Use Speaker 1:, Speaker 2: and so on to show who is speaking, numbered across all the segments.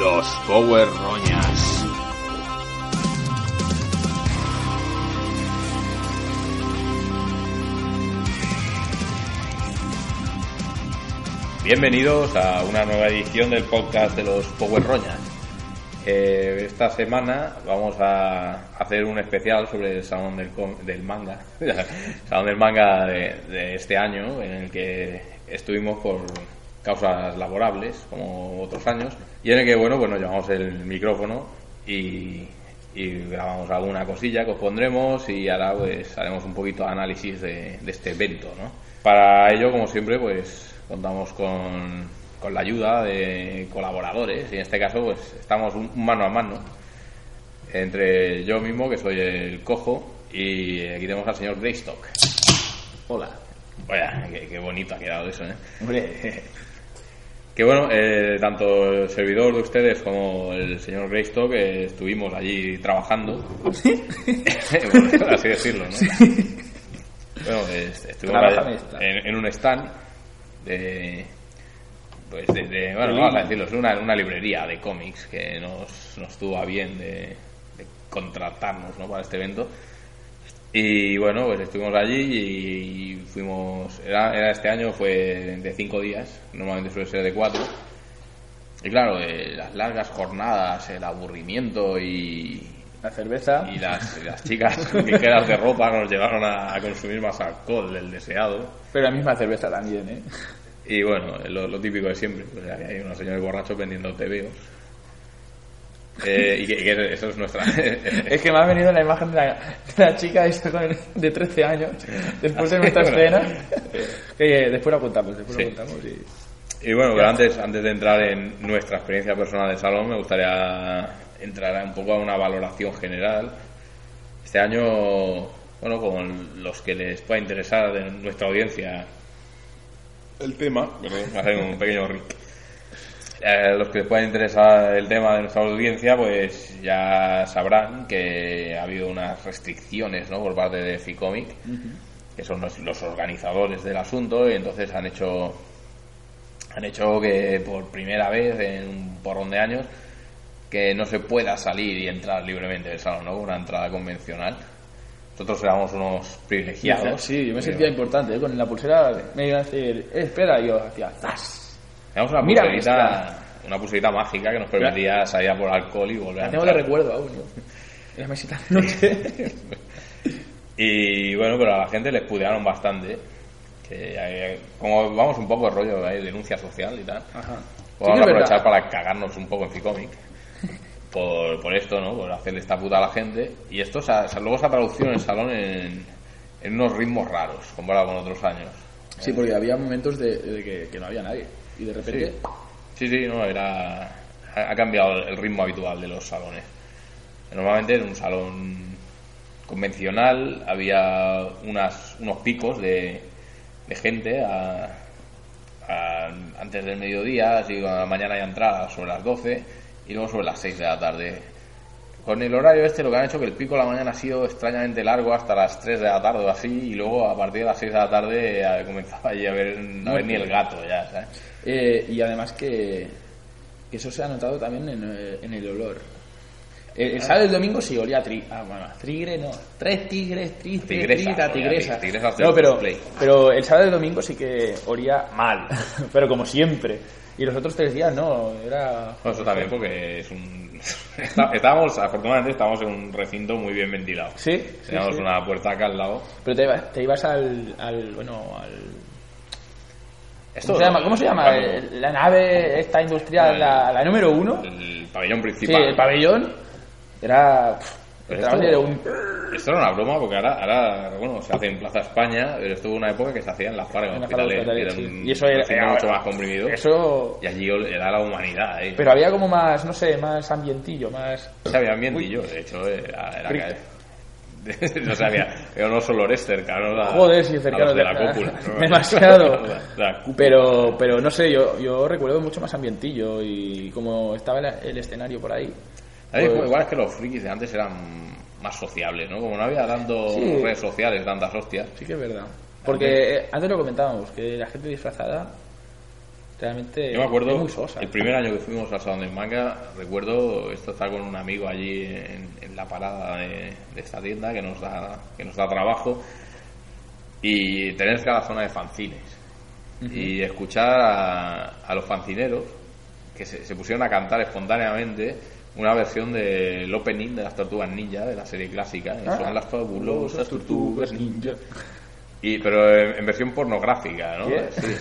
Speaker 1: Los Power Roñas. Bienvenidos a una nueva edición del podcast de los Power Roñas. Eh, esta semana vamos a hacer un especial sobre el salón del, com- del manga, salón del manga de, de este año, en el que estuvimos por causas laborables, como otros años, y en el que, bueno, pues nos llevamos el micrófono y, y grabamos alguna cosilla que os pondremos y ahora pues haremos un poquito de análisis de, de este evento, ¿no? Para ello, como siempre, pues contamos con, con la ayuda de colaboradores y en este caso pues estamos un un mano a mano entre yo mismo, que soy el cojo, y aquí tenemos al señor Greystock.
Speaker 2: Hola.
Speaker 1: Vaya, qué, qué bonito ha quedado eso, ¿eh?
Speaker 2: Hombre,
Speaker 1: Que bueno, eh, tanto el servidor de ustedes como el señor Greystock eh, estuvimos allí trabajando. Por así decirlo, ¿no? Bueno, es- estuvimos
Speaker 2: Trabajame
Speaker 1: allí
Speaker 2: esta.
Speaker 1: en, en un stand de. Pues de, de- bueno, vamos a decirlo, es una, una librería de cómics que nos, nos tuvo a bien de, de contratarnos ¿no? para este evento. Y bueno, pues estuvimos allí y fuimos. Era, era este año, fue de cinco días, normalmente suele ser de cuatro. Y claro, eh, las largas jornadas, el aburrimiento y,
Speaker 2: la cerveza.
Speaker 1: y las, y las chicas con ligeras de ropa nos llevaron a, a consumir más alcohol del deseado.
Speaker 2: Pero la misma cerveza también, ¿eh?
Speaker 1: Y bueno, lo, lo típico de siempre. Pues hay unos señores borrachos vendiendo tebeos. Eh, y que, que eso es nuestra...
Speaker 2: Es que me ha venido la imagen de la, de la chica esta con- de 13 años, después de nuestra
Speaker 1: Bueno.
Speaker 2: escena. Que eh, después la contamos, después
Speaker 1: Sí.
Speaker 2: la contamos. y-
Speaker 1: Y bueno, pero antes, antes de entrar en nuestra experiencia personal de salón, me gustaría entrar a- un poco a una valoración general. Este año, bueno, con los que les pueda interesar de nuestra audiencia el tema, perdón, hacer un pequeño ric. Eh, los que les pueda interesar el tema de nuestra audiencia, pues ya sabrán que ha habido unas restricciones ¿no? por parte de Ficomic, que son los- los organizadores del asunto, y entonces han hecho han hecho que por primera vez en un porrón de años que no se pueda salir y entrar libremente del salón, ¿no? Una entrada convencional. Nosotros éramos unos privilegiados.
Speaker 2: Sí, yo me
Speaker 1: pero-
Speaker 2: sentía importante, ¿eh? Con la pulsera me iban a decir, "Eh, espera, y yo hacía, ¡zas!
Speaker 1: Teníamos una
Speaker 2: Mira,
Speaker 1: pulserita,
Speaker 2: esta.
Speaker 1: una pulserita mágica que nos permitía salir a por alcohol y volver a
Speaker 2: La tengo de
Speaker 1: entrar.
Speaker 2: recuerdo aún, yo. En la mesita de noche.
Speaker 1: Y bueno, pero a la gente les pudearon bastante. Que, eh, como vamos un poco de rollo de denuncia social y tal, pues
Speaker 2: Ajá. Sí,
Speaker 1: vamos
Speaker 2: que
Speaker 1: a
Speaker 2: es verdad.
Speaker 1: aprovechar para cagarnos un poco en Ficomic. Por, por esto, ¿no? Por hacerle esta puta a la gente. Y esto se ha- se- luego se ha traducido en el salón en, en unos ritmos raros comparado con otros años.
Speaker 2: Sí, porque había momentos de, de que, que no había nadie. Y de repente,
Speaker 1: Sí, sí, no, era, ha ha cambiado el ritmo habitual de los salones. Normalmente en un salón convencional había unas, unos picos de, de gente a- a- antes del mediodía, así a la mañana ya entrada sobre las 12 y luego sobre las 6 de la tarde. Con el horario este lo que han hecho que el pico de la mañana ha sido extrañamente largo hasta las 3 de la tarde o así y luego a partir de las 6 de la tarde eh, comenzaba allí a ver, a ver ni el gato ya, ¿sabes?
Speaker 2: Eh, y además que, que eso se ha notado también en, eh, en el olor. El, el sábado y el domingo sí olía a tri, ah, bueno, a tigre, no. Tres tigres, tigres,
Speaker 1: Tigresa,
Speaker 2: tigresa,
Speaker 1: olía a
Speaker 2: tigresa.
Speaker 1: tig- tigresa hace
Speaker 2: No, pero,
Speaker 1: play.
Speaker 2: pero el sábado y el domingo sí que olía mal, pero como siempre. Y los otros tres días no, era...
Speaker 1: Bueno, Eso también porque es un... está- Estábamos, afortunadamente, estábamos en un recinto muy bien ventilado.
Speaker 2: Sí, sí,
Speaker 1: Teníamos
Speaker 2: sí.
Speaker 1: una puerta acá al lado.
Speaker 2: Pero te, iba- te ibas al, al, bueno, al...
Speaker 1: Esto-
Speaker 2: ¿Cómo se llama? ¿Cómo se llama? Eh,
Speaker 1: Claro, Eh,
Speaker 2: El- La nave esta industrial, la, la número uno.
Speaker 1: El pabellón
Speaker 2: Sí,
Speaker 1: principal.
Speaker 2: el pabellón. Era. pff, el
Speaker 1: Pero
Speaker 2: trabajo
Speaker 1: esto-
Speaker 2: era un.
Speaker 1: Esto era una broma porque ahora, ahora bueno, se hace en Plaza España, pero estuvo una época que se hacía en las Fargas,
Speaker 2: en
Speaker 1: en
Speaker 2: la
Speaker 1: hospitales,
Speaker 2: farmacia,
Speaker 1: que
Speaker 2: sí.
Speaker 1: eran
Speaker 2: Y eso era.
Speaker 1: haciendo
Speaker 2: era-
Speaker 1: mucho más comprimido.
Speaker 2: Eso.
Speaker 1: Y allí ol- era la humanidad, eh. ahí.
Speaker 2: Pero había como más, no sé, más ambientillo, más.
Speaker 1: No sabía bien y yo, de hecho, era, era
Speaker 2: Rico.
Speaker 1: que- no sabía, era unos olores cercanos a,
Speaker 2: Joder, sí,
Speaker 1: a
Speaker 2: cercanos
Speaker 1: los de
Speaker 2: de-
Speaker 1: la cópula.
Speaker 2: Demasiado.
Speaker 1: La cúpula.
Speaker 2: Pero, pero no sé, yo, yo recuerdo mucho más ambientillo y como estaba la- el escenario por ahí. Pues-
Speaker 1: También es como igual es que los frikis de antes eran más sociables, ¿no? Como no había tanto
Speaker 2: Sí.
Speaker 1: redes sociales, tantas hostias.
Speaker 2: Sí que es verdad. Porque eh, antes lo comentábamos, que la gente disfrazada realmente
Speaker 1: Yo me
Speaker 2: es
Speaker 1: acuerdo,
Speaker 2: muy sosa.
Speaker 1: el primer año que fuimos al Salón del Manga, recuerdo esto estar con un amigo allí en, en la parada de, de esta tienda que nos da que nos da trabajo y tener cada zona de fanzines y escuchar a, a los fancineros que se, se pusieron a cantar espontáneamente una versión del opening de las Tortugas Ninja de la serie clásica, que
Speaker 2: Ah.
Speaker 1: son las fabulosas Tortugas
Speaker 2: tortugas ninja.
Speaker 1: y, pero en, en versión pornográfica, ¿no?
Speaker 2: Yeah.
Speaker 1: Sí.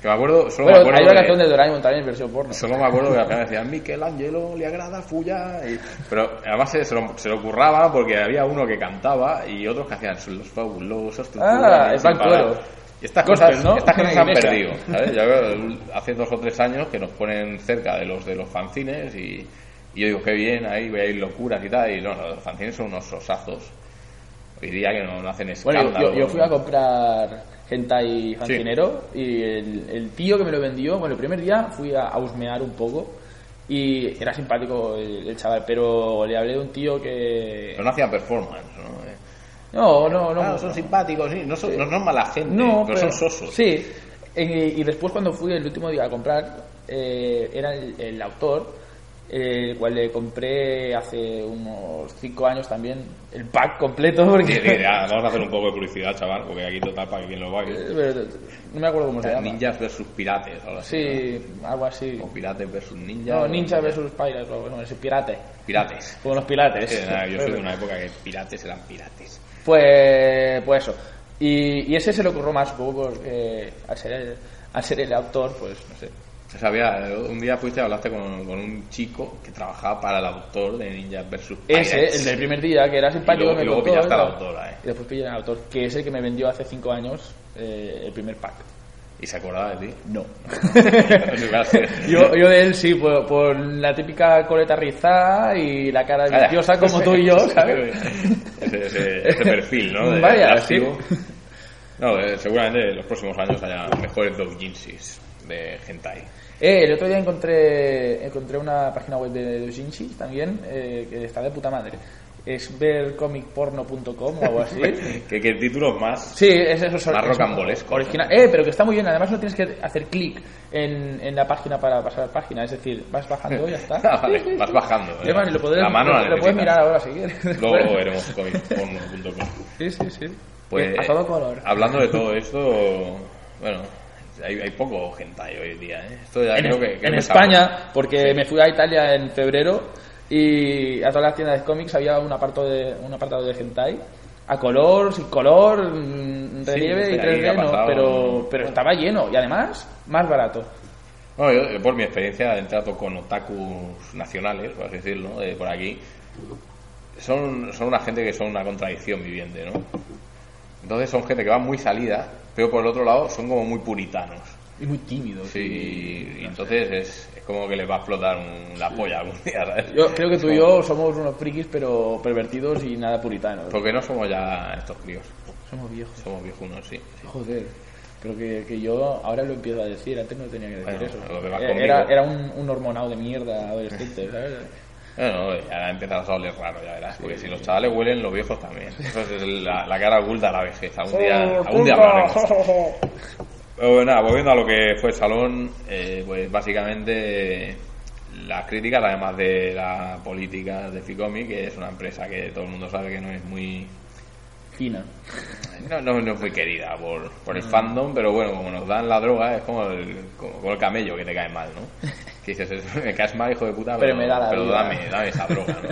Speaker 1: Que me acuerdo, solo me
Speaker 2: Bueno, hay una
Speaker 1: acuerdo de-
Speaker 2: canción de Doraemon también en versión porno.
Speaker 1: Solo me acuerdo que al final decían Michelangelo le agrada fulla. y- Pero además se, se lo, se lo curraba porque había uno que cantaba y otros que hacían "Son los fabulosos.
Speaker 2: Ah,
Speaker 1: Tortugas,
Speaker 2: el Bank Duelo.
Speaker 1: para". Y estas
Speaker 2: Gospel,
Speaker 1: cosas,
Speaker 2: ¿no?
Speaker 1: estas cosas se han
Speaker 2: Iglesia.
Speaker 1: perdido. ¿sabes? Ya veo, hace dos o tres años que nos ponen cerca de los de los fanzines y, y yo digo, qué bien, ahí voy a ir locuras y tal. Y no, no, los fanzines son unos sosazos. Hoy día que no, no hacen escándalo.
Speaker 2: Bueno, yo, yo fui a comprar hentai fancinero y el, el tío que me lo vendió, bueno, el primer día fui a, a husmear un poco y era simpático el, el chaval, pero le hablé de un tío que...
Speaker 1: Pero no hacían performance, ¿no? Eh,
Speaker 2: No, no, no.
Speaker 1: claro, son simpáticos, sí, no son, no son mala gente,
Speaker 2: No,
Speaker 1: no, son sosos.
Speaker 2: Sí, Eh, y después cuando fui el último día a comprar, eh, era el, el autor, eh, el cual le compré hace unos 5 años también el pack completo,
Speaker 1: Sí, sí,
Speaker 2: porque...
Speaker 1: ya, vamos a hacer un poco de publicidad, chaval, porque aquí total para que quien lo pague.
Speaker 2: Pero no me acuerdo Eh, cómo se llama.
Speaker 1: Ninjas versus pirates, ahora
Speaker 2: Sí, algo así.
Speaker 1: O pirates versus ninjas.
Speaker 2: No,
Speaker 1: o
Speaker 2: ninja versus pirates, o bueno, es pirate.
Speaker 1: Pirates.
Speaker 2: Como los pirates.
Speaker 1: Sí, nada, yo soy de una época que pirates eran pirates.
Speaker 2: Pues, pues eso. Y, y ese se le ocurrió más, poco porque al ser el, al ser el autor, pues no sé.
Speaker 1: O sea, había- un día fuiste y hablaste con, con un chico que trabajaba para el autor de Ninjas versus Pirates.
Speaker 2: Ese, el del primer día, que era simpático,
Speaker 1: Y luego-
Speaker 2: me
Speaker 1: y luego
Speaker 2: contó,
Speaker 1: pillaste
Speaker 2: ¿no?
Speaker 1: al autor, eh.
Speaker 2: Y después pillé al autor, que es el que me vendió hace 5 años eh, el primer pack.
Speaker 1: Y se acordaba de ti.
Speaker 2: No.
Speaker 1: yo,
Speaker 2: yo, yo de él sí, por, por la típica coleta rizada y la cara de
Speaker 1: Vaya.
Speaker 2: viciosa como tú y yo, ¿sabes?
Speaker 1: Ese, ese- ese perfil, ¿no? De-
Speaker 2: Vaya,
Speaker 1: de
Speaker 2: sí.
Speaker 1: activo. No, eh, seguramente en los próximos años haya mejores doujinsis de hentai.
Speaker 2: Eh, el otro día encontré, encontré una página web de Dojinshi también, eh, que está de puta madre. Es vercomicporno.com o algo así.
Speaker 1: que, que títulos más.
Speaker 2: Sí, es eso. es-
Speaker 1: Más
Speaker 2: es
Speaker 1: rocambolesco.
Speaker 2: Original. Eh, pero que está muy bien. Además no tienes que hacer clic en, en la página para pasar página. Es decir, vas bajando y ya está.
Speaker 1: Ah, vale, vas bajando,
Speaker 2: Eh, vale,
Speaker 1: ya.
Speaker 2: lo, podrás-
Speaker 1: La mano la
Speaker 2: lo, lo puedes
Speaker 1: necesitas.
Speaker 2: mirar ahora si quieres.
Speaker 1: Luego lo veremos comisporno.com.
Speaker 2: Sí, sí, sí.
Speaker 1: Pues,
Speaker 2: a todo color.
Speaker 1: Hablando de todo esto, bueno, hay, hay poco hentai hoy en día, ¿eh? Esto ya
Speaker 2: en,
Speaker 1: creo que... creo
Speaker 2: en
Speaker 1: que es algo.
Speaker 2: España, porque me fui a Italia en febrero y a todas las tiendas de cómics había un apartado de, un apartado de hentai. A color, sin color, mm,
Speaker 1: Sí,
Speaker 2: relieve
Speaker 1: sí,
Speaker 2: y
Speaker 1: ahí
Speaker 2: 3D,
Speaker 1: ha
Speaker 2: no,
Speaker 1: pasado.
Speaker 2: pero, pero estaba lleno y además más barato.
Speaker 1: No, yo, eh, por mi experiencia del trato con otakus nacionales, por así decirlo, de por aquí, son, son una gente que son una contradicción viviente, ¿no? Entonces son gente que va muy salida, pero por el otro lado son como muy puritanos.
Speaker 2: Y muy tímido.
Speaker 1: Sí, y entonces es, es como que les va a explotar un- la polla algún día, ¿sabes?
Speaker 2: Yo creo que tú y yo somos unos frikis, pero pervertidos y nada puritanos.
Speaker 1: Porque no somos ya estos críos,
Speaker 2: Somos viejos.
Speaker 1: somos viejunos, sí. sí.
Speaker 2: Joder. Pero que, que yo ahora lo empiezo a decir, antes no tenía que decir
Speaker 1: Bueno,
Speaker 2: eso.
Speaker 1: lo que vas
Speaker 2: Eh,
Speaker 1: conmigo.
Speaker 2: Era, era un, un hormonado de mierda adolescente, ¿sabes?
Speaker 1: Bueno, y ahora empiezas a oler raro, ya verás, porque si los chavales huelen, los viejos también. Eso es la, la cara oculta de la vejez, algún día, algún día hablaremos. Pero bueno, nada, volviendo a lo que fue el salón, eh, pues básicamente eh, las críticas, además de la política de Ficomi, que es una empresa que todo el mundo sabe que no es muy
Speaker 2: Fina.
Speaker 1: no, no, no es muy querida por, por el fandom, pero bueno, como nos dan la droga, es como el, como, como el camello que te cae mal, ¿no? Que dices, "Es- me caes mal, hijo de puta,
Speaker 2: Pero
Speaker 1: pero,
Speaker 2: me da la
Speaker 1: pero
Speaker 2: vida".
Speaker 1: dame, dame esa droga, ¿no?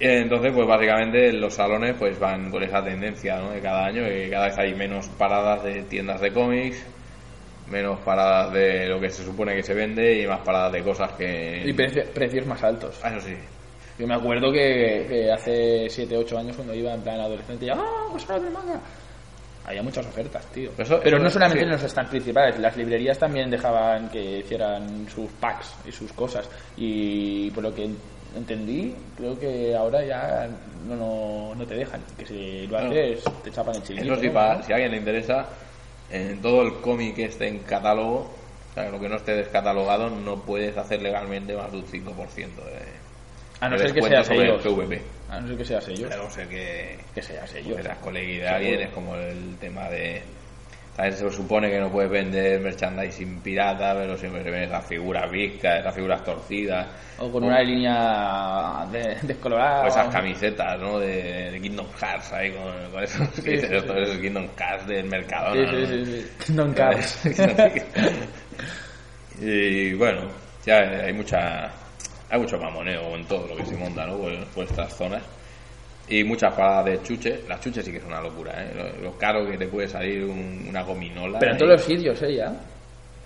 Speaker 1: Eh, Entonces, pues básicamente los salones pues van con esa tendencia, ¿no? De cada año, que cada vez hay menos paradas de tiendas de cómics, menos paradas de lo que se supone que se vende y más paradas de cosas que...
Speaker 2: Y preci- precios más altos.
Speaker 1: Ah, eso sí.
Speaker 2: Yo me acuerdo que, que hace 7, 8 años cuando iba en plan adolescente, ya, ah, pues ahora del manga. Había muchas ofertas, tío.
Speaker 1: Eso-
Speaker 2: Pero
Speaker 1: eso-
Speaker 2: no solamente
Speaker 1: sí.
Speaker 2: en los stands principales, las librerías también dejaban que hicieran sus packs y sus cosas. Y por lo que entendí, creo que ahora ya no, no, no te dejan. Que si lo
Speaker 1: No.
Speaker 2: haces, te chapan el chiquito.
Speaker 1: Eso sí, para- si a alguien le interesa, en todo el cómic que esté en catálogo, o sea, lo que no esté descatalogado, no puedes hacer legalmente más de un 5% de,
Speaker 2: A no
Speaker 1: de
Speaker 2: ser que
Speaker 1: descuento
Speaker 2: seas
Speaker 1: sobre el
Speaker 2: ellos.
Speaker 1: PVP.
Speaker 2: A no ser que seas ellos.
Speaker 1: A no ser que,
Speaker 2: Que seas ellos.
Speaker 1: que seas coleguilla de alguien, es como el tema de... También se supone que no puedes vender merchandising pirata, pero siempre se ven esas figuras viscas, esas figuras torcidas.
Speaker 2: O con
Speaker 1: Oh.
Speaker 2: una línea de- descolorada.
Speaker 1: O esas camisetas, ¿no? De, de Kingdom Hearts, ahí con, con esos,
Speaker 2: Sí,
Speaker 1: que dices,
Speaker 2: sí, sí.
Speaker 1: "Esto es Kingdom Hearts del
Speaker 2: Sí,
Speaker 1: Mercadona.
Speaker 2: sí,
Speaker 1: ¿no?
Speaker 2: sí. sí. Kingdom Cars.
Speaker 1: y bueno, ya hay mucha hay mucho mamoneo en todo lo que se monta, ¿no? Por, por estas zonas. Y muchas paradas de chuche. Las chuches sí que es una locura, ¿eh? Lo, lo caro que te puede salir un- una gominola.
Speaker 2: Pero en
Speaker 1: y-
Speaker 2: todos los sitios, ¿eh? Ya.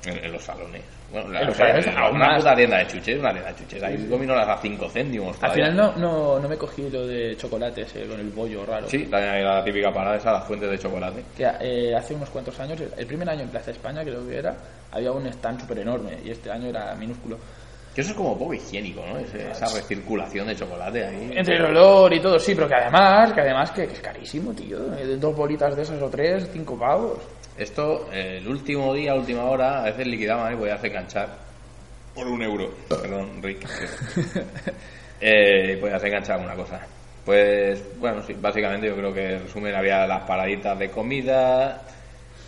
Speaker 1: en, en los salones. Bueno, la-
Speaker 2: En los
Speaker 1: o sea,
Speaker 2: salones
Speaker 1: la-
Speaker 2: aún
Speaker 1: una
Speaker 2: más.
Speaker 1: puta tienda de chuches, una tienda de chuches. Hay gominolas a 5 céntimos.
Speaker 2: Al
Speaker 1: todavía.
Speaker 2: final no, no, no me cogí lo de chocolates eh, con el bollo raro.
Speaker 1: Sí, la, la típica parada esa, las fuentes de chocolate.
Speaker 2: Que eh, hace unos cuantos años, el primer año en Plaza España creo que era, había un stand súper enorme y este año era minúsculo.
Speaker 1: Que eso es como poco higiénico, ¿no? Ese- esa recirculación de chocolate ahí.
Speaker 2: Entre el olor y todo, sí, pero que además, que además, que, que es carísimo, tío. Eh, Dos bolitas de esas o tres, cinco pavos.
Speaker 1: Esto, eh, el último día, última hora, a veces liquidaban y podías enganchar por un euro. Perdón, Rick. eh, y podías enganchar alguna cosa. Pues, bueno, sí, básicamente yo creo que en resumen había las paraditas de comida,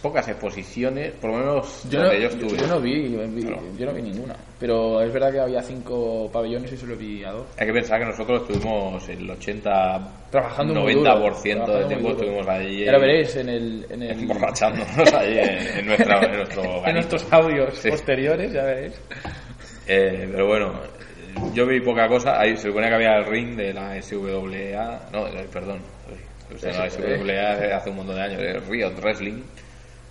Speaker 1: pocas exposiciones, por lo menos
Speaker 2: Yo no,
Speaker 1: donde yo
Speaker 2: yo,
Speaker 1: estuve.
Speaker 2: yo no vi, vi-
Speaker 1: ¿eh? Claro.
Speaker 2: yo no vi ninguna. Pero es verdad que había cinco pabellones y solo vi a dos.
Speaker 1: Hay que pensar que nosotros estuvimos el 80,
Speaker 2: Trabajando muy
Speaker 1: 90%
Speaker 2: duro,
Speaker 1: del
Speaker 2: trabajando
Speaker 1: tiempo
Speaker 2: muy duro.
Speaker 1: estuvimos allí.
Speaker 2: Ya lo veréis en el... En el...
Speaker 1: Emborrachándonos allí en, en nuestra- en nuestro
Speaker 2: en
Speaker 1: garito.
Speaker 2: nuestros audios
Speaker 1: Sí.
Speaker 2: posteriores, ya veréis.
Speaker 1: Eh, pero bueno, yo vi poca cosa. Ahí se supone que había el ring de la SWA. No, eh, perdón. O sea, la SWA de hace un montón de años. El Riot Wrestling,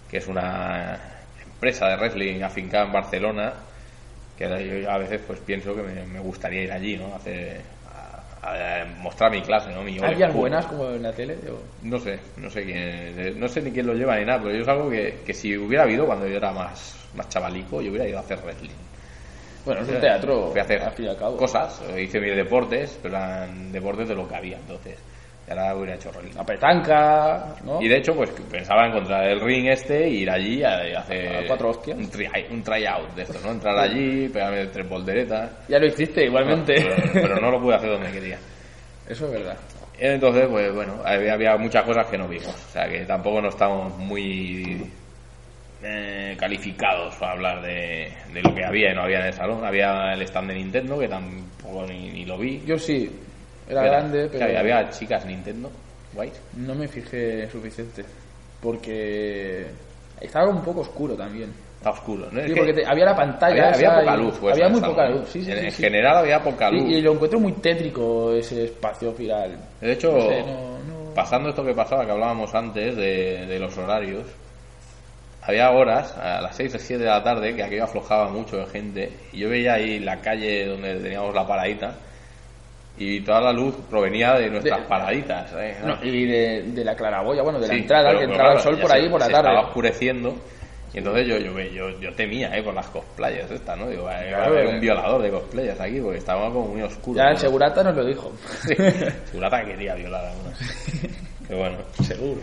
Speaker 1: que es una empresa de wrestling afincada en Barcelona. Que ahora yo a veces pues pienso que me, me gustaría ir allí, ¿no? Hacer, a, a mostrar mi clase, ¿no? Mi old
Speaker 2: ¿Habían
Speaker 1: school.
Speaker 2: buenas como en la tele? o-
Speaker 1: No sé, no sé quién, no sé ni quién lo lleva ni nada, pero yo es algo que, que si hubiera habido cuando yo era más, más chavalico, yo hubiera ido a hacer wrestling.
Speaker 2: Bueno, es un teatro,
Speaker 1: Fui a hacer
Speaker 2: al fin y al cabo.
Speaker 1: cosas, hice mis deportes, pero eran deportes de lo que había entonces. Y ahora hubiera hecho wrestling.
Speaker 2: La petanca, ¿no?
Speaker 1: Y de hecho, pues pensaba encontrar el ring este e ir allí a, a hacer
Speaker 2: A cuatro hostias.
Speaker 1: un, try- un tryout de esto, ¿no? Entrar allí, pegarme tres volteretas.
Speaker 2: Ya lo hiciste igualmente.
Speaker 1: Ah, Pero, pero no lo pude hacer donde quería.
Speaker 2: Eso es verdad.
Speaker 1: Entonces, pues bueno, había, había muchas cosas que no vimos. O sea, que tampoco no estamos muy eh, calificados para hablar de, de lo que había y no había en el salón. Había el stand de Nintendo, que tampoco ni, ni lo vi.
Speaker 2: Yo sí, era
Speaker 1: Era-
Speaker 2: grande,
Speaker 1: que
Speaker 2: pero
Speaker 1: había, había chicas Nintendo, guay.
Speaker 2: no me fijé suficiente. Porque estaba un poco oscuro también.
Speaker 1: Está oscuro, ¿no? Es
Speaker 2: Sí,
Speaker 1: que
Speaker 2: porque te- ah, había la pantalla.
Speaker 1: había, había
Speaker 2: esa
Speaker 1: poca
Speaker 2: y-
Speaker 1: luz. pues,
Speaker 2: había
Speaker 1: en el
Speaker 2: muy
Speaker 1: salón,
Speaker 2: poca
Speaker 1: ¿no?
Speaker 2: luz, sí, sí.
Speaker 1: En, en
Speaker 2: sí.
Speaker 1: general había poca
Speaker 2: Y-
Speaker 1: luz.
Speaker 2: Y, lo encuentro muy tétrico ese espacio viral.
Speaker 1: De hecho,
Speaker 2: No sé, no- no-
Speaker 1: pasando esto que pasaba, que hablábamos antes de, de los horarios, había horas, a las 6 o 7 de la tarde, que aquello aflojaba mucho de gente, y yo veía ahí la calle donde teníamos la paradita, y toda la luz provenía de nuestras
Speaker 2: De-
Speaker 1: paraditas. ¿eh?
Speaker 2: No, y de, de la claraboya, bueno, de la
Speaker 1: Sí,
Speaker 2: entrada,
Speaker 1: pero-
Speaker 2: que
Speaker 1: pero
Speaker 2: entraba el
Speaker 1: claro,
Speaker 2: sol
Speaker 1: ya
Speaker 2: por
Speaker 1: se-
Speaker 2: ahí por la
Speaker 1: se
Speaker 2: tarde.
Speaker 1: Estaba oscureciendo. Y entonces yo, yo, me- yo, yo temía, ¿eh? Con las cosplayas estas, ¿no? Digo, "Eh, va a
Speaker 2: Claro,
Speaker 1: haber
Speaker 2: eh.
Speaker 1: un violador de cosplayas aquí, porque estaba como muy oscuro.
Speaker 2: Ya
Speaker 1: ¿no?
Speaker 2: el segurata nos lo dijo.
Speaker 1: Sí, Segurata que quería violar a una. Pero bueno, seguro.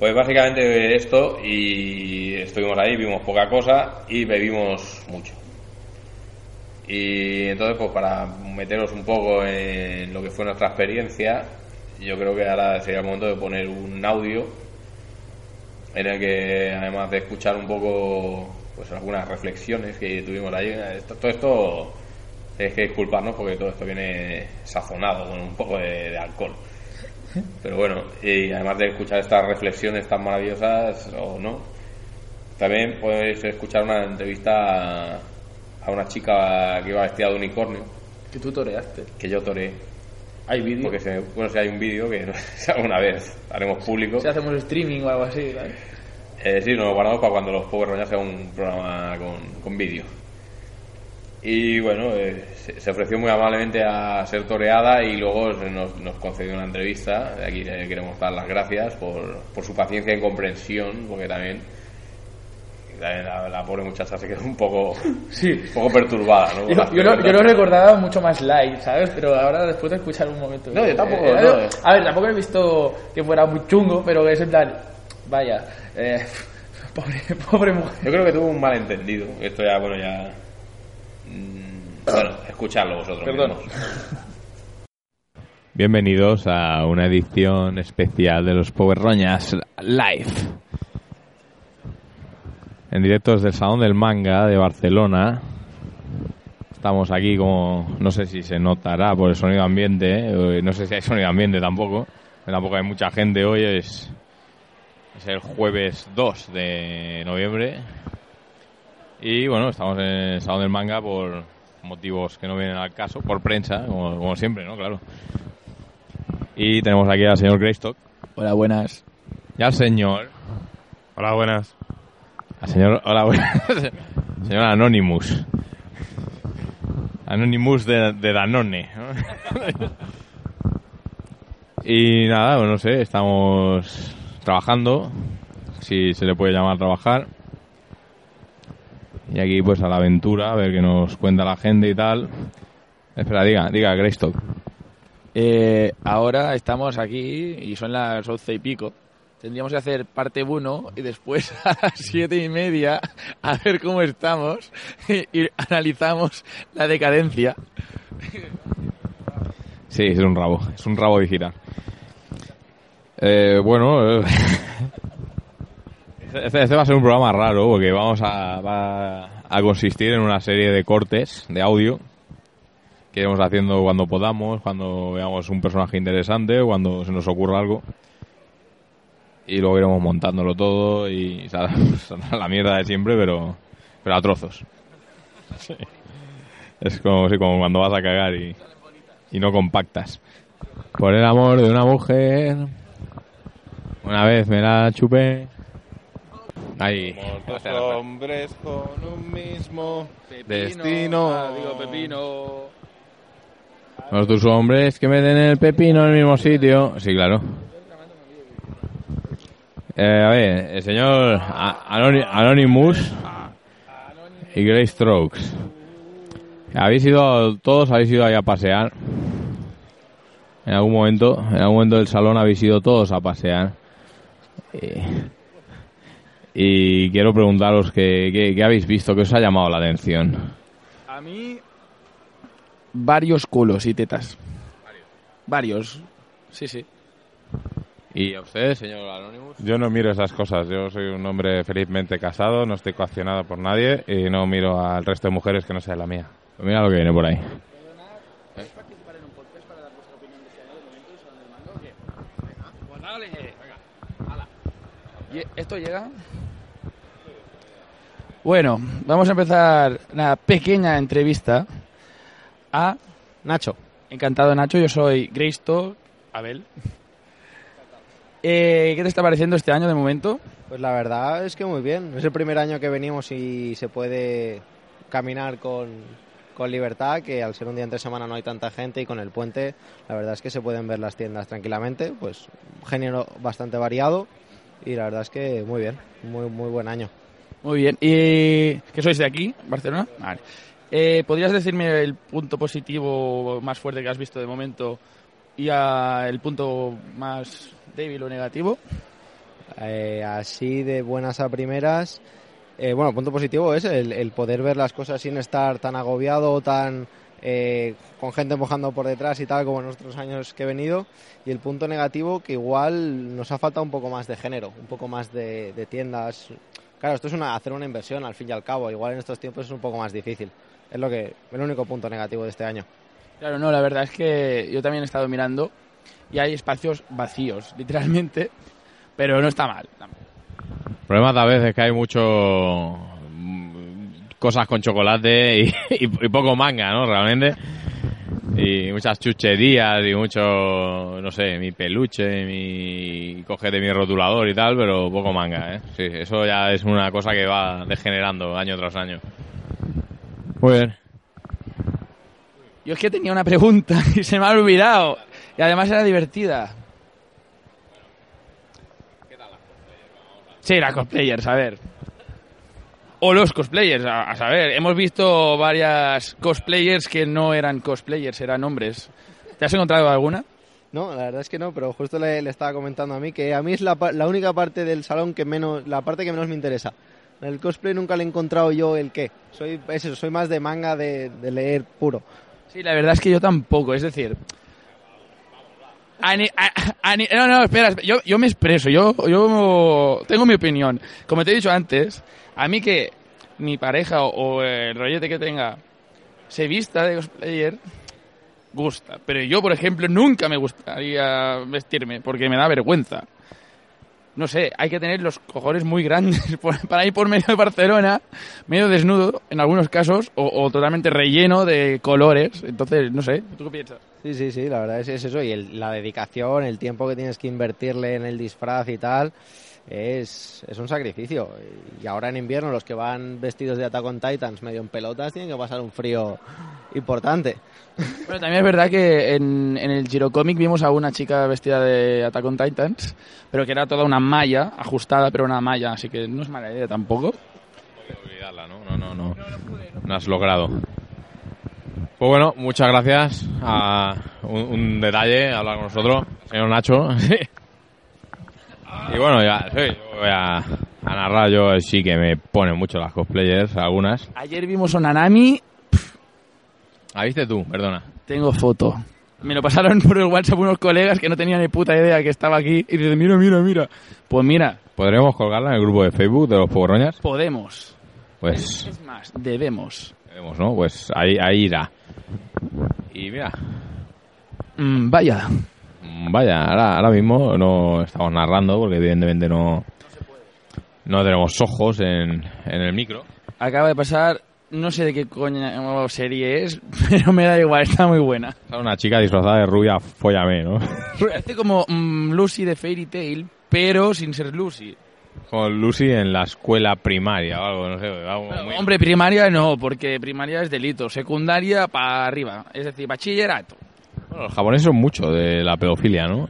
Speaker 1: Pues básicamente esto y estuvimos ahí, vimos poca cosa y bebimos mucho. Y entonces, pues para meteros un poco en lo que fue nuestra experiencia, yo creo que ahora sería el momento de poner un audio en el que, además de escuchar un poco pues algunas reflexiones que tuvimos ahí, esto- todo esto es que disculparnos porque todo esto viene sazonado con un poco de, de alcohol. Pero bueno, y además de escuchar estas reflexiones tan maravillosas o no, también podéis escuchar una entrevista a- a una chica que iba vestida de unicornio,
Speaker 2: Que tú toreaste.
Speaker 1: que yo toré.
Speaker 2: Hay vídeo.
Speaker 1: Porque se, bueno, si hay un vídeo que alguna vez haremos público.
Speaker 2: Si hacemos streaming o algo así, ¿vale?
Speaker 1: Eh, sí, nos lo guardamos para cuando los Power Rangers sea un programa con, con vídeo. Y
Speaker 3: Y bueno, eh, se, se ofreció muy amablemente a ser toreada y luego se nos, nos concedió una entrevista. De aquí le queremos dar las gracias por, por su paciencia y comprensión, porque también la, la- la pobre muchacha se quedó un poco,
Speaker 4: Sí.
Speaker 3: un poco perturbada. ¿no?
Speaker 4: Yo, yo lo, yo lo recordaba mucho más light, ¿sabes? Pero ahora después de escuchar un momento...
Speaker 3: No, yo tampoco,
Speaker 2: Eh,
Speaker 1: eh.
Speaker 3: no.
Speaker 4: A ver, tampoco he visto que fuera muy chungo, pero es en plan... Vaya, eh, pobre, pobre mujer.
Speaker 3: Yo creo que tuvo un malentendido. Esto ya, bueno, ya. mm, Bueno, escuchadlo vosotros.
Speaker 4: Perdón.
Speaker 3: mismos.
Speaker 1: Bienvenidos a una edición especial de los Power Roñas Live. En directo desde el Salón del Manga de Barcelona. Estamos aquí como, no sé si se notará por el sonido ambiente, eh, no sé si hay sonido ambiente tampoco, tampoco hay mucha gente hoy, es, es el jueves 2 de noviembre. Y bueno, estamos en el Salón del Manga por motivos que no vienen al caso, por prensa, como- como siempre, ¿no? Claro. Y tenemos aquí al señor Greystock
Speaker 4: Hola, buenas.
Speaker 1: y al señor.
Speaker 5: Hola, buenas.
Speaker 1: Al señor. Hola, buenas. Señor Anonymous. Anonymous de, de Danone. ¿no? y nada, pues no sé, estamos trabajando. Si se le puede llamar trabajar. Y aquí, pues a la aventura, a ver qué nos cuenta la gente y tal. Espera, diga, diga, Greystock.
Speaker 2: Eh, ahora estamos aquí y son las once y pico. Tendríamos que hacer parte 1 y después a las siete y media a ver cómo estamos y, y analizamos la decadencia.
Speaker 1: Sí, es un rabo, es un rabo de gira. Eh, bueno, eh, este, este va a ser un programa raro porque vamos a, va a consistir en una serie de cortes de audio que iremos haciendo cuando podamos, cuando veamos un personaje interesante o cuando se nos ocurra algo. Y luego iremos montándolo todo y saldrá, saldrá la mierda de siempre, pero, pero a trozos. Sí. Es como, sí, como cuando vas a cagar y y no compactas. Por el amor de una mujer. Una vez me la chupé. Ahí.
Speaker 5: Dos
Speaker 1: Hacia la parte.
Speaker 5: hombres con un mismo
Speaker 1: Destino.
Speaker 5: Ah,
Speaker 2: digo, Pepino.
Speaker 1: Los tus hombres que meten el pepino en el mismo sitio. Sí, claro. Eh, a ver, el señor A- Anony- Anonymous y Grey Strokes. Habéis ido, todos habéis ido ahí a pasear. En algún momento, en algún momento del salón habéis ido todos a pasear. Eh, y quiero preguntaros qué, qué- qué habéis visto, qué os ha llamado la atención.
Speaker 2: A mí, varios culos y tetas. Varios. Sí, sí.
Speaker 1: ¿Y a usted, señor Anonymous?
Speaker 5: Yo no miro esas cosas. Yo soy un hombre felizmente casado, no estoy coaccionado por nadie y no miro al resto de mujeres que no sea la mía.
Speaker 1: Pues Mira lo que viene por ahí.
Speaker 2: ¿Y esto llega? Bueno, vamos a empezar una pequeña entrevista a Nacho. Encantado, Nacho. Yo soy Greystock. Abel. Eh, ¿Qué te está pareciendo este año de momento?
Speaker 6: Pues la verdad es que muy bien. Es el primer año que venimos y se puede caminar con, con libertad, que al ser un día entre semana no hay tanta gente y con el puente la verdad es que se pueden ver las tiendas tranquilamente, pues un género bastante variado y la verdad es que muy bien, muy, muy buen año.
Speaker 2: Muy bien. ¿Y qué sois de aquí, Barcelona? Vale. Eh, ¿Podrías decirme el punto positivo más fuerte que has visto de momento y ah, el punto más débil o negativo?
Speaker 6: Eh, así de buenas a primeras. eh, bueno, punto positivo es el, el poder ver las cosas sin estar tan agobiado o tan eh, con gente mojando por detrás y tal como en otros años que he venido. Y el punto negativo que igual nos ha faltado un poco más de género, un poco más de, de tiendas. Claro, esto es una, hacer una inversión al fin y al cabo. Igual en estos tiempos es un poco más difícil. Es lo que el único punto negativo de este año.
Speaker 2: Claro, no, la verdad es que yo también he estado mirando y hay espacios vacíos, literalmente, pero no está mal.
Speaker 1: El problema tal vez es que hay mucho mm, cosas con chocolate y, y- y poco manga, ¿no? Realmente. Y muchas chucherías y mucho, no sé, mi peluche, mi coge de mi rotulador y tal, pero poco manga, ¿eh? Sí, eso ya es una cosa que va degenerando año tras año. Muy bien.
Speaker 2: Yo es que tenía una pregunta y se me ha olvidado. Y además era divertida. Sí, las cosplayers, a ver. O los cosplayers, a, a saber. Hemos visto varias cosplayers que no eran cosplayers, eran hombres. ¿Te has encontrado alguna?
Speaker 6: No, la verdad es que no, pero justo le, le estaba comentando a mí que a mí es la, pa- la única parte del salón que menos, la parte que menos me interesa. En el cosplay nunca le he encontrado yo el qué. Soy, es eso, soy más de manga de, de leer puro.
Speaker 2: Sí, la verdad es que yo tampoco, es decir... ani- a- ani- no, no, espera, espera, yo, yo me expreso, yo, yo tengo mi opinión. Como te he dicho antes, a mí que mi pareja o, o el rollete que tenga se vista de cosplayer, gusta. Pero yo, por ejemplo, nunca me gustaría vestirme porque me da vergüenza. No sé, hay que tener los cojones muy grandes por- para ir por medio de Barcelona, medio desnudo en algunos casos, o, o totalmente relleno de colores. Entonces, no sé, ¿tú qué piensas?
Speaker 6: Sí, sí, sí, la verdad es, es eso. Y el- la dedicación, el tiempo que tienes que invertirle en el disfraz y tal, es, es un sacrificio. Y ahora en invierno los que van vestidos de Attack on Titans medio en pelotas tienen que pasar un frío importante.
Speaker 2: Bueno, también es verdad que en, en el Girocomic vimos a una chica vestida de Attack on Titans, pero que era toda una malla, ajustada, pero una malla, así que no es mala idea tampoco.
Speaker 1: Olvidarla, ¿no? No, no, no. No has logrado. Pues bueno, muchas gracias. A un, un detalle, hablar con nosotros, señor Nacho. y bueno, ya, sí, yo voy a, a narrar. Yo sí que me ponen mucho las cosplayers, algunas.
Speaker 2: Ayer vimos a Nanami,
Speaker 1: ¿La Ah, viste tú? Perdona.
Speaker 2: tengo foto. Me lo pasaron por el WhatsApp unos colegas que no tenían ni puta idea que estaba aquí y dicen, mira, mira, mira. Pues mira,
Speaker 1: ¿Podremos colgarla en el grupo de Facebook de los Pogroñas?
Speaker 2: podemos.
Speaker 1: Pues
Speaker 2: Es más, debemos.
Speaker 1: vemos, ¿no? Pues ahí, ahí irá. Y mira,
Speaker 2: Mm, vaya.
Speaker 1: Mm, Vaya, ahora, ahora mismo no estamos narrando porque evidentemente no, no tenemos ojos en, en el micro.
Speaker 2: Acaba de pasar, no sé de qué coño serie es, pero me da igual, está muy buena.
Speaker 1: Está una chica disfrazada de rubia, fóllame, ¿no?
Speaker 2: Parece como mm, Lucy de Fairy Tail, pero sin ser Lucy.
Speaker 1: Con Lucy en la escuela primaria o algo, no sé. algo Oh, muy-
Speaker 2: Hombre, primaria no, porque primaria es delito. Secundaria para arriba, es decir, bachillerato.
Speaker 1: Bueno, los japoneses son mucho de la pedofilia, ¿no?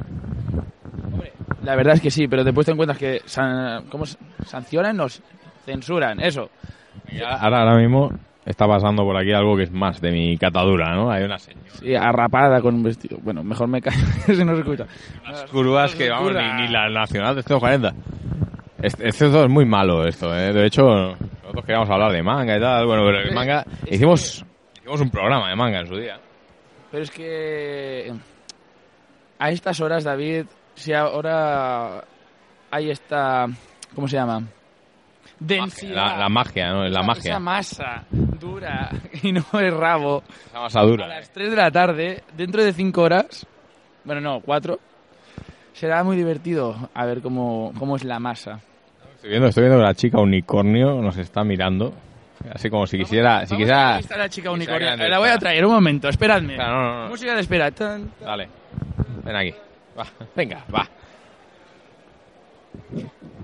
Speaker 2: La verdad es que sí, pero después te encuentras que san- ¿cómo se- sancionan, nos censuran, eso.
Speaker 1: Y ahora, ahora- ahora mismo está pasando por aquí algo que es más de mi catadura, ¿no? Hay unas,
Speaker 2: Sí, arrapada con un vestido. Bueno, mejor me callo, si no se escucha.
Speaker 1: unas curvas que, vamos, ni, ni la nacional de estos 40. Este, este todo es muy malo, esto, ¿eh? De hecho, nosotros queríamos hablar de manga y tal. Bueno, pero el manga...
Speaker 2: es
Speaker 1: Hicimos, hicimos un programa de manga en su día.
Speaker 2: Pero es que eh, a estas horas, David, si ahora hay esta, ¿cómo se llama? Densidad.
Speaker 1: La, la magia, ¿no? La
Speaker 2: Esa-
Speaker 1: magia.
Speaker 2: Esa masa dura y no es rabo.
Speaker 1: Esa masa
Speaker 2: A
Speaker 1: dura. eh.
Speaker 2: las 3 de la tarde, dentro de 5 horas, bueno, no, 4, será muy divertido a ver cómo, cómo es la masa.
Speaker 1: Estoy viendo, estoy viendo que la chica unicornio nos está mirando. Así como si quisiera...
Speaker 2: Vamos
Speaker 1: si
Speaker 2: a
Speaker 1: quisiera...
Speaker 2: entrevistar a la chica
Speaker 1: quisiera
Speaker 2: unicornio.
Speaker 1: que la
Speaker 2: La voy a
Speaker 1: entrevistara.
Speaker 2: traer un momento, esperadme.
Speaker 1: Espera, no, no, no.
Speaker 2: Música de espera. Tan, tan.
Speaker 1: Dale. Ven aquí. Va. Venga, va.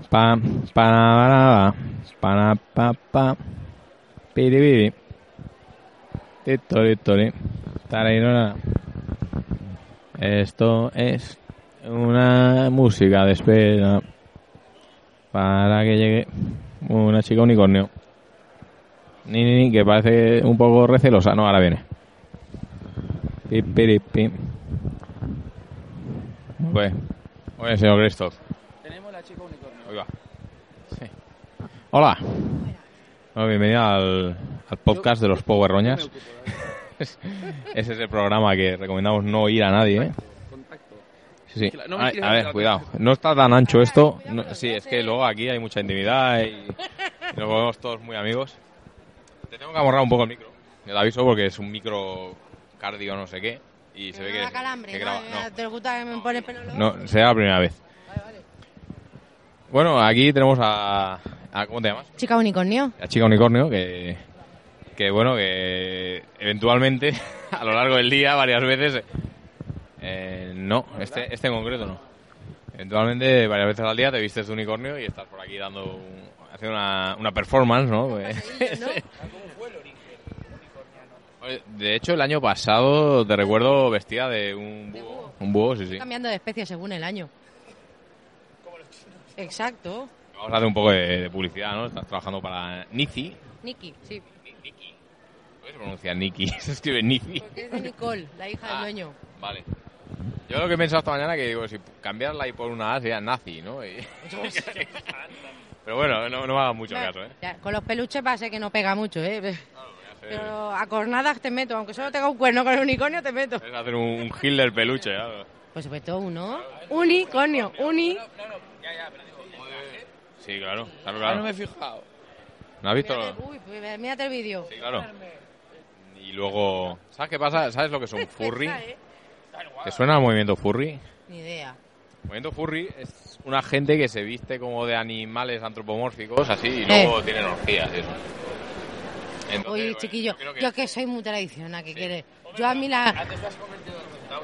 Speaker 1: Pa, pa, ra, ra, pa, pa, pa, piribiri. Titori, tori. Tarairona. Esto es una música de espera para que llegue una chica unicornio. Ni, ni, ni, que parece un poco recelosa. No, ahora viene. Pi, piri, pi. Oye, oye, Pues, señor Christoph.
Speaker 2: Tenemos la chica unicornio.
Speaker 1: Oiga. Sí. Hola. Bueno, bienvenida al, al podcast de los Power Roñas. Ese es el programa que recomendamos no ir a nadie. ¿eh? Sí, sí.
Speaker 2: No me
Speaker 1: Ay,
Speaker 2: tires
Speaker 1: a
Speaker 2: hacia
Speaker 1: ver,
Speaker 2: la
Speaker 1: cuidado. No está tan ancho esto. No- sí, es que luego aquí hay mucha intimidad y, y nos volvemos todos muy amigos. Te tengo que amorrar un poco el micro. Te lo aviso porque es un micro cardio no sé qué. Y se ve
Speaker 7: no
Speaker 1: que,
Speaker 7: da calambre,
Speaker 1: que
Speaker 7: ¿no?
Speaker 1: graba. No.
Speaker 7: ¿Te gusta que me pone pelo loco?
Speaker 1: No, será la primera vez. Bueno, aquí tenemos a, a- ¿Cómo te llamas?
Speaker 7: Chica unicornio.
Speaker 1: La chica unicornio, que. Que bueno, que eventualmente a lo largo del día varias veces. eh, no, este, este en concreto no. Eventualmente varias veces al día te vistes de unicornio y estás por aquí dando. un- Pues, haciendo una, una performance, ¿no? Porque-
Speaker 3: De hecho, el año pasado te recuerdo vestida de un búho. Un búho, sí, sí.
Speaker 7: Cambiando de especie según el año. Exacto.
Speaker 3: Vamos a hacer un poco de, de publicidad, ¿no? Estás trabajando para Nici.
Speaker 7: Nikki, sí.
Speaker 3: ¿Cómo se pronuncia Nici? Se escribe Nici.
Speaker 7: Porque es de Nicole, la hija
Speaker 3: Ah.
Speaker 7: del dueño.
Speaker 3: Vale. Yo lo que he pensado esta mañana que digo, si cambiarla y por una A sería nazi, ¿no? Y- Pero bueno, no, no me hagas mucho caso, ¿eh?
Speaker 7: Ya, con los peluches va a ser que no pega mucho,
Speaker 1: Ah,
Speaker 7: ¿eh? Pero a cornadas te meto, aunque solo tenga un cuerno con el unicornio, te meto.
Speaker 1: Eh.
Speaker 3: Es hacer un, un Hitler peluche, algo.
Speaker 7: Por supuesto, uno.
Speaker 1: Ah,
Speaker 7: Unicornio, uni.
Speaker 3: Sí, claro, claro,
Speaker 8: Ah, no me
Speaker 3: claro.
Speaker 8: he fijado.
Speaker 3: ¿No has visto?
Speaker 7: Mírate, uy, pues, mírate el vídeo.
Speaker 3: Sí, claro. Y luego... ¿Sabes qué pasa? ¿Sabes lo que son furry?
Speaker 7: Está, ¿eh?
Speaker 3: ¿Te suena el movimiento furry?
Speaker 7: Ni idea.
Speaker 3: El movimiento furry es una gente que se viste como de animales antropomórficos, así, y luego tienen orgías y eso. Entonces,
Speaker 7: Eh. Oye,
Speaker 3: bueno,
Speaker 7: chiquillo,
Speaker 3: yo creo que-
Speaker 7: yo que soy muy tradicional, ¿qué quieres? Yo a mí la...
Speaker 3: ¿eh?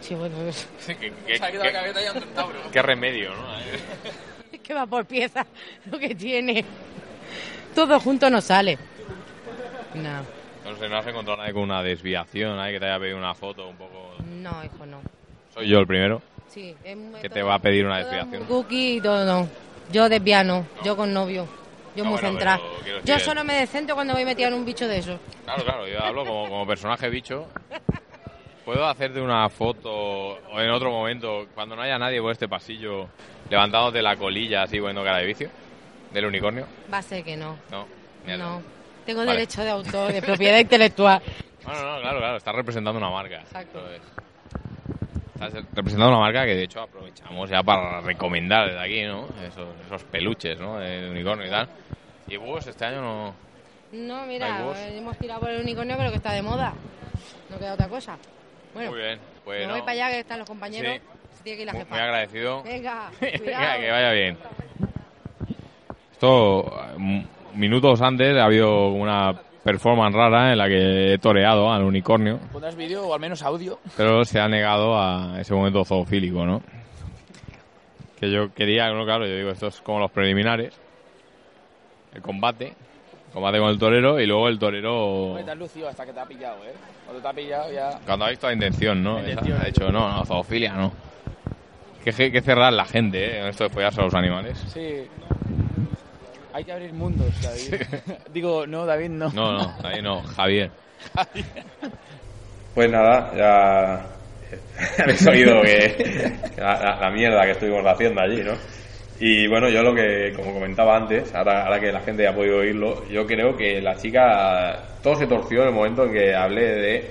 Speaker 7: Sí, bueno, es
Speaker 3: Sí, que- que- que- Qué remedio, ¿no?
Speaker 7: es que va por pieza lo que tiene. Todo junto no sale. No,
Speaker 3: No sé, no has encontrado nadie con una desviación, nadie que te haya pedido una foto un poco...
Speaker 7: no, hijo, no.
Speaker 3: Soy yo el primero.
Speaker 7: Sí, es muy-
Speaker 3: Que te
Speaker 7: todo-
Speaker 3: va a pedir una
Speaker 7: todo
Speaker 3: desviación.
Speaker 7: muy Cookie y todo, no. Yo desviano, yo con novio. Yo
Speaker 3: No,
Speaker 7: muy
Speaker 3: Ah, bueno,
Speaker 7: centrada.
Speaker 3: pero quiero decir-
Speaker 7: Yo solo me descentro cuando voy metida en un bicho de esos.
Speaker 3: Claro, claro, yo hablo como, como personaje bicho. ¿Puedo hacerte una foto o en otro momento, cuando no haya nadie por este pasillo, levantado de la colilla así, poniendo cara de vicio? ¿Del unicornio?
Speaker 7: Va a ser que no.
Speaker 3: No. mira,
Speaker 7: No. Tengo
Speaker 3: Vale.
Speaker 7: derecho de autor, de propiedad intelectual.
Speaker 3: No, no, no, claro, claro, estás representando una marca.
Speaker 7: Exacto.
Speaker 3: Entonces, Estás representando una marca que de hecho aprovechamos ya para recomendar desde aquí, ¿no? Esos, esos peluches, ¿no? De unicornio y tal. Y búhos este año no...
Speaker 7: No,
Speaker 3: Hay
Speaker 7: mira,
Speaker 3: voz.
Speaker 7: hemos tirado por el unicornio, pero que está de moda. No queda otra cosa. Bueno,
Speaker 3: Muy bien, pues
Speaker 7: me
Speaker 3: no.
Speaker 7: voy para allá que están los compañeros. Se Tiene que ir la
Speaker 3: Muy-
Speaker 7: jefa.
Speaker 3: Muy agradecido.
Speaker 7: Venga,
Speaker 3: Venga,
Speaker 7: cuidado.
Speaker 3: que vaya bien. Esto, mm, minutos antes, ha habido una performance rara en la que he toreado al unicornio,
Speaker 8: ¿Pondrás vídeo o al menos audio?
Speaker 3: pero se ha negado a ese momento zoofílico, ¿no? Que yo quería, no, claro, yo digo, esto es como los preliminares, el combate, combate con el torero y luego el torero...
Speaker 8: No te has lucido hasta que te ha pillado, ¿eh? Cuando te ha pillado ya...
Speaker 3: Cuando ha visto la intención, ¿no?
Speaker 8: La
Speaker 3: Esa,
Speaker 8: intención.
Speaker 3: ha dicho, no, no, zoofilia, no. Que, que cerrar la gente, ¿eh? En esto de follarse a los animales.
Speaker 8: Sí. Hay que abrir mundos, David. Digo, no, David, no.
Speaker 3: No, no, ahí no, Javier.
Speaker 1: Pues nada, ya eh, habéis oído que la, la- la mierda que estuvimos haciendo allí, ¿no? Y bueno, yo lo que, como comentaba antes, ahora, ahora que la gente ya ha podido oírlo, yo creo que la chica, todo se torció en el momento en que hablé de...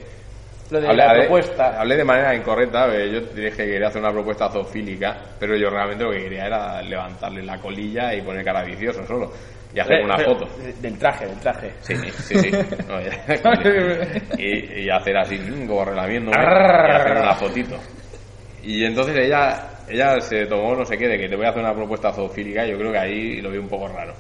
Speaker 8: Lo de la propuesta.
Speaker 1: hablé de manera incorrecta, eh, yo te dije que quería hacer una propuesta zoofílica, pero yo realmente lo que quería era levantarle la colilla y poner cara vicioso solo, y hacer una
Speaker 2: Pero-
Speaker 1: foto.
Speaker 2: Eh, Del traje, del traje.
Speaker 1: Sí, sí, sí. No, ya- y, y hacer así, mm, como relamiendo. ¿no? Y hacer una fotito. Y entonces ella, ella se tomó, no sé qué, de que te voy a hacer una propuesta zoofílica. y Yo creo que ahí lo vi un poco raro.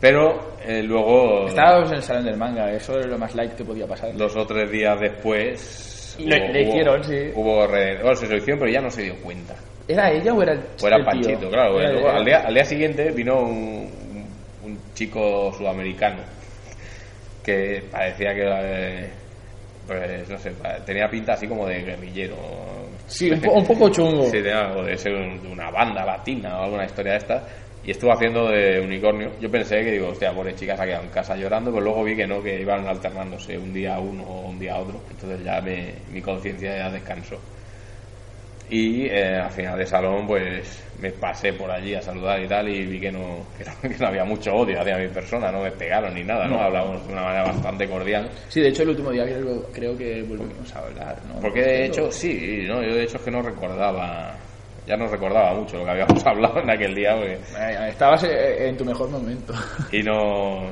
Speaker 1: Pero eh, luego,
Speaker 2: Estábamos en el salón del manga, eso es lo más light que podía pasar.
Speaker 1: dos o tres días después.
Speaker 2: Y le- le hicieron, sí.
Speaker 1: Hubo re- bueno, se lo hicieron, pero ya no se dio cuenta.
Speaker 2: ¿Era ella o era el
Speaker 1: O era
Speaker 2: el tío?
Speaker 1: Panchito, claro.
Speaker 2: Era-
Speaker 1: Luego,
Speaker 2: era-
Speaker 1: al, día, al día siguiente vino un, un- un chico sudamericano que parecía que eh, pues no sé, pa- tenía pinta así como de guerrillero.
Speaker 2: Sí, un, po- un poco chungo.
Speaker 1: Sí, tenía algo de ser un- de una banda latina o alguna historia de esta. Y estuvo haciendo de unicornio. Yo pensé que digo, hostia, pobre chica se ha quedado en casa llorando, pero luego vi que no, que iban alternándose un día uno o un día otro. Entonces ya me- mi conciencia ya descansó. Y eh, al final de salón, pues me pasé por allí a saludar y tal, y vi que no, que no, que no había mucho odio hacia mi persona, no me pegaron ni nada, ¿no? Hablábamos de una manera bastante cordial.
Speaker 2: Sí, de hecho el último día creo, creo que volvimos a hablar, ¿no?
Speaker 1: Porque de hecho, sí, no, yo de hecho es que no recordaba, ya no recordaba mucho lo que habíamos hablado en aquel día, pues, porque-
Speaker 2: Eh, Estabas eh, en tu mejor momento.
Speaker 1: y no,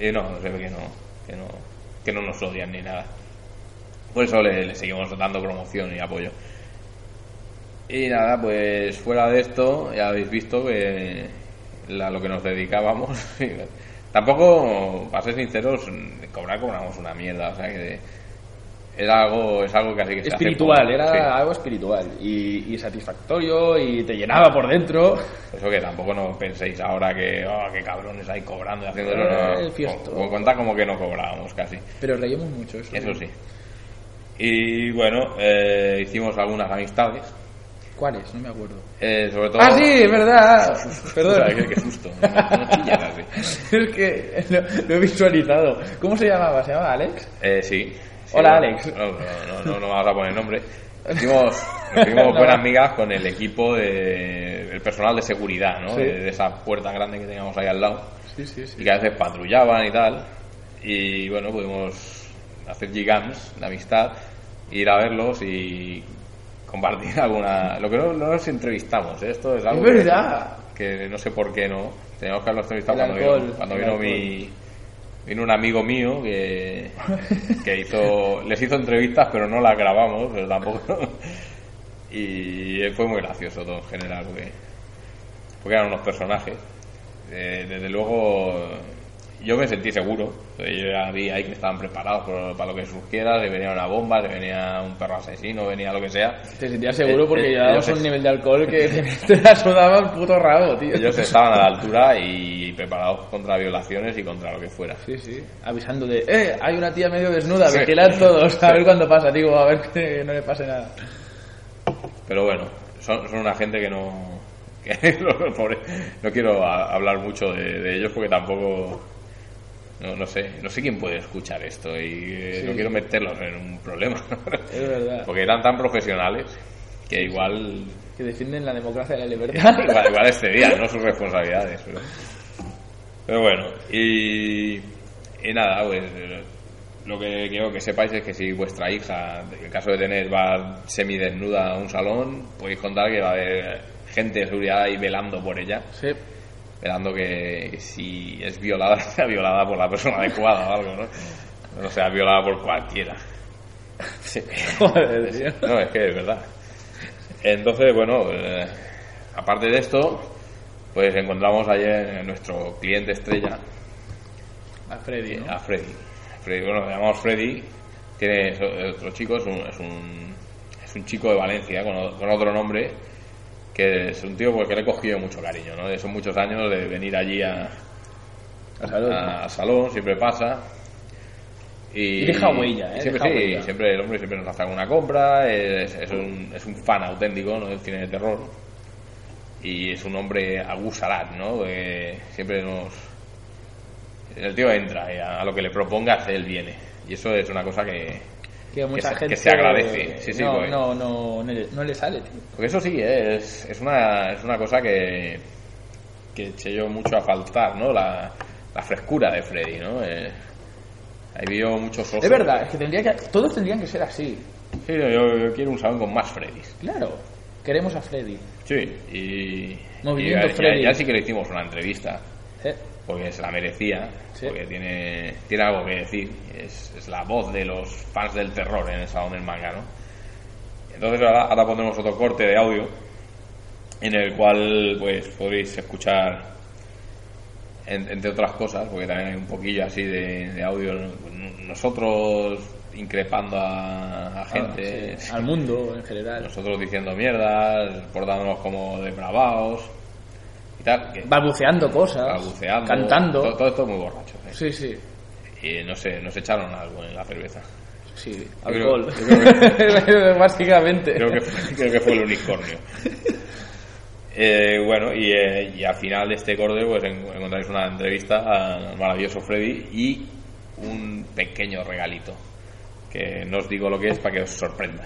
Speaker 1: y no, se ve que no, que no, que no nos odian ni nada. Por eso le, le seguimos dando promoción y apoyo. Y nada, pues fuera de esto, ya habéis visto que la- lo que nos dedicábamos. Tampoco, para ser sinceros, cobrar cobramos una mierda. O sea que era algo, es algo casi que se hace
Speaker 2: espiritual,
Speaker 1: poco,
Speaker 2: era
Speaker 1: sí.
Speaker 2: algo espiritual y, y satisfactorio y te llenaba por dentro.
Speaker 1: Eso que tampoco no penséis ahora que, oh, qué cabrones ahí cobrando y haciendo
Speaker 2: Eh,
Speaker 1: eso.
Speaker 2: el fiesto.
Speaker 1: Con, cuenta como que no cobrábamos casi.
Speaker 2: Pero reímos mucho eso.
Speaker 1: Eso sí. Y bueno, eh, hicimos algunas amistades.
Speaker 2: ¿Cuáles? No me acuerdo.
Speaker 1: eh, sobre todo.
Speaker 2: Ah, sí, es verdad. Perdón.
Speaker 1: O sea, qué, qué susto. No, no chillas así.
Speaker 2: es que lo, lo he visualizado. ¿Cómo se llamaba? ¿Se llamaba Alex?
Speaker 1: Eh, sí. Sí,
Speaker 2: Hola,
Speaker 1: bueno,
Speaker 2: Alex.
Speaker 1: No, no, no, no, no vamos a poner nombre. Hicimos, nos hicimos
Speaker 2: No.
Speaker 1: buenas amigas con el equipo, de, el personal de seguridad, ¿no?
Speaker 2: Sí.
Speaker 1: De, de esa puerta grande que teníamos ahí al lado.
Speaker 2: Sí, sí, sí.
Speaker 1: y que a veces patrullaban y tal. Y bueno, pudimos hacer gigants, la amistad, ir a verlos y compartir alguna. Lo que no, no nos entrevistamos, ¿eh? esto es algo.
Speaker 2: Es
Speaker 1: que-
Speaker 2: verdad.
Speaker 1: Que, no sé por qué no. Teníamos que habernos entrevistado
Speaker 2: El
Speaker 1: cuando
Speaker 2: alcohol,
Speaker 1: vino, cuando
Speaker 2: el
Speaker 1: vino
Speaker 2: alcohol.
Speaker 1: mi. Vino un amigo mío que, que hizo, les hizo entrevistas, pero no las grabamos, pero tampoco. Y fue muy gracioso todo en general, porque, porque eran unos personajes. Eh, desde luego, yo me sentí seguro. Yo ya vi ahí que estaban preparados por- para lo que surgiera, se venía una bomba, se venía un perro asesino, venía lo que sea.
Speaker 2: Te sentías seguro
Speaker 1: Eh,
Speaker 2: porque
Speaker 1: eh,
Speaker 2: llevábamos
Speaker 1: yo sé.
Speaker 2: un nivel de alcohol que te, te la sudaba el puto rabo, tío.
Speaker 1: Ellos estaban a la altura y preparados contra violaciones y contra lo que fuera.
Speaker 2: Sí, sí. Avisando de, eh, hay una tía medio desnuda,
Speaker 1: Sí.
Speaker 2: vigilad todos, a ver cuándo pasa, digo, a ver que no le pase nada.
Speaker 1: Pero bueno, son, son una gente que no. que los pobres- no quiero a- hablar mucho de, de ellos porque tampoco. No, no sé, no sé quién puede escuchar esto y eh, no quiero meterlos en un problema.
Speaker 2: Es verdad.
Speaker 1: porque eran tan profesionales que igual.
Speaker 2: Que defienden la democracia y la libertad.
Speaker 1: igual, igual excedían ¿no? sus responsabilidades. Pero, pero bueno, y. Y nada, pues. eh, Lo que quiero que sepáis es que si vuestra hija, en caso de tener, va semidesnuda a un salón, podéis contar que va a haber gente de seguridad ahí velando por ella,
Speaker 2: Sí.
Speaker 1: velando que, que si es violada, sea violada por la persona adecuada o algo, ¿no? No sea violada por cualquiera. Sí.
Speaker 2: Joder, tío.
Speaker 1: No, es que es verdad. Entonces, bueno, eh, aparte de esto, pues encontramos ayer en nuestro cliente estrella, eh,
Speaker 2: A Freddy, ¿no?
Speaker 1: a Freddy. Freddy, bueno, le llamamos Freddy, tiene es otro chico, es un, es un, es un chico de Valencia con, o- con otro nombre, que es un tío porque le he cogido mucho cariño, ¿no? De esos muchos años de venir allí a,
Speaker 2: A salud.
Speaker 1: a Salón, siempre pasa. Y,
Speaker 2: Y deja huella, ¿eh?
Speaker 1: y Siempre,
Speaker 2: Deja
Speaker 1: sí,
Speaker 2: huella.
Speaker 1: siempre el hombre siempre nos hace alguna compra, es, es un, es un fan auténtico ¿no? del cine de terror. Y es un hombre agusarat, ¿no? Eh, siempre nos... El tío entra, y a, a lo que le propongas él viene. Y eso es una cosa que...
Speaker 2: que a mucha
Speaker 1: se-
Speaker 2: gente
Speaker 1: que se agradece. Sí, sí,
Speaker 2: no,
Speaker 1: pues.
Speaker 2: no, no, no, le, no le sale, tío.
Speaker 1: Porque eso sí, ¿eh? es, es, una, es una cosa que, que eché yo mucho a faltar, ¿no? La, la frescura de Freddy, ¿no? Eh, ahí vio muchos ojos.
Speaker 2: Es verdad, es que tendría que todos tendrían que ser así.
Speaker 1: Sí, yo, yo quiero un salón con más Freddys.
Speaker 2: Claro. Queremos a Freddy.
Speaker 1: Sí, y.
Speaker 2: Movimiento
Speaker 1: y ya- ya,
Speaker 2: Freddy.
Speaker 1: ya sí que le hicimos una entrevista,
Speaker 2: Eh,
Speaker 1: porque se la merecía,
Speaker 2: Sí.
Speaker 1: porque tiene, tiene algo que decir. Es, es la voz de los fans del terror en el salón del manga, ¿no? Entonces ahora, ahora pondremos otro corte de audio en el cual pues podréis escuchar en- entre otras cosas, porque también hay un poquillo así de, de audio ¿no? nosotros increpando a, a gente,
Speaker 2: sí, Al mundo en general.
Speaker 1: nosotros diciendo mierdas, portándonos como depravados y tal, que
Speaker 2: Babuceando cosas.
Speaker 1: balbuceando,
Speaker 2: Cantando.
Speaker 1: todo, todo esto muy borracho. ¿eh?
Speaker 2: Sí, sí.
Speaker 1: Y no sé, nos echaron algo en la cerveza.
Speaker 2: Sí,
Speaker 1: creo-
Speaker 2: alcohol.
Speaker 1: yo creo
Speaker 2: Básicamente.
Speaker 1: Creo que, fue- creo que fue el unicornio. Eh, bueno, y, eh, y al final de este corte pues en- encontráis una entrevista al maravilloso Freddy y un pequeño regalito que no os digo lo que es para que os sorprenda.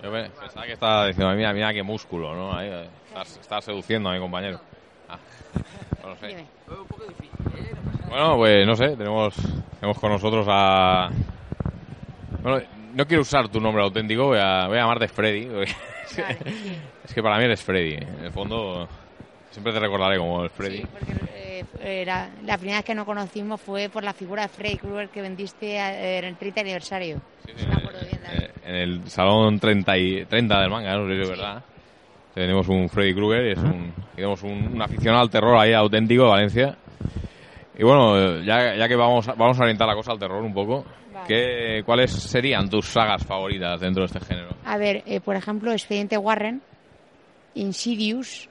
Speaker 7: Yo pe- pensaba que estaba diciendo, mira, mira qué músculo, ¿no? Ahí, eh, estás, estás seduciendo a mi compañero. Ah, no lo sé.
Speaker 9: Dime.
Speaker 7: Bueno, pues no sé, tenemos, tenemos con nosotros a... Bueno, no quiero usar tu nombre auténtico, voy a, voy a llamarte Freddy. porque es, que,
Speaker 9: Vale, sí.
Speaker 7: es que para mí eres Freddy. En el fondo, siempre te recordaré como el Freddy.
Speaker 9: Sí, porque eh, era- la primera vez que nos conocimos fue por la figura de Freddy Krueger que vendiste a- en el 30 aniversario. Me acuerdo bien, David.
Speaker 7: Eh, en el salón 30, y, 30 del manga, ¿no? Sí, es verdad. Tenemos un Freddy Krueger, y es un, tenemos un, un aficionado al terror ahí auténtico de Valencia.
Speaker 1: Y bueno, ya, ya que vamos, a- vamos a orientar la cosa al terror un poco,
Speaker 9: Vale.
Speaker 1: ¿qué- ¿cuáles serían tus sagas favoritas dentro de este género?
Speaker 9: A ver, eh, por ejemplo, Expediente Warren, Insidious,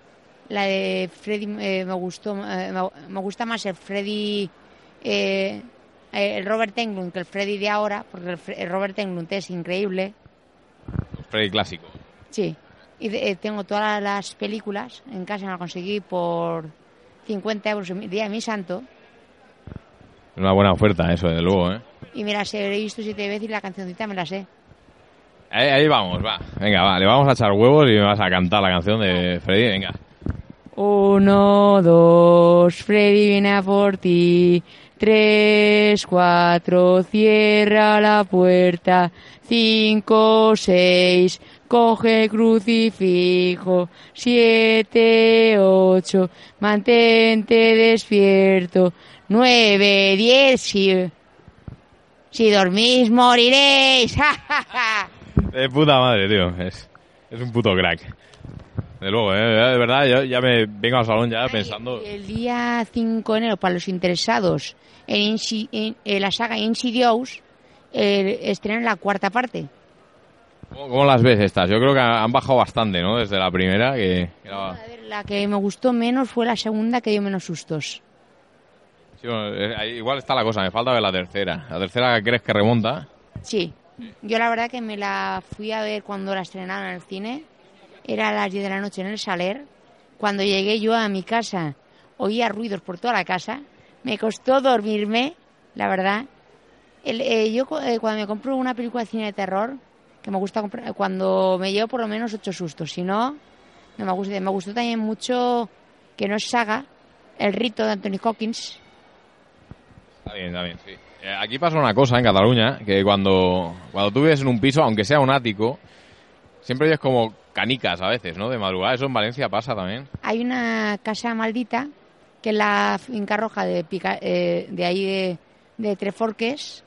Speaker 9: la de Freddy, eh, me gustó, eh, me- me gusta más el Freddy, eh, eh, el Robert Englund que el Freddy de ahora, porque el, Fre- el Robert Englund es increíble,
Speaker 1: Los Freddy clásicos.
Speaker 9: sí. Y de- eh, tengo todas las películas en casa, me las conseguí por 50 euros el día de mi santo,
Speaker 1: Es una buena oferta eso, desde luego, ¿eh?
Speaker 9: y me las he visto siete veces y la cancioncita me la sé.
Speaker 1: Ahí, ahí vamos, va. Venga, va, le vamos a echar huevos y me vas a cantar la canción de Freddy, venga.
Speaker 9: Uno, dos, Freddy viene a por ti. Tres, cuatro, cierra la puerta. Cinco, seis, coge el crucifijo. Siete, ocho, mantente despierto. Nueve, diez, si, si dormís moriréis. ¡Ja, ja, ja!
Speaker 1: De puta madre, tío. Es, es un puto crack. De luego, ¿eh? De verdad, yo ya me vengo al salón ya pensando...
Speaker 9: El día 5 de enero, para los interesados en, Insi- en- en la saga Insidious, eh, estrenan la cuarta parte.
Speaker 1: ¿Cómo, cómo las ves estas? Yo creo que han bajado bastante, ¿no? Desde la primera, que... que era-
Speaker 9: A ver, la que me gustó menos fue la segunda, que dio menos sustos.
Speaker 1: Sí, bueno, eh, ahí igual está la cosa, me falta ver la tercera. La tercera crees que remonta.
Speaker 9: Sí, yo la verdad que me la fui a ver cuando la estrenaron en el cine. Era a las 10 de la noche en el Saler. Cuando llegué yo a mi casa, oía ruidos por toda la casa. Me costó dormirme, la verdad. El- eh, yo cu- eh, cuando me compro una película de cine de terror, que me gusta comprar, cuando me llevo por lo menos ocho sustos, si no, no me gusta. Me gustó también mucho, que no es saga, El Rito de Anthony Hawkins.
Speaker 1: Está bien, está bien, sí. Eh, aquí pasa una cosa en Cataluña, que cuando, cuando tú vives en un piso, aunque sea un ático, siempre oyes como canicas a veces, ¿no? De madrugada. Eso en Valencia pasa también.
Speaker 9: hay una casa maldita que es la finca roja de, Pica- eh, de ahí de, de Treforques,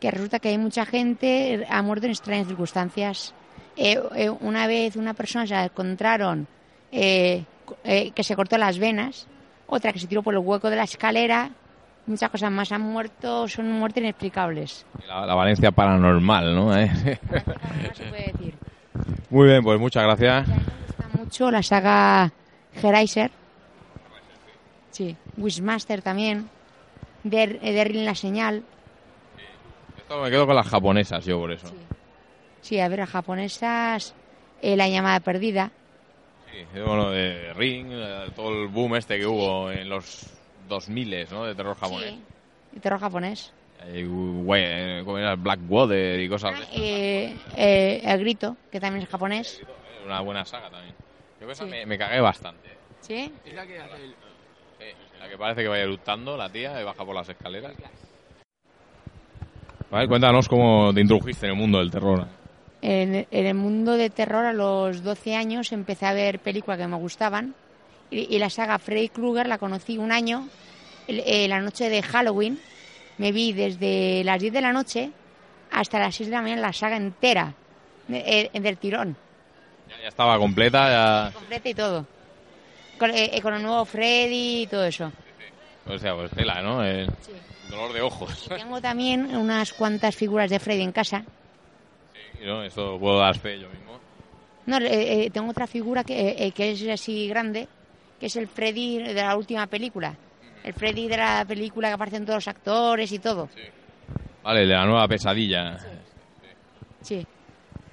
Speaker 9: que resulta que hay mucha gente, ha muerto en extrañas circunstancias. Eh, eh, una vez una persona se la encontraron eh, co- eh, que se cortó las venas, otra que se tiró por el hueco de la escalera, muchas cosas más han muerto, son muertes inexplicables.
Speaker 1: La, la Valencia paranormal, ¿no? Eh.
Speaker 9: No se puede decir.
Speaker 1: Muy bien, pues muchas gracias.
Speaker 9: Me gusta mucho la saga Hellraiser. Sí. Wishmaster también. Der- eh, Derrin la señal.
Speaker 1: Esto me quedo con las japonesas yo por eso.
Speaker 9: Sí. Sí, a ver, las japonesas. eh, la llamada perdida.
Speaker 1: Sí, eh, bueno, de Ring, eh, todo el boom este que hubo en los 2000, ¿no? De terror japonés.
Speaker 9: Sí. El terror japonés.
Speaker 1: Eh, güey, eh, como era Blackwater y cosas
Speaker 9: Ah,
Speaker 1: de estas.
Speaker 9: eh, eh, el grito, que también es japonés.
Speaker 1: Una buena saga también. Yo que esa
Speaker 9: Sí.
Speaker 1: me, me cagué bastante.
Speaker 9: Sí.
Speaker 1: Sí, Eh, la que parece que vaya eructando la tía y baja por las escaleras. Vale, cuéntanos cómo te introdujiste en el mundo del terror.
Speaker 9: En, en el mundo de terror a los 12 años empecé a ver películas que me gustaban y, y la saga Freddy Krueger la conocí un año, el- eh, la noche de Halloween. Me vi desde las 10 de la noche hasta las 6 de la mañana la saga entera, de- eh, del tirón,
Speaker 1: Ya, ya estaba completa, ya...
Speaker 9: completa y todo. Con, eh, eh, con el nuevo Freddy y todo eso.
Speaker 1: O sea, pues tela, ¿no? El
Speaker 9: Sí.
Speaker 1: dolor de ojos.
Speaker 9: Tengo también unas cuantas figuras de Freddy en casa.
Speaker 1: Sí, ¿no? Eso puedo dar fe yo mismo.
Speaker 9: No, eh, eh, tengo otra figura que, eh, eh, que es así grande, que es el Freddy de la última película. El Freddy de la película que aparecen todos los actores y todo. Sí.
Speaker 1: Vale, de la nueva pesadilla.
Speaker 9: Sí.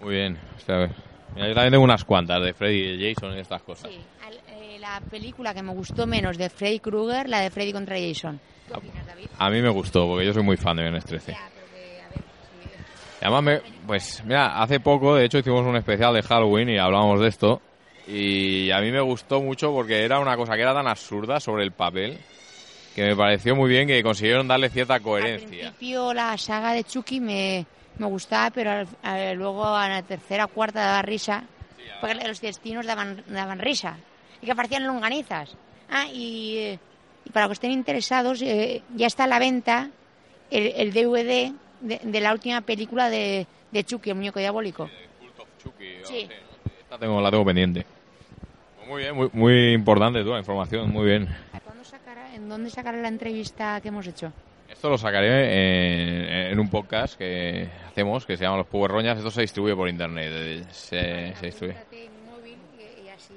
Speaker 1: Muy bien. Hostia, a ver. Mira, yo también tengo unas cuantas de Freddy y Jason y estas cosas.
Speaker 9: Al- eh, la película que me gustó menos de Freddy Krueger, la de Freddy contra Jason. ¿Qué opinas, David?
Speaker 1: A mí me gustó, porque yo soy muy fan de Viernes 13.
Speaker 9: Ya, pero que, a ver, sí.
Speaker 1: Y Además, me- pues mira, hace poco, de hecho, hicimos un especial de Halloween y hablábamos de esto. Y a mí me gustó mucho porque era una cosa que era tan absurda sobre el papel que me pareció muy bien que consiguieron darle cierta
Speaker 9: Al
Speaker 1: coherencia.
Speaker 9: principio la saga de Chucky me, me gustaba, pero al- a- luego a la tercera cuarta daba risa, porque los destinos daban, daban risa, y que aparecían longanizas. Ah, y, eh, y para los que estén interesados, eh, ya está a la venta el, el DVD de, de la última película de, de Chucky, el muñeco diabólico. Sí.
Speaker 1: Esta tengo, la tengo pendiente. Muy bien, muy, muy importante tú, la información, muy bien.
Speaker 9: ¿Cuándo sacará? ¿Dónde sacaré la entrevista que hemos hecho?
Speaker 7: Esto lo sacaré en, en un podcast que hacemos que se llama Los Power Roñas. Esto se distribuye por internet. eh, Se, se distribuye.
Speaker 9: Apúntate en móvil y- y así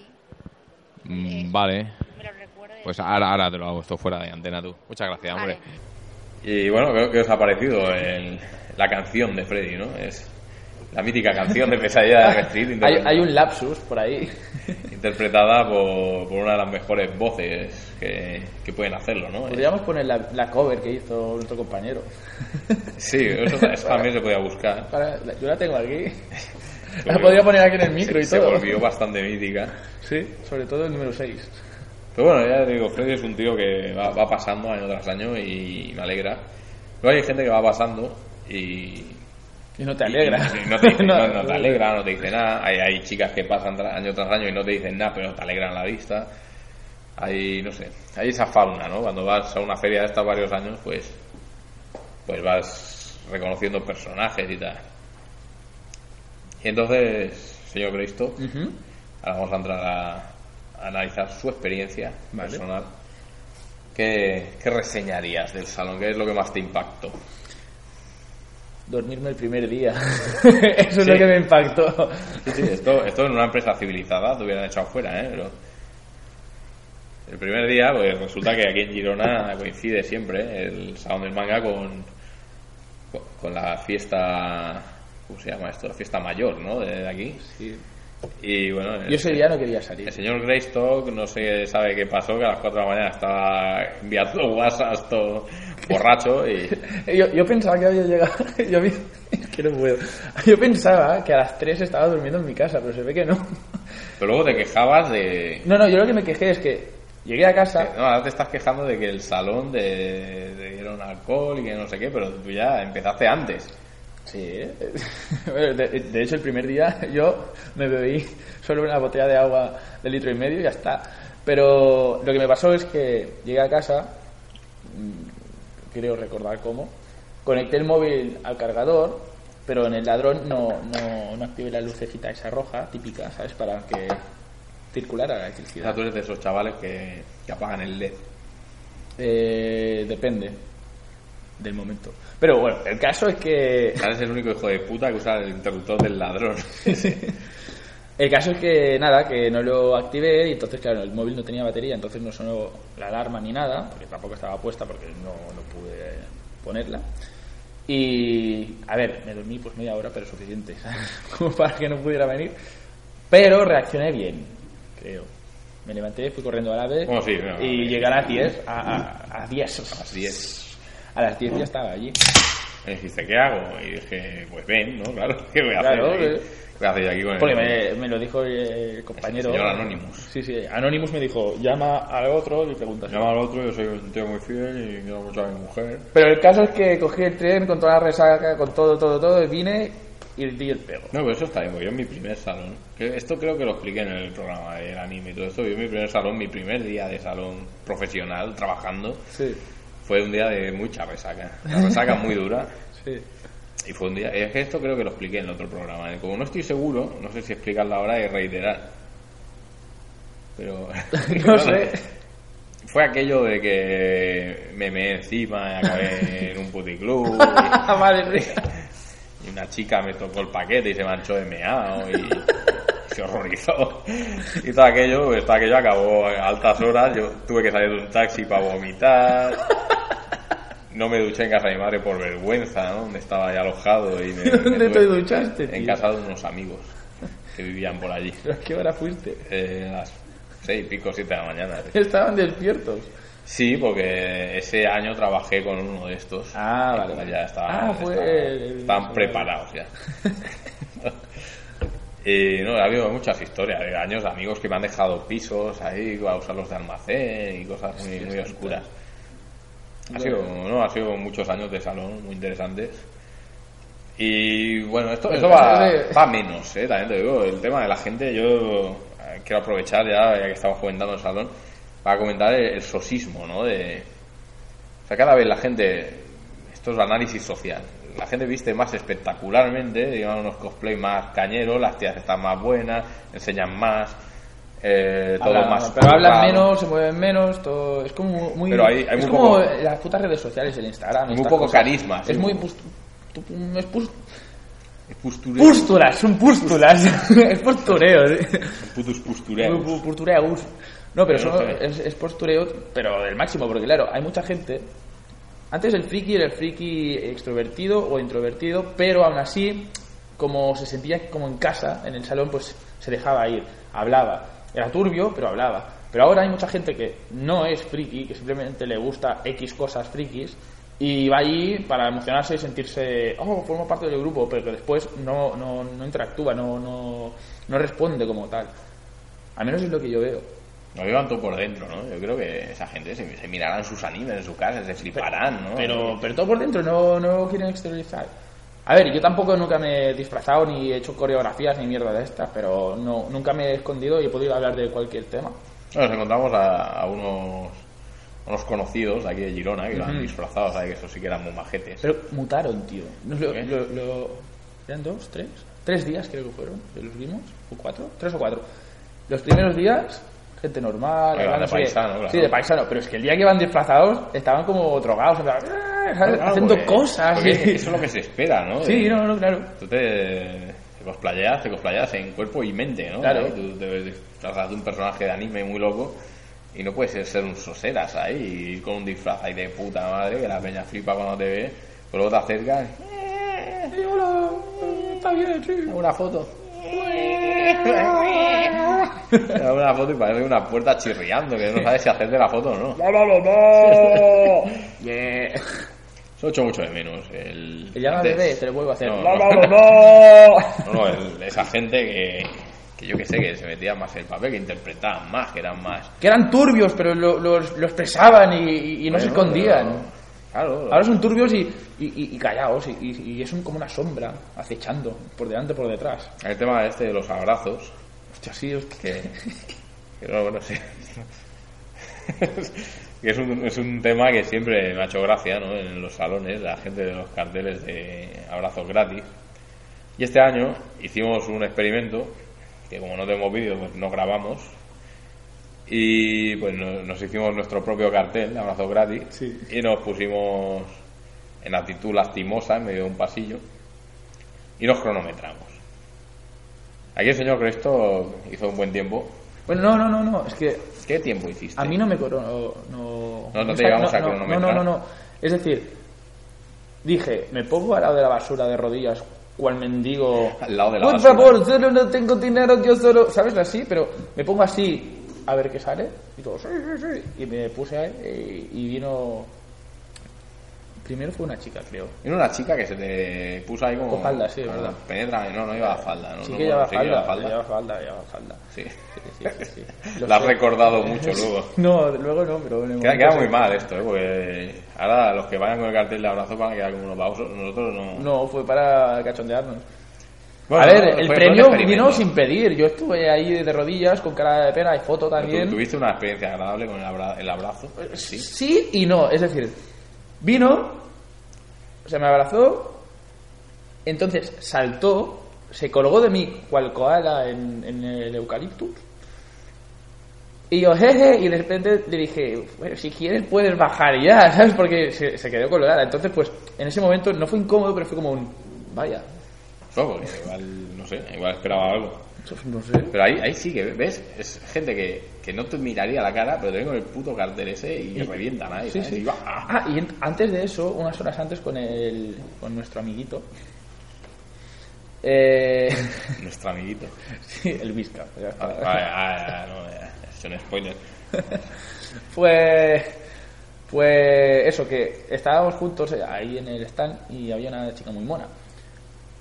Speaker 7: Mm, Vale.
Speaker 9: me lo recuerdo.
Speaker 7: Pues ahora, ahora te lo hago esto fuera de antena tú. Muchas gracias, hombre.
Speaker 9: Vale.
Speaker 1: Y bueno, creo que os ha parecido el- la canción de Freddy, ¿no? Es la mítica canción de Pesadilla de Elm Street,
Speaker 2: Hay,
Speaker 1: interpretada,
Speaker 2: hay un lapsus por ahí.
Speaker 1: interpretada por, por una de las mejores voces que, que pueden hacerlo, ¿no?
Speaker 2: Podríamos poner la, la cover que hizo nuestro compañero.
Speaker 1: Sí, eso, eso también se podía buscar.
Speaker 2: Para- la- yo la tengo aquí. La podría poner aquí en el micro y
Speaker 1: Se
Speaker 2: todo.
Speaker 1: volvió bastante mítica.
Speaker 2: Sí, sobre todo el número 6.
Speaker 1: Pero bueno, ya te digo, Freddy es un tío que va, va pasando año tras año y me alegra. Luego hay gente que va pasando y...
Speaker 2: Y no te alegra.
Speaker 1: y no, te dice- no- no te alegra, no te dice nada. Hay, hay chicas que pasan tra- año tras año y no te dicen nada, pero te alegran la vista. Hay, no sé, hay esa fauna, ¿no? Cuando vas a una feria de estas varios años, pues... Pues vas reconociendo personajes y tal. Y entonces, señor Cristo,
Speaker 2: Ujú.
Speaker 1: Ahora vamos a entrar a, a analizar su experiencia
Speaker 2: Vale.
Speaker 1: personal. ¿Qué, qué reseñarías del salón? ¿Qué es lo que más te impactó?
Speaker 2: Dormirme el primer día. Eso es
Speaker 1: Sí.
Speaker 2: lo que me impactó.
Speaker 1: Sí, sí, esto, esto en una empresa civilizada te hubieran echado fuera, ¿eh? Pero el primer día, pues resulta que aquí en Girona coincide siempre ¿eh? el salón del manga con, con, con la fiesta. ¿Cómo se llama esto? La fiesta mayor, ¿no? De, de aquí. Y bueno.
Speaker 2: Yo ese día no quería salir.
Speaker 1: El señor Greystock no se sabe qué pasó, que a las 4 de la mañana estaba enviando WhatsApp todo borracho y
Speaker 2: Yo, yo pensaba que había llegado. Yo, vi- es que no puedo. Yo pensaba que a las 3 estaba durmiendo en mi casa, pero se ve que no.
Speaker 1: pero luego te quejabas de
Speaker 2: No, no, yo lo que me quejé es que llegué a casa.
Speaker 1: no, ahora te estás quejando de que el salón te, te dieron alcohol y que no sé qué, pero tú ya empezaste antes.
Speaker 2: Sí. Bueno, De, de hecho, el primer día yo me bebí solo una botella de agua de litro y medio y ya está. Pero lo que me pasó es que llegué a casa, mm, creo recordar cómo, conecté el móvil al cargador, pero en el ladrón no, no, no activé la lucecita esa roja típica, ¿sabes? Para que circulara la
Speaker 1: O sea,
Speaker 2: electricidad.
Speaker 1: tú eres de esos chavales que, que apagan el LED.
Speaker 2: Eh, depende del momento. Pero bueno, el caso es que
Speaker 1: O sea, Eres el único hijo de puta que usa el interruptor del ladrón.
Speaker 2: El caso es que nada, que no lo activé y entonces, claro, el móvil no tenía batería, entonces no sonó la alarma ni nada, porque tampoco estaba puesta porque no, no pude ponerla. Y, a ver, me dormí pues media hora, pero suficiente, ¿sabes? Como para que no pudiera venir. Pero reaccioné bien, creo. Me levanté, fui corriendo a la vez
Speaker 1: Bueno, Oh, sí, no,
Speaker 2: y
Speaker 1: no,
Speaker 2: llegué a las 10, a, a, a 10.
Speaker 1: A las 10.
Speaker 2: A las 10 ya estaba allí.
Speaker 1: Me dijiste, ¿qué hago? Y dije, pues ven, ¿no? Claro, ¿qué voy a
Speaker 2: Claro,
Speaker 1: hacer? aquí?
Speaker 2: eh.
Speaker 1: ¿Qué voy a hacer yo aquí con el-
Speaker 2: Porque me, me lo dijo el compañero.
Speaker 1: señor Anonymous.
Speaker 2: Sí, sí. Anonymous me dijo, llama al otro y pregunta.
Speaker 1: Llama al otro, yo soy un tío muy fiel y quiero mucho a mi mujer.
Speaker 2: Pero el caso es que cogí el tren con toda la resaca, con todo, todo, todo, y vine y di el pego.
Speaker 1: No, pero eso está bien, porque yo en mi primer salón, que esto creo que lo expliqué en el programa del anime y todo esto, yo en mi primer salón, mi primer día de salón profesional, trabajando,
Speaker 2: Sí,
Speaker 1: fue un día de mucha resaca, una resaca muy dura,
Speaker 2: sí.
Speaker 1: y fue un día, es que esto creo que lo expliqué en el otro programa, ¿eh? como no estoy seguro, no sé si explicarlo ahora y reiterar, pero...
Speaker 2: No sé.
Speaker 1: Fue aquello de que me meé encima y acabé en un puticlub. y-
Speaker 2: Ah, vale, sí.
Speaker 1: Y una chica me tocó el paquete y se manchó de meao y se horrorizó. Y todo aquello, pues, todo aquello acabó a altas horas. Yo tuve que salir de un taxi para vomitar. No me duché en casa de mi madre por vergüenza, ¿no? Donde estaba ya alojado y me, me
Speaker 2: ¿Dónde te
Speaker 1: tuve-
Speaker 2: duchaste,
Speaker 1: En
Speaker 2: tío?
Speaker 1: casa de unos amigos que vivían por allí.
Speaker 2: ¿Pero a qué hora fuiste?
Speaker 1: Eh, a las seis y pico, siete de la mañana.
Speaker 2: Estaban despiertos.
Speaker 1: Sí, porque ese año trabajé con uno de estos.
Speaker 2: Ah, vale, vale.
Speaker 1: Ya estaban,
Speaker 2: Ah, fue
Speaker 1: estaban-
Speaker 2: el-
Speaker 1: estaban preparados ya. y no, ha habido muchas historias de años de amigos que me han dejado pisos ahí a usarlos de almacén y cosas muy, muy oscuras. Ha sido, no, ha sido muchos años de salón muy interesantes. Y bueno, esto, esto va,
Speaker 2: Entonces, eh,
Speaker 1: va menos, eh, también te digo. El tema de la gente, yo eh, quiero aprovechar ya, ya que estamos comentando el salón, para comentar el, el sosismo, ¿no? De, o sea, cada vez la gente, esto es análisis social, la gente viste más espectacularmente, digamos, unos cosplay más cañeros, las tías están más buenas, enseñan más, eh, todo
Speaker 2: Hablan-
Speaker 1: más.
Speaker 2: pero hablan
Speaker 1: currado.
Speaker 2: menos, se mueven menos, todo, es como muy...
Speaker 1: Pero hay- hay
Speaker 2: es
Speaker 1: muy
Speaker 2: como
Speaker 1: poco-
Speaker 2: las putas redes sociales, el Instagram...
Speaker 1: Muy
Speaker 2: estas
Speaker 1: poco
Speaker 2: cosas.
Speaker 1: carisma,
Speaker 2: Es
Speaker 1: sí.
Speaker 2: muy... pus- tu- pu- es pus-
Speaker 1: Postureo.
Speaker 2: pústulas, son pústulas. es postureo. sí.
Speaker 1: Putos
Speaker 2: Pu-
Speaker 1: postureos.
Speaker 2: pu- Postureo. No, pero
Speaker 1: Pero
Speaker 2: eso
Speaker 1: no sé.
Speaker 2: es, es postureo, pero del máximo, porque claro, hay mucha gente... Antes el friki era el friki extrovertido o introvertido, pero aún así, como se sentía como en casa, en el salón, pues se dejaba ir, hablaba. Era turbio, pero hablaba. Pero ahora hay mucha gente que no es friki, que simplemente le gusta X cosas frikis, y va allí para emocionarse y sentirse, oh, formo parte del grupo, pero que después no, no, no interactúa, no, no, no responde como tal. Al menos es lo que yo veo.
Speaker 1: Lo llevan todo por dentro, ¿no? Yo creo que esa gente se, se mirarán sus animes en su casa, se fliparán, ¿no?
Speaker 2: Pero, pero todo por dentro, no, no lo quieren exteriorizar. A ver, yo tampoco nunca me he disfrazado ni he hecho coreografías ni mierda de estas, pero no, nunca me he escondido y he podido hablar de cualquier tema.
Speaker 1: Bueno, nos encontramos a, a unos, a unos conocidos de aquí de Girona que lo han
Speaker 2: Ujú.
Speaker 1: disfrazado, o sea, que estos sí que eran muy majetes.
Speaker 2: Pero mutaron, tío. No, lo-
Speaker 1: ¿Qué?
Speaker 2: lo- lo- ¿Eran dos, tres? Tres días creo que fueron, que los vimos, o cuatro, tres o cuatro. Los primeros días, gente normal, hablando,
Speaker 1: Claro, de
Speaker 2: no sé qué.
Speaker 1: paisano, claro.
Speaker 2: Sí, de paisano, pero es que el día que iban disfrazados estaban como drogados, en plan, "Ah", ¿sabes?
Speaker 1: Claro,
Speaker 2: haciendo
Speaker 1: porque-
Speaker 2: cosas.
Speaker 1: porque
Speaker 2: sí.
Speaker 1: Eso es lo que se espera, ¿no?
Speaker 2: Sí,
Speaker 1: De-
Speaker 2: no, no, claro.
Speaker 1: Tú te, te cosplayas, te cosplayas en cuerpo y mente, ¿no?
Speaker 2: Claro.
Speaker 1: Y Tú te disfrazas de un personaje de anime muy loco y no puedes ser- ser un soseras ahí y ir con un disfraz ahí de puta madre que la peña flipa cuando te ve, pero luego te acercas.
Speaker 2: Sí, hola, está bien, sí.
Speaker 1: Una foto. una foto y parece una puerta chirriando que no sabes si hacer de la foto o no.
Speaker 2: Yeah.
Speaker 1: Eso echo mucho de menos. El,
Speaker 2: Te llama
Speaker 1: de-
Speaker 2: bebé, te lo vuelvo a hacer.
Speaker 1: No,
Speaker 2: No,
Speaker 1: no.
Speaker 2: no,
Speaker 1: No, no, el- esa gente que, que yo que sé, que se metía más en el papel, que interpretaban más, que eran más.
Speaker 2: Que eran turbios, pero lo, lo- lo expresaban y, y no se
Speaker 1: Bueno,
Speaker 2: escondían.
Speaker 1: pero- Claro,
Speaker 2: Ahora son turbios y, y, y- y callados, y, y, y es un- como una sombra acechando por delante por detrás.
Speaker 1: el tema este de los abrazos,
Speaker 2: Hostia, sí, hostia.
Speaker 1: que, que no, bueno, sí. Que es un, es un tema que siempre me ha hecho gracia, ¿no? En los salones, la gente de los carteles de abrazos gratis. Y este año hicimos un experimento, que como no tenemos vídeo, pues no grabamos. Y pues no- nos hicimos nuestro propio cartel de abrazos gratis.
Speaker 2: Sí.
Speaker 1: Y nos pusimos en actitud lastimosa en medio de un pasillo. Y nos cronometramos. Aquí el señor Cresto hizo un buen tiempo.
Speaker 2: Bueno, no, no, no, no, es que
Speaker 1: ¿Qué tiempo hiciste?
Speaker 2: a mí no me coro- No,
Speaker 1: No, no te
Speaker 2: está-
Speaker 1: llegamos a
Speaker 2: No,
Speaker 1: cronometrar.
Speaker 2: no, no, no. Es decir, dije, me pongo al lado de la basura de rodillas, cual mendigo.
Speaker 1: Al lado de la
Speaker 2: Por
Speaker 1: basura".
Speaker 2: favor, solo no tengo dinero, yo solo. ¿Sabes? Así, pero me pongo así a ver qué sale. Y todo, sí, sí, sí. Y me puse ahí y y vino. Primero fue una chica, creo.
Speaker 1: Era una chica que se te puso ahí como.
Speaker 2: Con falda, sí,
Speaker 1: ¿verdad?
Speaker 2: verdad.
Speaker 1: Penétrame. no, no iba a falda. No,
Speaker 2: Sí
Speaker 1: no,
Speaker 2: que lleva
Speaker 1: sí que llevaba
Speaker 2: falda, lleva falda, lleva falda.
Speaker 1: Sí.
Speaker 2: Sí, sí, sí, sí. Lo
Speaker 1: La has
Speaker 2: sé.
Speaker 1: recordado mucho luego.
Speaker 2: No, luego no, pero... en el
Speaker 1: Queda,
Speaker 2: momento
Speaker 1: queda
Speaker 2: sí.
Speaker 1: muy mal esto, ¿eh? porque ahora los que vayan con el cartel de abrazo van a quedar como unos pausos. Nosotros no.
Speaker 2: No, fue para cachondearnos.
Speaker 1: Bueno,
Speaker 2: a ver,
Speaker 1: no, pues
Speaker 2: el
Speaker 1: fue- fue un
Speaker 2: premio
Speaker 1: experimento.
Speaker 2: vino sin pedir. Yo estuve ahí de rodillas, con cara de pena, hay foto
Speaker 1: Pero tú-
Speaker 2: también. Eh,
Speaker 1: ¿Tuviste una experiencia agradable con el, abra- el abrazo? Sí.
Speaker 2: Sí y no, es decir, vino, se me abrazó, entonces saltó, se colgó de mí cual koala en, en el eucaliptus. Y yo, jeje, y de repente le dije, bueno, si quieres puedes bajar ya, ¿sabes? Porque se, se quedó colgada. Entonces, pues, en ese momento no fue incómodo, pero fue como un, vaya,
Speaker 1: No, porque igual, no sé, igual esperaba algo.
Speaker 2: eso no sé.
Speaker 1: Pero ahí, ahí sí que, ¿ves? Es gente que, que no te miraría la cara, pero te ven con el puto cartel ese y, revientan ahí.
Speaker 2: Sí,
Speaker 1: ¿sabes?
Speaker 2: sí.
Speaker 1: Y va, ah.
Speaker 2: Ah, y en- antes de eso, unas horas antes con el, con nuestro amiguito, eh,
Speaker 1: Nuestro amiguito.
Speaker 2: Sí, el Vizca. ya está.
Speaker 1: Ah, Vale, vale, vale, vale, no, ya, es un spoiler.
Speaker 2: Pues, pues eso, que estábamos juntos ahí en el stand y había una chica muy mona.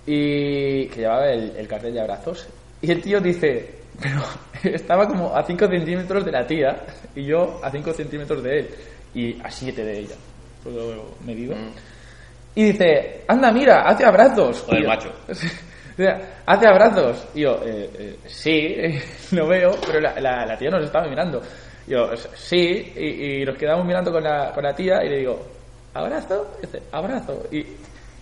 Speaker 2: Y que llevaba el, el cartel de abrazos. Y el tío dice, pero estaba como a 5 centímetros de la tía y yo a 5 centímetros de él y a 7 de ella. Porque lo medido.
Speaker 1: Mm.
Speaker 2: Y dice, anda, mira, hace abrazos.
Speaker 1: Joder,
Speaker 2: Y yo-
Speaker 1: macho.
Speaker 2: O sea, hace abrazos. Y yo, eh, eh, sí, lo veo, pero la, la- la tía nos estaba mirando. Y yo, sí, y, y nos quedamos mirando con la, con la tía y le digo, ¿abrazo? Y dice, abrazo. Y,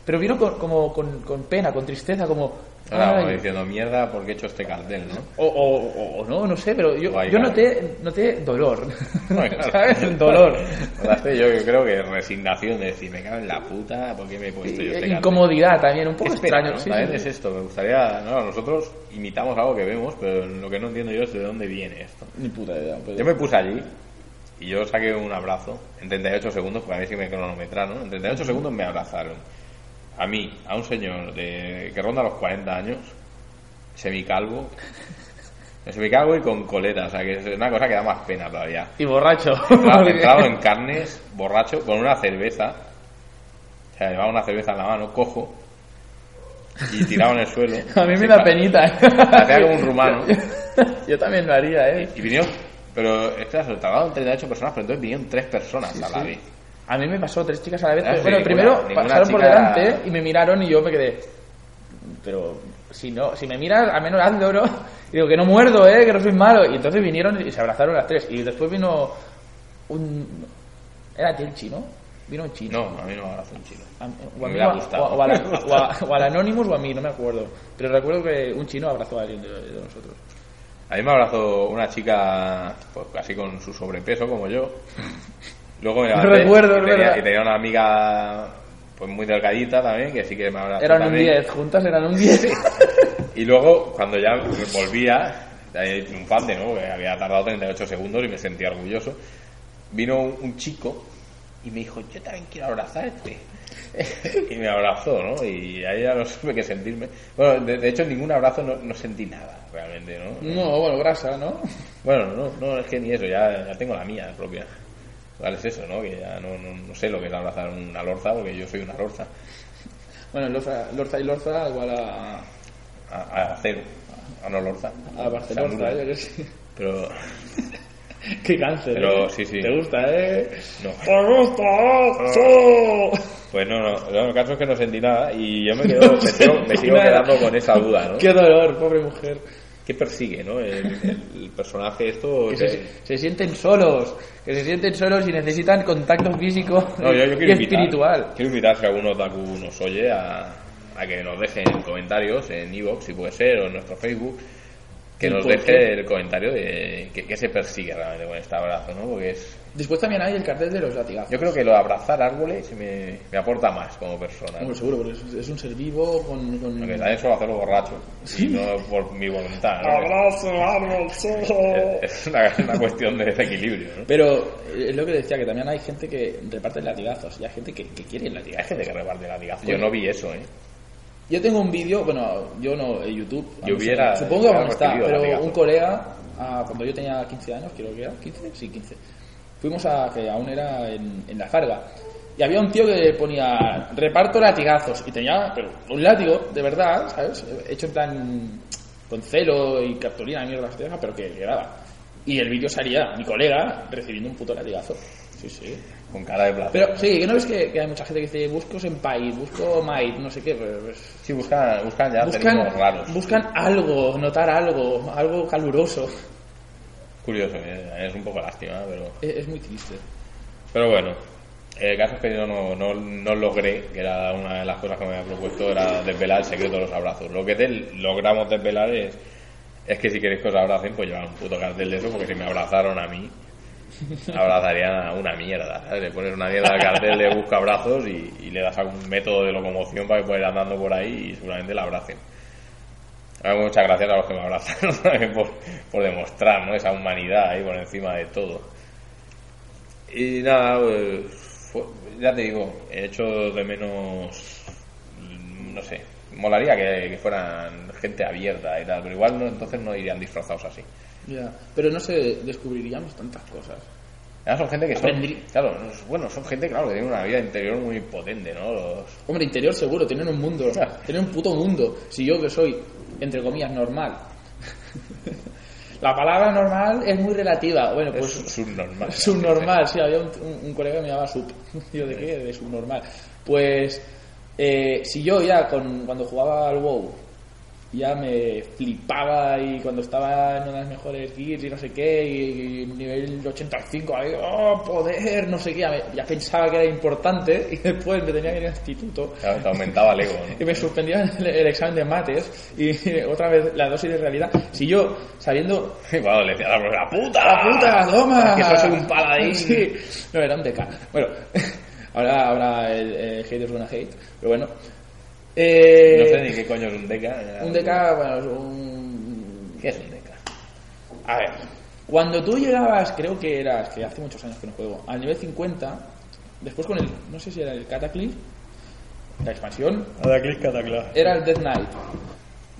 Speaker 2: Pero vieron con, como con, con pena, con tristeza, como...
Speaker 1: Ahora, como
Speaker 2: "Ay".
Speaker 1: diciendo mierda, porque he hecho este cartel, ¿no?
Speaker 2: O, o- o no, no sé, pero yo,
Speaker 1: Guay,
Speaker 2: yo
Speaker 1: claro.
Speaker 2: noté, noté dolor.
Speaker 1: Bueno, claro.
Speaker 2: ¿Sabes? Dolor.
Speaker 1: Notaste, yo, yo creo que resignación de decir, me cago en la puta, ¿por qué me he puesto yo este cartel?
Speaker 2: Incomodidad también, un poco
Speaker 1: Es pena,
Speaker 2: extraño.
Speaker 1: ¿no?
Speaker 2: sí,
Speaker 1: También
Speaker 2: sí,
Speaker 1: es
Speaker 2: sí.
Speaker 1: esto, me gustaría... No, nosotros imitamos algo que vemos, pero lo que no entiendo yo es de dónde viene esto.
Speaker 2: Ni puta idea. pero-
Speaker 1: Yo me puse allí y yo saqué un abrazo en 38 segundos, porque a mí sí me cronometraron. En 38 segundos me abrazaron. A mí, a un señor de, que ronda los 40 años, semicalvo. Semicalvo y con coleta, o sea que es una cosa que da más pena todavía.
Speaker 2: Y borracho.
Speaker 1: Entrado, entrado en carnes, borracho, con una cerveza. O sea, llevaba una cerveza en la mano, cojo. Y tirado en el suelo.
Speaker 2: A mí me
Speaker 1: Se
Speaker 2: da
Speaker 1: pa-
Speaker 2: penita.
Speaker 1: Patea como un rumano.
Speaker 2: Yo también lo haría, ¿eh?
Speaker 1: Y vinieron, pero este espera, se tardaron 38 personas, pero entonces vinieron 3 personas a la vez.
Speaker 2: A mí me pasó tres chicas a la vez.
Speaker 1: Ah,
Speaker 2: pero bueno,
Speaker 1: sí, ninguna-
Speaker 2: primero
Speaker 1: ninguna
Speaker 2: pasaron por
Speaker 1: chica-
Speaker 2: delante y me miraron y yo me quedé. Pero si no, si me miras, al menos hazlo, ¿no? Y digo que no muerdo, ¿eh? Que no soy malo. Y entonces vinieron y se abrazaron las tres. Y después vino un. Era Telchi, ¿no? Vino un chino.
Speaker 1: No, a mí no me abrazó un chino.
Speaker 2: A- o, a
Speaker 1: Me
Speaker 2: mí,
Speaker 1: hubiera
Speaker 2: o a-
Speaker 1: gustado.
Speaker 2: o a- o al- o a- o al Anonymous o a mí, no me acuerdo. Pero recuerdo que un chino abrazó a alguien de, de nosotros.
Speaker 1: A mí me abrazó una chica, pues casi con su sobrepeso como yo. Luego me
Speaker 2: No
Speaker 1: levanté
Speaker 2: recuerdo,
Speaker 1: y
Speaker 2: es
Speaker 1: tenía,
Speaker 2: verdad.
Speaker 1: y tenía una amiga pues muy delgadita también, que sí que me abrazó
Speaker 2: Eran un
Speaker 1: también.
Speaker 2: 10, juntas eran un 10.
Speaker 1: Y luego, cuando ya volvía, eh, triunfante, ¿no? Porque había tardado 38 segundos y me sentía orgulloso. Vino un, un chico y me dijo, yo también quiero abrazarte. y me abrazó, ¿no? Y ahí ya no supe qué sentirme. Bueno, de, de hecho, en ningún abrazo no, no sentí nada, realmente, ¿no?
Speaker 2: no, bueno, grasa, ¿no?
Speaker 1: Bueno, no, no, es que ni eso, ya, ya tengo la mía propia. Igual es eso, ¿no? Que ya no, no, no sé lo que es abrazar una lorza, porque yo soy una lorza.
Speaker 2: Bueno, Lorza, Lorza y Lorza igual a,
Speaker 1: A, a cero, a, a no lorza.
Speaker 2: a Barcelona, ¿eh?
Speaker 1: San
Speaker 2: yo
Speaker 1: Lula.
Speaker 2: que sé.
Speaker 1: Pero
Speaker 2: Qué cáncer,
Speaker 1: Pero
Speaker 2: ¿eh?
Speaker 1: sí, sí.
Speaker 2: Te gusta, ¿eh?
Speaker 1: no.
Speaker 2: ¡Me gusta! ¡Sí!
Speaker 1: Pues no, no, no, el caso es que no sentí nada y yo me, quedo, me, sigo, me sigo
Speaker 2: Nada.
Speaker 1: quedando con esa duda, ¿no?
Speaker 2: ¡Qué dolor, pobre mujer!
Speaker 1: ¿Qué persigue, no? El, el- el personaje esto...
Speaker 2: Que
Speaker 1: que-
Speaker 2: se, se sienten solos, que se sienten solos y necesitan contacto físico
Speaker 1: No, yo, yo
Speaker 2: y
Speaker 1: quiero invitar,
Speaker 2: espiritual.
Speaker 1: Quiero invitar si alguno otaku nos oye a, a que nos dejen comentarios en iVoox, si puede ser, o en nuestro Facebook, que
Speaker 2: ¿Y
Speaker 1: nos
Speaker 2: por
Speaker 1: deje
Speaker 2: qué?
Speaker 1: el comentario de qué qué se persigue realmente con este abrazo, ¿no? Porque es...
Speaker 2: Después también hay el cartel de los latigazos.
Speaker 1: Yo creo que lo de abrazar árboles me, me aporta más como persona. ¿no?
Speaker 2: Hombre, seguro, porque es, es un ser vivo con... con-
Speaker 1: Porque también suelo hacerlo borracho. Y no por mi voluntad, ¿no? Es una, una cuestión de desequilibrio, ¿no?
Speaker 2: Pero eh, es lo que decía, que también hay gente que reparte latigazos y hay gente que, que quiere el
Speaker 1: Hay
Speaker 2: latigazo.
Speaker 1: gente que reparte latigazos. Yo no vi eso, ¿eh.
Speaker 2: Yo tengo un vídeo, bueno, yo no, en YouTube.
Speaker 1: Yo
Speaker 2: no sé,
Speaker 1: hubiera-
Speaker 2: Supongo que aún
Speaker 1: hubiera
Speaker 2: está,
Speaker 1: recibido
Speaker 2: pero
Speaker 1: latigazo.
Speaker 2: un colega, ah, cuando yo tenía 15 años, creo que era, 15, sí, 15. Fuimos a que aún era en, en la carga. Y había un tío que ponía reparto latigazos y tenía pero, un látigo, de verdad, ¿sabes? Hecho en plan con celo y cartulina, mierda, hostias, pero que quedaba. Y el vídeo salía, mi colega, recibiendo un puto latigazo. Sí, sí.
Speaker 1: Con cara de placer.
Speaker 2: Pero sí, que no ves que, que hay mucha gente que dice busco senpai, busco mate, no sé qué, pero pues,
Speaker 1: Sí, buscan, buscan ya términos raros.
Speaker 2: buscan, buscan algo, notar algo, algo caluroso.
Speaker 1: Curioso, ¿eh? es un poco lástima, pero...
Speaker 2: Es, es muy triste.
Speaker 1: Pero bueno, el caso es que yo no, no, no logré, que era una de las cosas que me había propuesto, era desvelar el secreto de los abrazos. Lo que te logramos desvelar es, es que si queréis que os abracen, pues llevar un puto cartel de eso, porque si me abrazaron a mí, abrazarían a una mierda. ¿sabes? Le pones una mierda al cartel de busca abrazos y, y le das algún método de locomoción para que pueda ir andando por ahí y seguramente la abracen. Ah, Muchas gracias a los que me abrazaron también por, por demostrar ¿no? esa humanidad ahí por encima de todo. Y nada, eh, fue- ya te digo, he hecho de menos, mm, no sé, molaría que, que fueran gente abierta y tal, pero igual no, entonces no irían disfrazados así.
Speaker 2: Ya. Pero no se descubriríamos tantas cosas.
Speaker 1: Además son gente que
Speaker 2: Aprendí.
Speaker 1: son, claro, no es- bueno, son gente, claro, que tiene una vida interior muy potente, ¿no? Los-
Speaker 2: Hombre, interior seguro, tienen un mundo,
Speaker 1: Ya.
Speaker 2: tienen un puto mundo. Si yo que soy, entre comillas, normal. La palabra normal es muy relativa. Bueno, pues
Speaker 1: es subnormal.
Speaker 2: Subnormal, sí, había un, un- un colega que me llamaba sub. Yo de qué, de subnormal. Pues eh, si yo ya con, cuando jugaba al WoW ya me flipaba y cuando estaba en las mejores gears y no sé qué, y, y nivel 85, ahí, oh, poder, no sé qué, ya, me- ya pensaba que era importante y después me tenía que ir al instituto
Speaker 1: Claro, te aumentaba el ego, ¿no?
Speaker 2: y me suspendían el, el examen de mates y otra vez la dosis de realidad. Si yo, sabiendo
Speaker 1: Y cuando le decía a la profesora, ¡puta!
Speaker 2: ¡La puta, toma!
Speaker 1: Que sos un paladín.
Speaker 2: Sí. No, era un deca. Bueno, ahora, ahora el, el hate es una hate, pero bueno. Eh,
Speaker 1: No sé ni qué coño es un deca.
Speaker 2: Un deca, bueno, es un...
Speaker 1: ¿Qué es un deca?
Speaker 2: A ver, cuando tú llegabas, creo que eras, que hace muchos años que no juego, al nivel 50, después con el, no sé si era el Cataclysm, la expansión,
Speaker 1: Cataclis, cataclas.
Speaker 2: era el Dead Knight.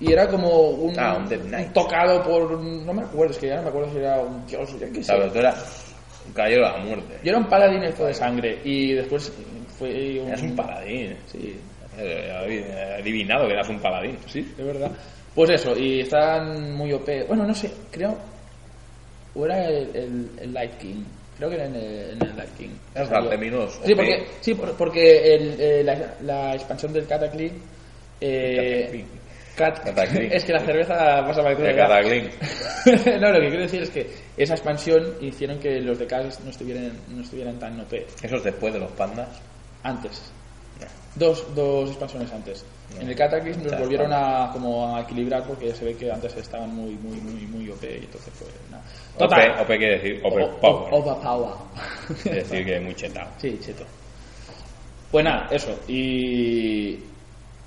Speaker 2: Y era como un,
Speaker 1: Ah, un Death Knight.
Speaker 2: tocado por... un- No me acuerdo, es que ya no me acuerdo si era un dios, yo qué sé.
Speaker 1: Claro, tú eras un caballero de la muerte.
Speaker 2: Yo era un paladín esto de sangre y después fue un...
Speaker 1: Eras un paladín.
Speaker 2: Sí,
Speaker 1: He adivinado que eras un paladín.
Speaker 2: sí, es verdad. Pues eso, y están muy OP. Bueno, no sé, creo... O era el, el, el Light King. Creo que era en el, en el Light King.
Speaker 1: Eras
Speaker 2: Salió.
Speaker 1: Arteminos
Speaker 2: Sí,
Speaker 1: OP.
Speaker 2: porque, sí, por- porque el, eh, la, la expansión del Cataclysm... Eh,
Speaker 1: Cataclysm.
Speaker 2: Cat-
Speaker 1: Cataclysm.
Speaker 2: es que la cerveza pasa para
Speaker 1: El Cataclyn.
Speaker 2: no, lo que quiero decir es que esa expansión hicieron que los de Cas no estuvieran, no estuvieran tan OP.
Speaker 1: Eso es después de los pandas.
Speaker 2: antes. Dos, dos expansiones antes. En el Cataclysm los
Speaker 1: Ya,
Speaker 2: volvieron a, como a equilibrar porque ya se ve que antes estaban muy, muy, muy, muy OP y entonces pues, fue nada.
Speaker 1: OP, OP quiere decir overpower.
Speaker 2: O- o- overpower.
Speaker 1: Es decir, que es muy chetado.
Speaker 2: sí, cheto. Pues nada, eso. Y.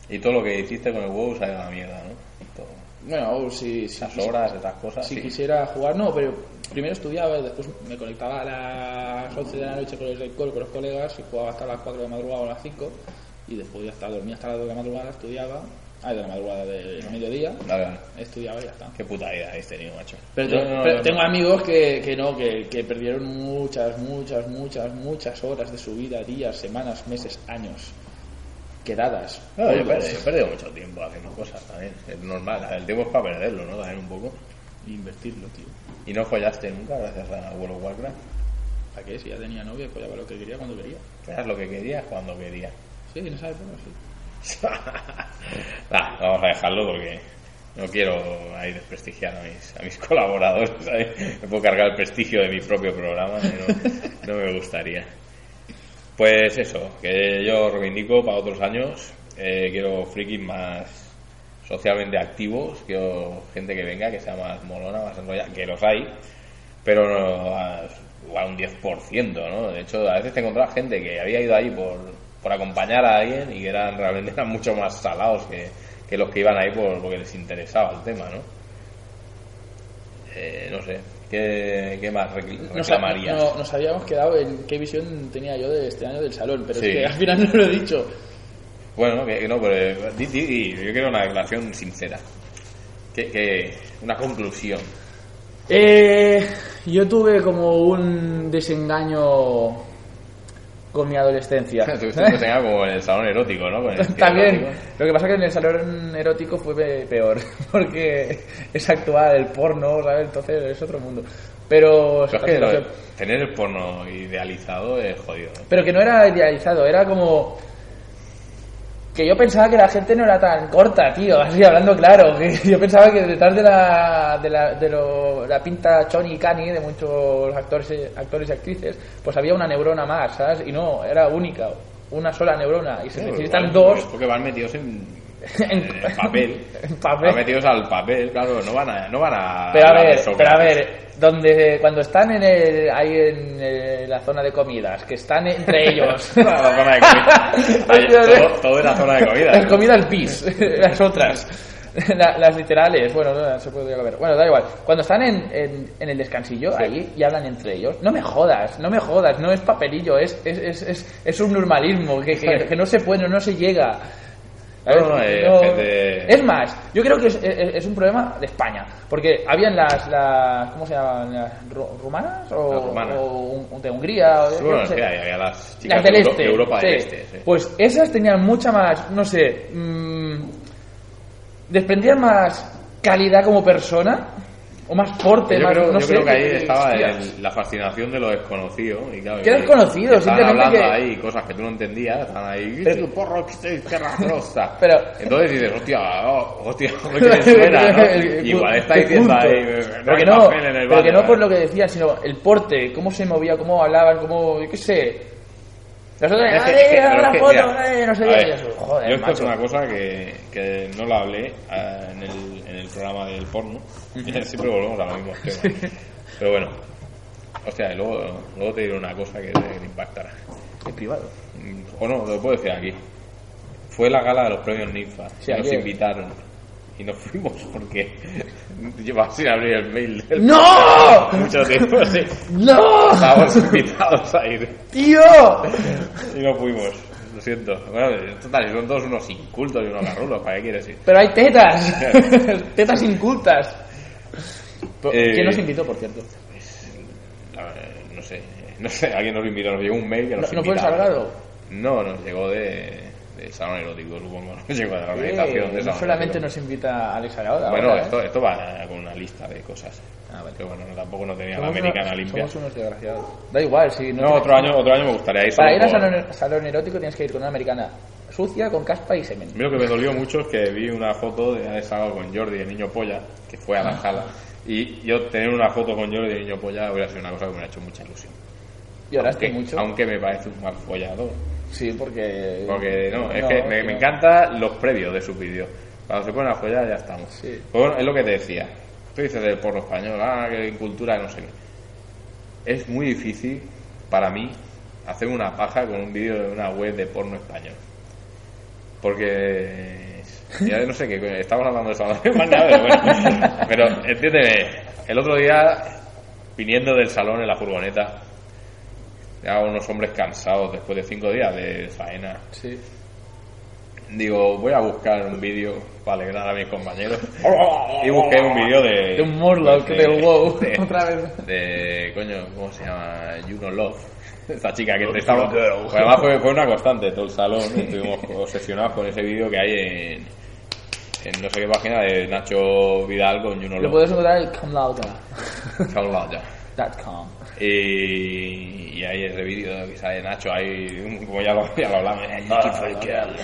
Speaker 1: Y todo lo que hiciste con el WoW salió a la mierda, ¿no? Todo.
Speaker 2: Bueno, o si, si,
Speaker 1: Esas horas, esas cosas.
Speaker 2: si
Speaker 1: sí.
Speaker 2: quisiera jugar, no, pero primero estudiaba y después me conectaba a las 11 de la noche con, el, con los colegas y jugaba hasta las 4 de la madrugada o las 5 y después ya hasta dormía hasta las 2 de la madrugada, estudiaba, ah, de la madrugada del mediodía,
Speaker 1: Vale, vale.
Speaker 2: estudiaba y ya está.
Speaker 1: Qué puta vida habéis tenido, macho.
Speaker 2: Pero,
Speaker 1: Yo
Speaker 2: te-
Speaker 1: no-
Speaker 2: pero tengo amigos que, que no, que, que perdieron muchas, muchas, muchas, muchas horas de su vida, días, semanas, meses, años, quedadas.
Speaker 1: No, yo he,
Speaker 2: polvos.
Speaker 1: perdido, yo he perdido mucho tiempo haciendo cosas también. Es normal. El tiempo es para perderlo, ¿no? También un poco.
Speaker 2: E Invertirlo, tío.
Speaker 1: Y no follaste nunca gracias a World of Warcraft.
Speaker 2: ¿Para qué? Si ya tenía novia, pues ya lo que quería cuando quería.
Speaker 1: Haz lo que querías cuando querías.
Speaker 2: Sí, no sabes, bueno, sí.
Speaker 1: Nah, vamos a dejarlo porque no quiero ahí desprestigiar a mis, a mis colaboradores. ¿sabes? Me puedo cargar el prestigio de mi propio programa, pero no me gustaría. Pues eso, que yo reivindico para otros años. eh, quiero frikis más socialmente activos, quiero gente que venga, que sea más molona, más enrollada, que los hay, pero no a, a un 10%, ¿no? De hecho, a veces te encontraba gente que había ido ahí por, por acompañar a alguien y que eran realmente eran mucho más salados que, que los que iban ahí por porque les interesaba el tema, ¿no? Eh, no sé, ¿qué, qué más recl-
Speaker 2: Nos,
Speaker 1: reclamarías?
Speaker 2: no- nos habíamos quedado en qué visión tenía yo de este año del salón, pero
Speaker 1: Sí.
Speaker 2: es que al final no lo he dicho.
Speaker 1: Bueno, que, que no, pero eh, di- di- di, yo quiero una declaración sincera. Que, que una conclusión.
Speaker 2: Eh, yo tuve como un desengaño con mi adolescencia.
Speaker 1: Tuviste un desengaño como en el salón erótico, ¿no? Con el cine
Speaker 2: También,
Speaker 1: erótico.
Speaker 2: lo que pasa que en el salón erótico fue pe- peor, porque es actual el porno, ¿sabes? Entonces es otro mundo. Pero,
Speaker 1: Pero es que lo- tener el porno idealizado es jodido. ¿eh? ¿no?
Speaker 2: pero que no era idealizado, era como que yo pensaba que la gente no era tan corta, tío, así hablando claro, que yo pensaba que detrás de la de la, de lo- la pinta choni y cani de muchos actores actores y actrices, pues había una neurona más, ¿sabes? Y no, era única, una sola neurona y se
Speaker 1: Pero
Speaker 2: necesitan
Speaker 1: igual,
Speaker 2: dos
Speaker 1: Porque van metidos en,
Speaker 2: En-
Speaker 1: en el papel.
Speaker 2: en papel.
Speaker 1: Van metidos al papel, claro, no van a. No van a
Speaker 2: Pero a
Speaker 1: hablar de
Speaker 2: ver,
Speaker 1: Sócrates.
Speaker 2: pero a ver, donde cuando están en el, ahí en eh, la zona de comidas, que están entre ellos.
Speaker 1: La zona de comida. Ahí, todo, todo era zona de comida.
Speaker 2: Las comidas bis, las otras. La- las literales, bueno, no se podría ver. Bueno, da igual. Cuando están en, en, en el descansillo, ahí, y hablan entre ellos, no me jodas, no me jodas, no es papelillo, es, es, es, es, es un normalismo, que, que, que no se puede, no se llega. A ver,
Speaker 1: No, no, eh, gente-
Speaker 2: Es más, yo creo que es, es- es un problema de España, porque habían las, las ¿cómo se llaman? ¿Las ru- rumanas? O,
Speaker 1: Las rumanas.
Speaker 2: o un- de Hungría. O, yo
Speaker 1: Bueno,
Speaker 2: no sé.
Speaker 1: sí, ahí había las
Speaker 2: Las
Speaker 1: chicas
Speaker 2: del
Speaker 1: de, Euro-
Speaker 2: este.
Speaker 1: de Europa del
Speaker 2: sí.
Speaker 1: Este. sí.
Speaker 2: Pues esas tenían mucha más, no sé, mm, desprendían más calidad como persona o más corte,
Speaker 1: Yo
Speaker 2: más,
Speaker 1: creo,
Speaker 2: no
Speaker 1: yo
Speaker 2: sé,
Speaker 1: creo que ahí
Speaker 2: que-
Speaker 1: estaba
Speaker 2: hostias.
Speaker 1: el- la fascinación de lo desconocido. Y claro,
Speaker 2: Que era
Speaker 1: que-
Speaker 2: desconocido,
Speaker 1: que estaban
Speaker 2: simplemente
Speaker 1: hablando
Speaker 2: que-
Speaker 1: ahí cosas que tú no entendías, estaban ahí.
Speaker 2: Pero-
Speaker 1: "Tú, porro, que estoy terracrosa".
Speaker 2: Pero-
Speaker 1: Entonces dices, hostia, oh, hostia, me suena, ¿no?
Speaker 2: El-
Speaker 1: Y Igual
Speaker 2: el
Speaker 1: está diciendo
Speaker 2: punto.
Speaker 1: ahí. eh,
Speaker 2: Pero que no, pero que no por lo que decía, sino el porte, cómo se movía, cómo hablaban, cómo, yo qué sé. Nosotros,
Speaker 1: Es que-
Speaker 2: "Ay,
Speaker 1: es que-
Speaker 2: una
Speaker 1: pero es que,
Speaker 2: foto,
Speaker 1: mira,
Speaker 2: ay, no sé
Speaker 1: a
Speaker 2: qué".
Speaker 1: ver,
Speaker 2: Y yo, joder,
Speaker 1: yo esto es
Speaker 2: macho.
Speaker 1: una cosa que, que no la hablé ah, en, el, en el programa del porno. Siempre volvemos a los mismos temas. Pero bueno, o sea, y luego, luego te diré una cosa que te, que te impactará.
Speaker 2: Es privado.
Speaker 1: Mm, O no, lo puedo decir aquí. Fue la gala de los premios Ninfa.
Speaker 2: Sí,
Speaker 1: y nos
Speaker 2: ayer.
Speaker 1: invitaron. Y nos fuimos porque llevaba sin abrir el mail. del-
Speaker 2: ¡No!
Speaker 1: Mucho tiempo, sí.
Speaker 2: ¡No!
Speaker 1: Estábamos invitados a ir.
Speaker 2: ¡Tío!
Speaker 1: Y no fuimos, lo siento. Bueno, total, son todos unos incultos y unos garrulos, ¿para qué quieres ir?
Speaker 2: Pero hay tetas. tetas incultas.
Speaker 1: Eh, pues,
Speaker 2: ¿Quién nos invitó, por cierto?
Speaker 1: La- no sé, no sé, alguien nos invitó, nos llegó un mail que
Speaker 2: ¿No,
Speaker 1: nos
Speaker 2: ¿no fue el
Speaker 1: invitaba.
Speaker 2: Salgado?
Speaker 1: No, nos llegó de, del salón erótico, supongo, nos llegó de la
Speaker 2: Eh,
Speaker 1: organización de
Speaker 2: no
Speaker 1: salón
Speaker 2: solamente
Speaker 1: erótico.
Speaker 2: nos invita Alex Salgado.
Speaker 1: Bueno,
Speaker 2: ahora, ¿eh?
Speaker 1: esto, esto va con una lista de cosas.
Speaker 2: Ah, vale.
Speaker 1: Pero bueno, no, tampoco no tenía
Speaker 2: Somos
Speaker 1: la americana
Speaker 2: unos-
Speaker 1: limpia.
Speaker 2: Somos unos desgraciados. Da igual, si
Speaker 1: No,
Speaker 2: te-
Speaker 1: otro año, otro año me gustaría ir
Speaker 2: Para
Speaker 1: solo
Speaker 2: ir al
Speaker 1: por-
Speaker 2: salón, salón erótico tienes que ir con una americana sucia, con caspa y semen.
Speaker 1: A mí lo que me dolió mucho es que vi una foto de Alex Salgado con Jordi, el niño polla, que fue a
Speaker 2: Ah.
Speaker 1: la sala. Y yo tener una foto con Jordi, el niño polla, hubiera sido una cosa que me hubiera hecho mucha ilusión.
Speaker 2: Lloraste
Speaker 1: Que-
Speaker 2: mucho.
Speaker 1: Aunque me parece un mal follador.
Speaker 2: Sí, porque.
Speaker 1: Porque no, es
Speaker 2: eh, No,
Speaker 1: que me,
Speaker 2: no.
Speaker 1: me encantan los previos de sus vídeos. Cuando se ponen a follar ya estamos.
Speaker 2: Sí.
Speaker 1: Pero bueno, es lo que te decía. Tú dices del porno español, ah, que cultura, no sé qué. Es muy difícil para mí hacer una paja con un vídeo de una web de porno español. Porque... Ya no sé qué coño, estamos hablando de eso ahora mismo, ¿no? pero bueno. Pero entiéndeme, el otro día, viniendo del salón en la furgoneta, ya unos hombres cansados después de cinco días de faena,
Speaker 2: Sí.
Speaker 1: Digo, voy a buscar un vídeo para alegrar a mis compañeros. y busqué un vídeo de.
Speaker 2: De un Morlock,
Speaker 1: de-
Speaker 2: del WoW,
Speaker 1: de-
Speaker 2: otra vez.
Speaker 1: De. Coño, ¿cómo se llama? Juno Love. Esta chica que te estaba. Pues además fue, fue una constante todo el salón. Estuvimos obsesionados con ese vídeo que hay en. En no sé qué página de Nacho Vidal con Juno
Speaker 2: Lo
Speaker 1: Love.
Speaker 2: puedes encontrar en comlauda.com.
Speaker 1: Se ha hablado ya. Eh, Y, y ahí ese vídeo que sale Nacho, ahí, un- como ya lo, ya lo hablamos, "I'm looking for a girl".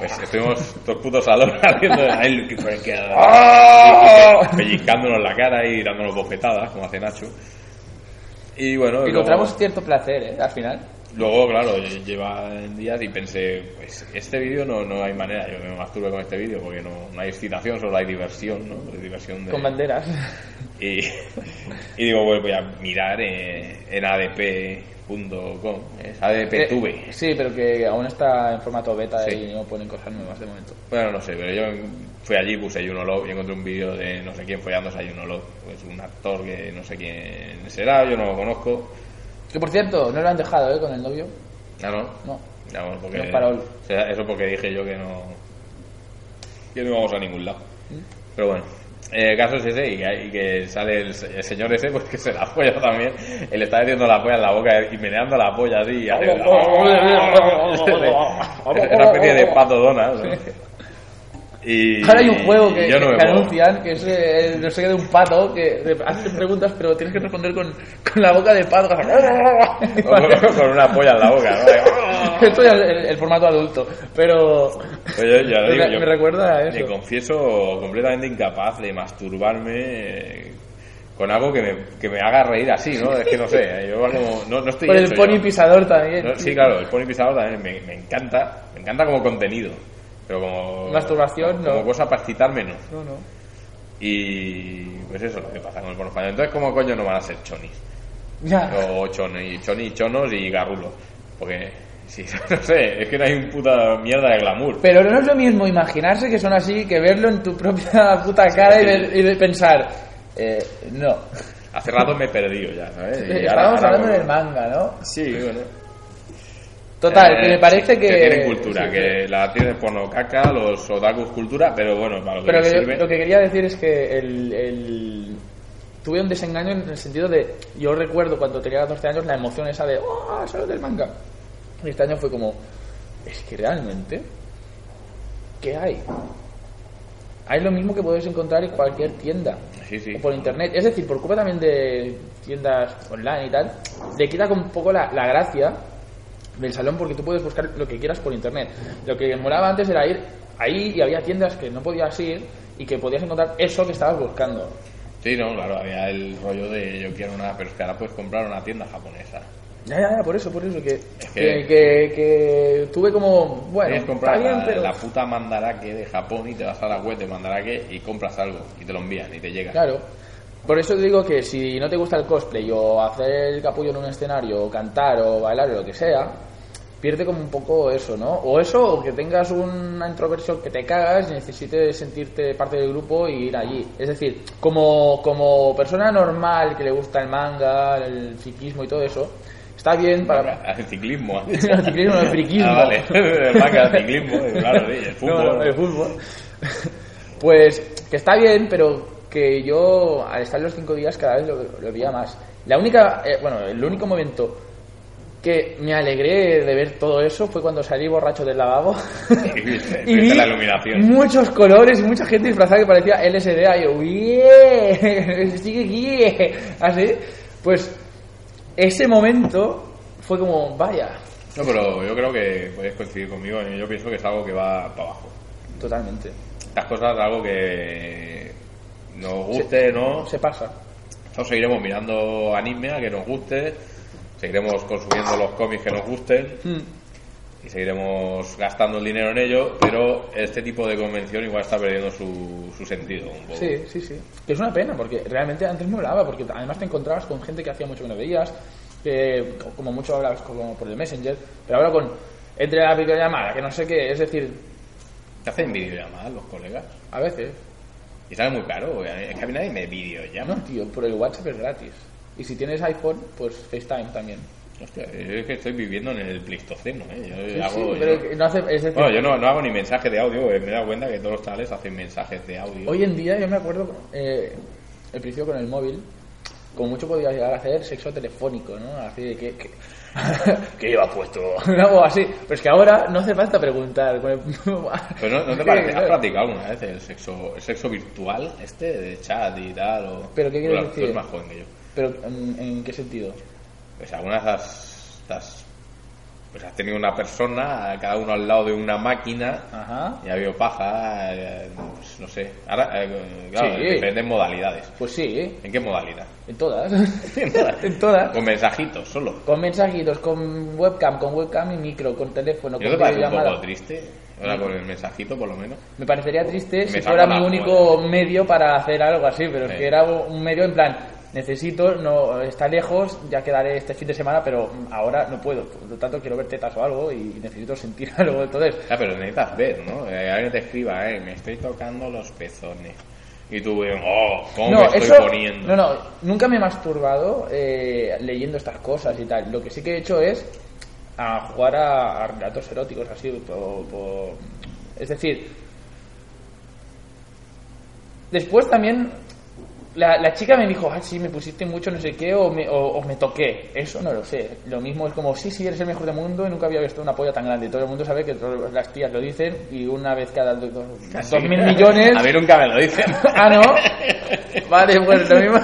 Speaker 1: Pues estuvimos todos putos salón haciendo I'm looking for a girl". Y Pellizcándonos la cara y dándonos bofetadas, como hace Nacho. Y
Speaker 2: Y
Speaker 1: bueno, luego-
Speaker 2: encontramos cierto placer, ¿eh? Al final.
Speaker 1: Luego, claro, lleva días y pensé, pues este vídeo no, no hay manera, yo me masturbe con este vídeo porque no, no hay excitación, solo hay diversión, ¿no? Diversión de,
Speaker 2: Con banderas.
Speaker 1: y, y digo, bueno, voy a mirar eh, en adp.com, es adptube.
Speaker 2: Eh, Sí, pero que aún está en formato beta
Speaker 1: Sí.
Speaker 2: y no ponen cosas nuevas de momento.
Speaker 1: Bueno, no sé, pero yo fui allí, puse Junolove y encontré un vídeo de no sé quién follándose a Junolove. Pues un actor que no sé quién será, yo no lo conozco.
Speaker 2: Que por cierto, no lo han dejado, ¿eh? Con el novio.
Speaker 1: Ah, no.
Speaker 2: No.
Speaker 1: Ya, bueno, porque,
Speaker 2: No es parol.
Speaker 1: o sea, eso porque dije yo que no. que no íbamos a ningún lado.
Speaker 2: ¿Mm?
Speaker 1: Pero bueno, eh, el caso es ese y que, y que sale el, se- el señor ese, pues que se la apoya también. Él está metiendo la polla en la boca eh, y meneando la polla así. Y hace Es una especie de pato Donald. ¿no? Y,
Speaker 2: Ahora hay un juego que,
Speaker 1: y yo no
Speaker 2: que-
Speaker 1: me
Speaker 2: que
Speaker 1: puedo-
Speaker 2: anuncian, que es eh, no sé qué de un pato, que te hacen preguntas, pero tienes que responder con, con la boca de pato.
Speaker 1: con, con una polla en la boca. ¿no?
Speaker 2: Esto ya es el, el formato adulto, pero
Speaker 1: Pues yo- yo
Speaker 2: me,
Speaker 1: digo, yo-
Speaker 2: me recuerda a
Speaker 1: Me
Speaker 2: eso.
Speaker 1: confieso completamente incapaz de masturbarme eh, con algo que me, que me haga reír así, ¿no? Es que no sé, eh, yo como- no, no estoy
Speaker 2: Por el
Speaker 1: hecho
Speaker 2: pony
Speaker 1: yo.
Speaker 2: pisador también.
Speaker 1: No, sí, claro, el pony pisado también me, me encanta, me encanta como contenido, pero como...
Speaker 2: Masturbación,
Speaker 1: como, Como
Speaker 2: no.
Speaker 1: cosa para excitarme, no.
Speaker 2: No, no.
Speaker 1: Y pues eso es lo que pasa con el porno español. Entonces, ¿cómo coño no van a ser chonis?
Speaker 2: Ya.
Speaker 1: O choni, choni, chonos y garrulos. Porque, sí, no sé, es que no hay un puta mierda de glamour.
Speaker 2: Pero no es lo mismo imaginarse que son así que verlo en tu propia puta cara y, ver- y de pensar, eh, no.
Speaker 1: Hace rato me he perdido ya, ¿sabes? Y ahora-
Speaker 2: Estábamos
Speaker 1: ahora
Speaker 2: hablando
Speaker 1: vuelvo.
Speaker 2: del manga, ¿no?
Speaker 1: Sí, bueno.
Speaker 2: Total,
Speaker 1: Eh,
Speaker 2: que me parece que...
Speaker 1: tienen cultura,
Speaker 2: sí,
Speaker 1: que la tienen porno caca, los otakus cultura, pero bueno, para lo que
Speaker 2: Pero
Speaker 1: les
Speaker 2: que yo-
Speaker 1: sirve.
Speaker 2: lo que quería decir es que el, el- tuve un desengaño en el sentido de. Yo recuerdo cuando tenía 14 años la emoción esa de. ¡Oh, solo del manga! Y este año fue como. Es que realmente. ¿Qué hay? Hay lo mismo que puedes encontrar en cualquier tienda.
Speaker 1: sí, sí.
Speaker 2: o por internet. Es decir, por culpa también de tiendas online y tal, le quita un poco la, la gracia del salón porque tú puedes buscar lo que quieras por internet. Lo que molaba antes era ir ahí y había tiendas que no podías ir y que podías encontrar eso que estabas buscando.
Speaker 1: Sí, no, claro, había el rollo de yo quiero una, pero es que ahora puedes comprar una tienda japonesa.
Speaker 2: Ya, ya, ya, por eso, por eso, que,
Speaker 1: que-
Speaker 2: que, que- que tuve como, bueno,
Speaker 1: Puedes comprar
Speaker 2: está bien,
Speaker 1: la,
Speaker 2: pero...
Speaker 1: la puta mandarake de Japón y te vas a la web de mandarake y compras algo y te lo envían y te llega.
Speaker 2: Claro. Por eso te digo que si no te gusta el cosplay o hacer el capullo en un escenario o cantar o bailar o lo que sea, pierde como un poco eso, ¿no? O eso, o que tengas una introversión que te cagas y necesites sentirte parte del grupo y ir allí. Es decir, como, como persona normal que le gusta el manga, el ciclismo y todo eso, está bien para...
Speaker 1: El ciclismo.
Speaker 2: El ciclismo, el friquismo.
Speaker 1: Ah, vale. El manga, el ciclismo, eh, claro, sí, el fútbol.
Speaker 2: No, no, el fútbol. Pues que está bien, pero que yo al estar los cinco días cada vez lo, lo veía más. La única, eh, bueno, el único momento que me alegré de ver todo eso fue cuando salí borracho del lavabo
Speaker 1: viste- viste la iluminación.
Speaker 2: muchos colores y mucha gente disfrazada que parecía LSD. Y yo, "Yeah, sigue aquí", así. Pues ese momento fue como, vaya,
Speaker 1: No, pero yo creo que puedes coincidir conmigo. ¿eh? Yo pienso que es algo que va para abajo.
Speaker 2: totalmente.
Speaker 1: Estas cosas es algo que nos guste, ¿no?
Speaker 2: Se pasa.
Speaker 1: Nosotros seguiremos mirando anime a que nos guste, seguiremos consumiendo los cómics que nos gusten
Speaker 2: Hmm.
Speaker 1: y seguiremos gastando el dinero en ello, pero este tipo de convención igual está perdiendo su, su sentido un poco.
Speaker 2: Sí, sí, sí. Que es una pena, porque realmente antes no hablaba, porque además te encontrabas con gente que hacía mucho que no veías, que como mucho hablabas como por el Messenger, pero ahora con entre la videollamada, que no sé qué, es decir,
Speaker 1: ¿Te hacen videollamadas los colegas?
Speaker 2: a veces,
Speaker 1: Y sale muy caro, porque a mí- es que a mí nadie me
Speaker 2: no,
Speaker 1: videollama.
Speaker 2: tío, por el WhatsApp es gratis. Y si tienes iPhone, pues FaceTime también.
Speaker 1: Hostia, yo es que estoy viviendo en el Pleistoceno, ¿eh? Yo
Speaker 2: Sí, sí,
Speaker 1: hago-
Speaker 2: pero
Speaker 1: yo-
Speaker 2: que no hace, es decir,
Speaker 1: Bueno, yo no, no hago ni mensaje de audio, porque me he dado cuenta que todos los chavales hacen mensajes de audio.
Speaker 2: hoy en día yo me acuerdo, eh, el principio con el móvil, como mucho podía llegar a hacer sexo telefónico, ¿no? Así de que... que que lleva puesto o así pero es que ahora no hace falta preguntar con el-
Speaker 1: Pero no, ¿no te
Speaker 2: Sí,
Speaker 1: parece, ¿has
Speaker 2: claro.
Speaker 1: practicado alguna vez el sexo, el sexo virtual este de chat y tal? O...
Speaker 2: ¿Pero qué quieres
Speaker 1: Claro, Tú
Speaker 2: decir?
Speaker 1: eres más joven que yo.
Speaker 2: ¿Pero ¿en, en qué sentido?
Speaker 1: Pues alguna vez has, has- pues has tenido una persona, cada uno al lado de una máquina,
Speaker 2: Ajá.
Speaker 1: y ha habido paja, eh, pues no sé. Ahora, eh, claro,
Speaker 2: Sí.
Speaker 1: en diferentes modalidades.
Speaker 2: Pues sí, ¿eh?
Speaker 1: ¿En qué modalidad?
Speaker 2: en todas. en todas.
Speaker 1: Con mensajitos solo.
Speaker 2: Con mensajitos, con webcam, con webcam y micro, con teléfono,
Speaker 1: ¿No
Speaker 2: con
Speaker 1: te parece un
Speaker 2: videollamada.
Speaker 1: poco triste? Ahora con el mensajito, por lo menos.
Speaker 2: Me parecería triste si
Speaker 1: saco
Speaker 2: fuera
Speaker 1: la
Speaker 2: mi único medio para hacer algo así, pero
Speaker 1: Sí.
Speaker 2: es que era un medio en plan, necesito, no está lejos, ya quedaré este fin de semana, pero ahora no puedo. Por lo tanto, quiero ver tetas o algo y necesito sentir algo. Entonces,
Speaker 1: Ya, Ah, pero necesitas ver, ¿no? Eh, alguien te escriba, eh, me estoy tocando los pezones. Y tú, eh, oh, ¿cómo me estoy poniendo?
Speaker 2: No, no, nunca me he masturbado eh, leyendo estas cosas y tal. Lo que sí que he hecho es a jugar a, a relatos eróticos así. po- po- Es decir, después también la, la chica me dijo, ah, sí, me pusiste mucho no sé qué o me, o, o me toqué. Eso no lo sé. Lo mismo es como, sí, sí, eres el mejor del mundo y nunca había visto una polla tan grande. Todo el mundo sabe que todas las tías lo dicen y una vez cada dos, dos-
Speaker 1: Así.
Speaker 2: dos mil millones...
Speaker 1: A mí nunca me lo dicen.
Speaker 2: Ah, ¿no? Vale, pues lo mismo.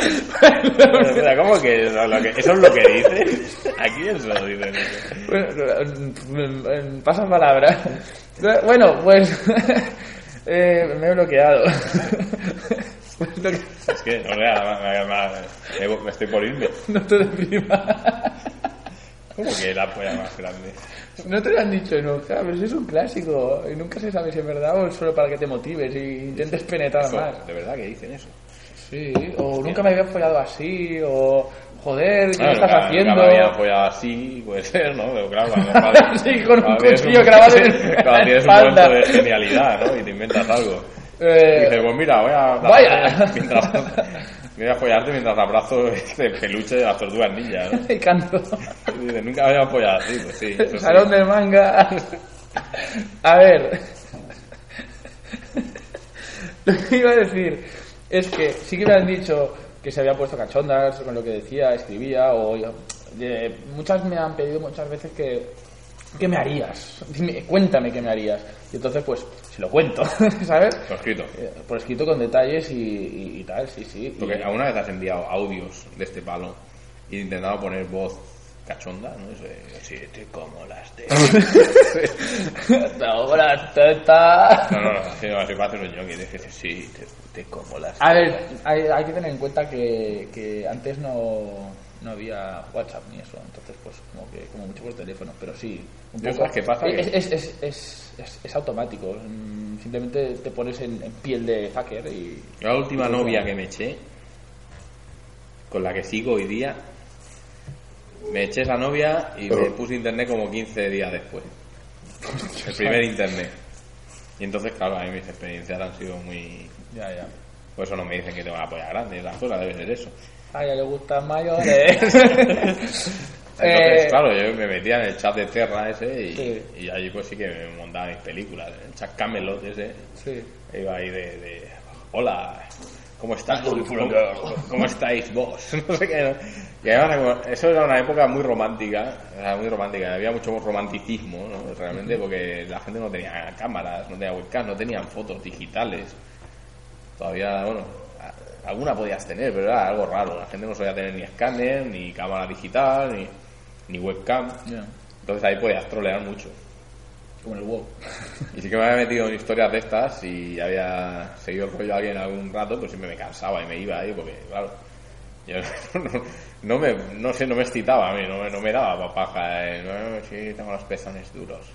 Speaker 1: O sea, ¿cómo que eso, es lo que eso es lo que dices? ¿A quién se lo dicen? eso?
Speaker 2: mm, Bueno, Pasas palabra. Bueno, pues... eh, me he bloqueado. Pues lo que-
Speaker 1: Es que, o sea, me, me- me- me estoy por irme.
Speaker 2: No te deprimas.
Speaker 1: ¿Cómo que la polla más grande?
Speaker 2: No te lo han dicho nunca, pero si es un clásico. Y nunca se sabe si es verdad o es solo para que te motives y intentes penetrar
Speaker 1: Eso,
Speaker 2: más.
Speaker 1: de verdad que dicen eso.
Speaker 2: Sí, o nunca me había follado así, o... Joder, ¿qué
Speaker 1: Ah,
Speaker 2: estás
Speaker 1: nunca-
Speaker 2: haciendo?
Speaker 1: Nunca me había apoyado así, puede ser, ¿no? Pero claro, cuando, cuando-
Speaker 2: Sí, con un
Speaker 1: cuando tienes
Speaker 2: cuchillo grabado en la
Speaker 1: Cuando tienes un
Speaker 2: espalda.
Speaker 1: momento de genialidad, ¿no? Y te inventas algo. Y
Speaker 2: Eh,
Speaker 1: dices, pues mira, voy a...
Speaker 2: Vaya.
Speaker 1: Mientras, voy a apoyarte mientras abrazo este peluche de las tortugas ninja, ¿no?
Speaker 2: y canto.
Speaker 1: Y dices, nunca me había apoyado así, pues sí. eso sí.
Speaker 2: Salón del manga. A ver. Lo que iba a decir es que sí que me han dicho que se había puesto cachondas eh, con lo que decía, escribía, o yo- de- muchas me han pedido muchas veces que ¿qué me harías? Dime, cuéntame qué me harías. Y entonces, pues, se lo cuento, ¿sabes?
Speaker 1: Por escrito.
Speaker 2: Eh, Por escrito con detalles y, y- y tal, sí, sí. Y-
Speaker 1: Porque alguna vez has enviado audios de este palo y intentado poner voz cachonda, ¿no? Eso de, Sí, te como las tetas.
Speaker 2: Hasta ahora, teta.
Speaker 1: No, no, no, así, así va a hacer un yogi. Dije, sí, te, te como las
Speaker 2: A ver, hay, hay que tener en cuenta que, que antes no, no había WhatsApp ni eso, entonces pues como que como mucho por teléfono, pero sí, un
Speaker 1: Ya sabes qué pasa,
Speaker 2: Es,
Speaker 1: que-
Speaker 2: es, es, es, es- es automático, mm, simplemente te pones en, en piel de hacker y...
Speaker 1: Yo la última novia que me eché, con la que sigo hoy día, me eché esa novia y me puse internet como 15 días después. El primer internet. Y entonces, claro, a mí mis experiencias han sido muy...
Speaker 2: Ya, ya.
Speaker 1: Por eso no me dicen que tengo la polla grande, las cosas debe ser eso.
Speaker 2: Ah, ya le eh. gustan mayores.
Speaker 1: Entonces,
Speaker 2: Eh,
Speaker 1: claro, yo me metía en el chat de Terra ese y,
Speaker 2: Sí.
Speaker 1: y allí pues sí que me montaba mis películas. En el chat Camelot ese,
Speaker 2: Sí.
Speaker 1: Iba ahí de, de, hola, ¿cómo estás? ¿Cómo, cómo estáis vos? No sé qué. ¿no? Y además, como- eso era una época muy romántica, era muy romántica, había mucho romanticismo, ¿no? Realmente, porque la gente no tenía cámaras, no tenía webcam, no tenían fotos digitales. Todavía, bueno, a- alguna podías tener, pero era algo raro. La gente no solía tener ni escáner, ni cámara digital, ni, ni webcam.
Speaker 2: Ya,
Speaker 1: Entonces ahí podías trolear mucho.
Speaker 2: Como el WoW.
Speaker 1: Y sí que me había metido en historias de estas y había seguido el rollo a alguien algún rato, pues siempre me cansaba y me iba ahí, porque, claro, yo no, no me, no sé, no me excitaba a mí, no, me- no me daba pa' paja. eh, no, sí, tengo los pezones duros.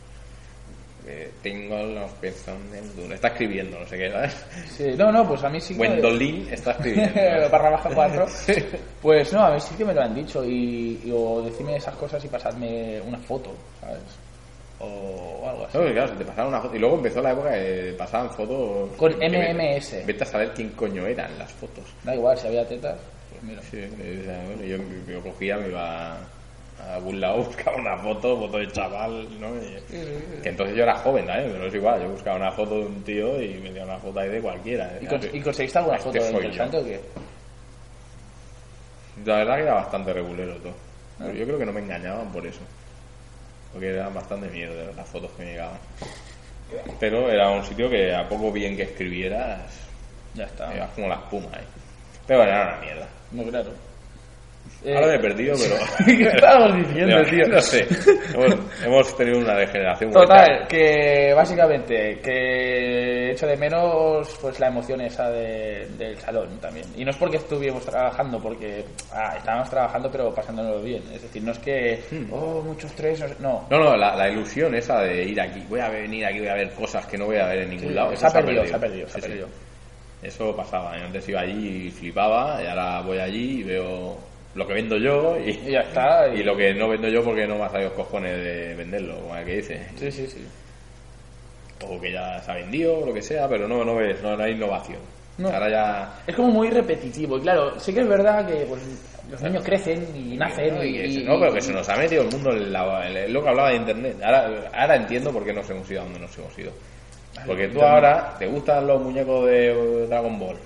Speaker 1: Eh, tengo los pezones duros. Está escribiendo, no sé qué, ¿sabes?
Speaker 2: Sí, no, no, pues a mí sí que...
Speaker 1: Wendolin está escribiendo.
Speaker 2: barra baja 4. Pues no, a mí sí que me lo han dicho. Y, y o decirme esas cosas y pasarme una foto, ¿sabes? O, o algo así.
Speaker 1: No, porque claro, se te pasaba una foto. Y luego empezó la época que pasaban fotos.
Speaker 2: Con
Speaker 1: que vete-
Speaker 2: MMS.
Speaker 1: Vete a saber quién coño eran las fotos.
Speaker 2: Da igual, si había tetas. Pues mira.
Speaker 1: Sí, o sea, bueno, yo, yo cogía, me iba a algún lado, buscaba una foto, foto de chaval, ¿no? Y- que entonces yo era joven, ¿eh? Pero es igual, yo buscaba una foto de un tío y metía una foto ahí de cualquiera. ¿eh?
Speaker 2: ¿Y, cons- y conseguiste alguna
Speaker 1: Este
Speaker 2: foto
Speaker 1: soy
Speaker 2: interesante
Speaker 1: yo.
Speaker 2: o qué?
Speaker 1: La verdad que era bastante regulero todo.
Speaker 2: Ah.
Speaker 1: Pero yo creo que no me engañaban por eso. Porque eran bastante mierda las fotos que me llegaban. Pero era un sitio que a poco bien que escribieras,
Speaker 2: Ya está.
Speaker 1: ibas como la espuma, ¿eh? Pero bueno, era una mierda.
Speaker 2: No, claro.
Speaker 1: Ahora me he
Speaker 2: Eh,
Speaker 1: perdido, pero...
Speaker 2: ¿Qué estábamos diciendo,
Speaker 1: No,
Speaker 2: tío?
Speaker 1: No sé. Hemos, hemos tenido una degeneración. muy
Speaker 2: Total,
Speaker 1: grave.
Speaker 2: que básicamente que echo de menos pues la emoción esa de- del salón también. Y no es porque estuviéramos trabajando, porque ah, estábamos trabajando pero pasándolo bien. Es decir, no es que, oh, muchos tres, no.
Speaker 1: Hmm. No, no, la, la ilusión esa de ir aquí. Voy a venir aquí, voy a ver cosas que no voy a ver en ningún lado.
Speaker 2: se,
Speaker 1: Eso
Speaker 2: ha perdido, se ha perdido, se ha
Speaker 1: Sí, sí.
Speaker 2: perdido.
Speaker 1: Eso pasaba. Yo antes iba allí y flipaba, y ahora voy allí y veo lo que vendo yo y,
Speaker 2: Y ya está.
Speaker 1: y lo que no vendo yo porque no me ha salido los cojones de venderlo, como el que dice.
Speaker 2: Sí, sí, sí.
Speaker 1: O que ya se ha vendido, o lo que sea, pero no, no ves, no, no hay innovación.
Speaker 2: No.
Speaker 1: Ahora ya.
Speaker 2: Es como muy repetitivo. Y claro, sí que es verdad que pues, los niños crecen y nacen
Speaker 1: No,
Speaker 2: y...
Speaker 1: y que se-
Speaker 2: y-
Speaker 1: no, pero que se nos ha metido el mundo en la, en- en lo que hablaba de internet. Ahora, ahora entiendo por qué nos hemos ido a donde nos hemos ido. Porque tú ahora te gustan los muñecos de eh, Dragon Ball.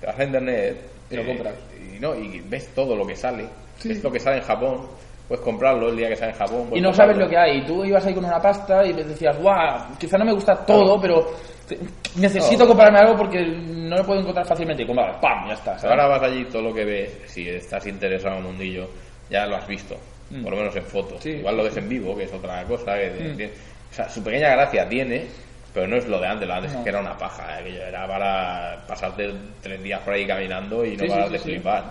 Speaker 1: Te vas a internet eh,
Speaker 2: Y lo compras.
Speaker 1: Y no, y ves todo lo que sale. Ves lo que sale en Japón. Puedes comprarlo el día que sale en Japón.
Speaker 2: y
Speaker 1: puedes
Speaker 2: no sabes
Speaker 1: comprarlo.
Speaker 2: lo que hay. Tú ibas ahí con una pasta y les decías, guau, quizá no me gusta todo, pero te- necesito
Speaker 1: No.
Speaker 2: comprarme algo porque no lo puedo encontrar fácilmente. Y comprar, pam, ya está. ¿sabes?
Speaker 1: Ahora vas allí todo lo que ves, si estás interesado en el mundillo, ya lo has visto, por lo menos en fotos.
Speaker 2: Mm. Sí. Mm.
Speaker 1: Igual lo ves en vivo, que es otra cosa. Que te- tiene- o sea, su pequeña gracia tiene, pero no es lo de antes, lo de antes es que era una paja, eh, que era para pasarte tres días por ahí caminando y no
Speaker 2: Sí, sí,
Speaker 1: parar
Speaker 2: sí,
Speaker 1: de
Speaker 2: sí.
Speaker 1: flipar.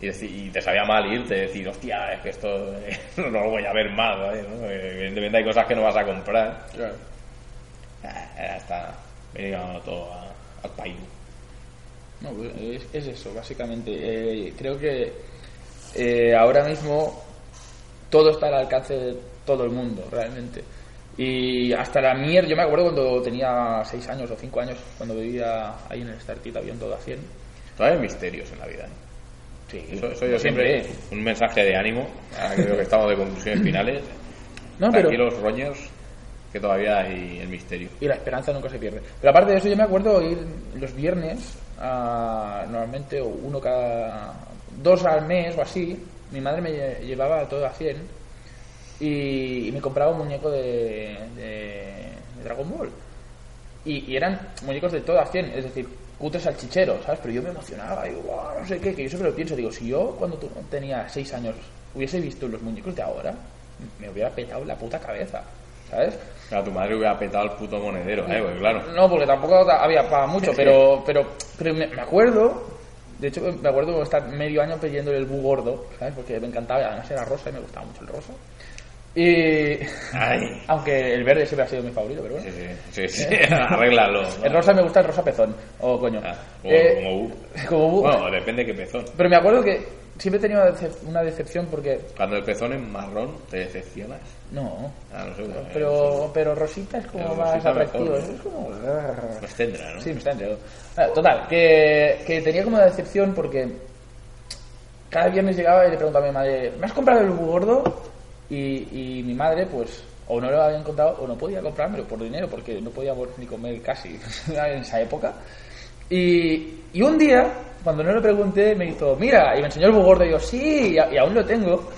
Speaker 1: Y, deci- y te sabía mal irte, decir, hostia, es que esto eh, no lo voy a ver más, ¿vale? ¿no? Eh, Evidentemente hay cosas que no vas a comprar. Ah, Ya está, venía todo a- al país.
Speaker 2: No, pues, es, es eso, básicamente. Eh, creo que eh, ahora mismo todo está al alcance de todo el mundo, realmente. Y hasta la mierda, yo me acuerdo cuando tenía 6 años o 5 años, cuando vivía ahí en el Startit, había un todo a 100.
Speaker 1: Todavía hay misterios en la vida. ¿eh?
Speaker 2: Sí,
Speaker 1: Eso, eso yo siempre,
Speaker 2: siempre.
Speaker 1: un mensaje de ánimo, ahora que veo que estamos de conclusiones finales.
Speaker 2: No, pero-
Speaker 1: Aquí los roñers, que todavía hay el misterio.
Speaker 2: y la esperanza nunca se pierde. Pero aparte de eso, yo me acuerdo ir los viernes, a- normalmente uno cada dos al mes o así, mi madre me lle- llevaba todo a 100 y, y me compraba un muñeco de, de, de Dragon Ball. Y, y eran muñecos de toda acción, es decir, cutres al chichero, ¿sabes? Pero yo me emocionaba, digo, "Guau, no sé qué, que yo siempre lo pienso, digo, si yo cuando tu- tenía 6 años hubiese visto los muñecos de ahora, me hubiera petado la puta cabeza, ¿sabes?
Speaker 1: A tu madre hubiera petado el puto monedero, eh, pues claro.
Speaker 2: No, porque tampoco ta- había para mucho, pero, pero, pero me me acuerdo, de hecho me acuerdo estar medio año pidiéndole el bu gordo, ¿sabes? Porque me encantaba, y además era rosa y me gustaba mucho el rosa. Y
Speaker 1: Ay.
Speaker 2: aunque el verde siempre ha sido mi favorito, pero bueno.
Speaker 1: Sí, sí, sí, sí, arréglalo.
Speaker 2: El rosa me gusta el rosa pezón, o coño.
Speaker 1: Ah, o
Speaker 2: Eh,
Speaker 1: como bu.
Speaker 2: como bu.
Speaker 1: Bueno, depende de qué pezón.
Speaker 2: Pero me acuerdo que siempre he tenido una decep- una decepción porque.
Speaker 1: Cuando el pezón es marrón, te decepcionas.
Speaker 2: No.
Speaker 1: Ah, no sé. bueno,
Speaker 2: Pero, pero Rosita es como
Speaker 1: Pero
Speaker 2: más
Speaker 1: Rosita
Speaker 2: atractivo. ¿eh?
Speaker 1: mejor,
Speaker 2: Es como. ah.
Speaker 1: eso Los Pues tendrá, ¿no?
Speaker 2: Sí, me está enredando. Ah, Total, que, que tenía como una decepción porque cada viernes llegaba y le preguntaba a mi madre, Eh, ¿me has comprado el Hugo gordo? Y, y mi madre, pues, o no lo había encontrado o no podía comprármelo por dinero porque no podíamos ni comer casi en esa época. Y, y un día, cuando no le pregunté, me hizo, mira, y me enseñó el Hugo gordo. Y yo, sí, y, a- y aún lo tengo.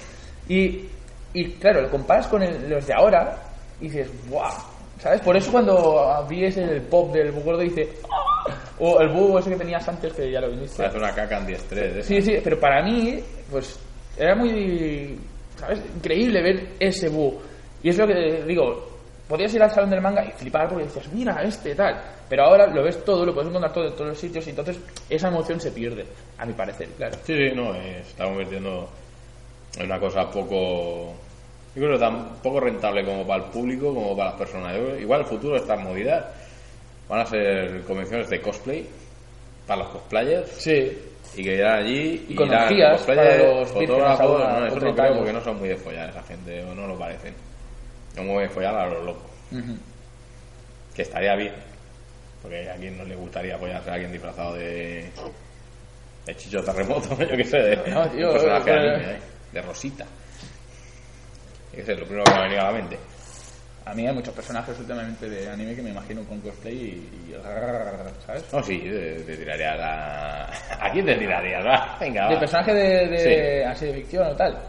Speaker 2: Y, y claro, lo comparas con el- los de ahora y dices, ¡guau! ¿Sabes? Por eso cuando vi ese el pop del Hugo gordo, dice, ¡ah! O el búho ese que tenías antes, que ya lo viniste.
Speaker 1: Hace una caca antiestrés. ¿eh?
Speaker 2: Sí, sí, pero para mí, pues era muy, ¿sabes? Increíble ver ese búho. Y es lo que digo, podías ir al salón del manga y flipar porque decías, mira, este tal. Pero ahora lo ves todo, lo puedes encontrar todo en todos los sitios y entonces esa emoción se pierde, a mi parecer, claro.
Speaker 1: Sí, sí, no, eh, se está convirtiendo en una cosa poco. Yo creo que tan poco rentable como para el público, como para las personas. Yo creo- igual el futuro de estas movidas van a ser convenciones de cosplay para los cosplayers
Speaker 2: Sí,
Speaker 1: y que irán allí y
Speaker 2: Iconografías
Speaker 1: irán
Speaker 2: para los vírgenes
Speaker 1: fotógrafos.
Speaker 2: ahora,
Speaker 1: No, eso
Speaker 2: con
Speaker 1: no
Speaker 2: 30
Speaker 1: creo
Speaker 2: años.
Speaker 1: porque no son muy de follar esa gente, o no lo parecen. No muy de follar a los locos. Que estaría bien, porque a quien no le gustaría follarse a alguien disfrazado de. De Chicho Terremoto, yo qué sé. De,
Speaker 2: No, tío,
Speaker 1: un personaje de
Speaker 2: eh,
Speaker 1: anime, ¿eh? De Rosita. Yo qué sé, lo primero que me ha venido a la mente.
Speaker 2: a mí hay muchos personajes últimamente de anime que me imagino con cosplay y, y- ¿sabes?
Speaker 1: No, sí, te, te tiraría la. ¿A quién te tirarías? Va, venga,
Speaker 2: de
Speaker 1: va.
Speaker 2: personaje de, de- así de ficción o tal.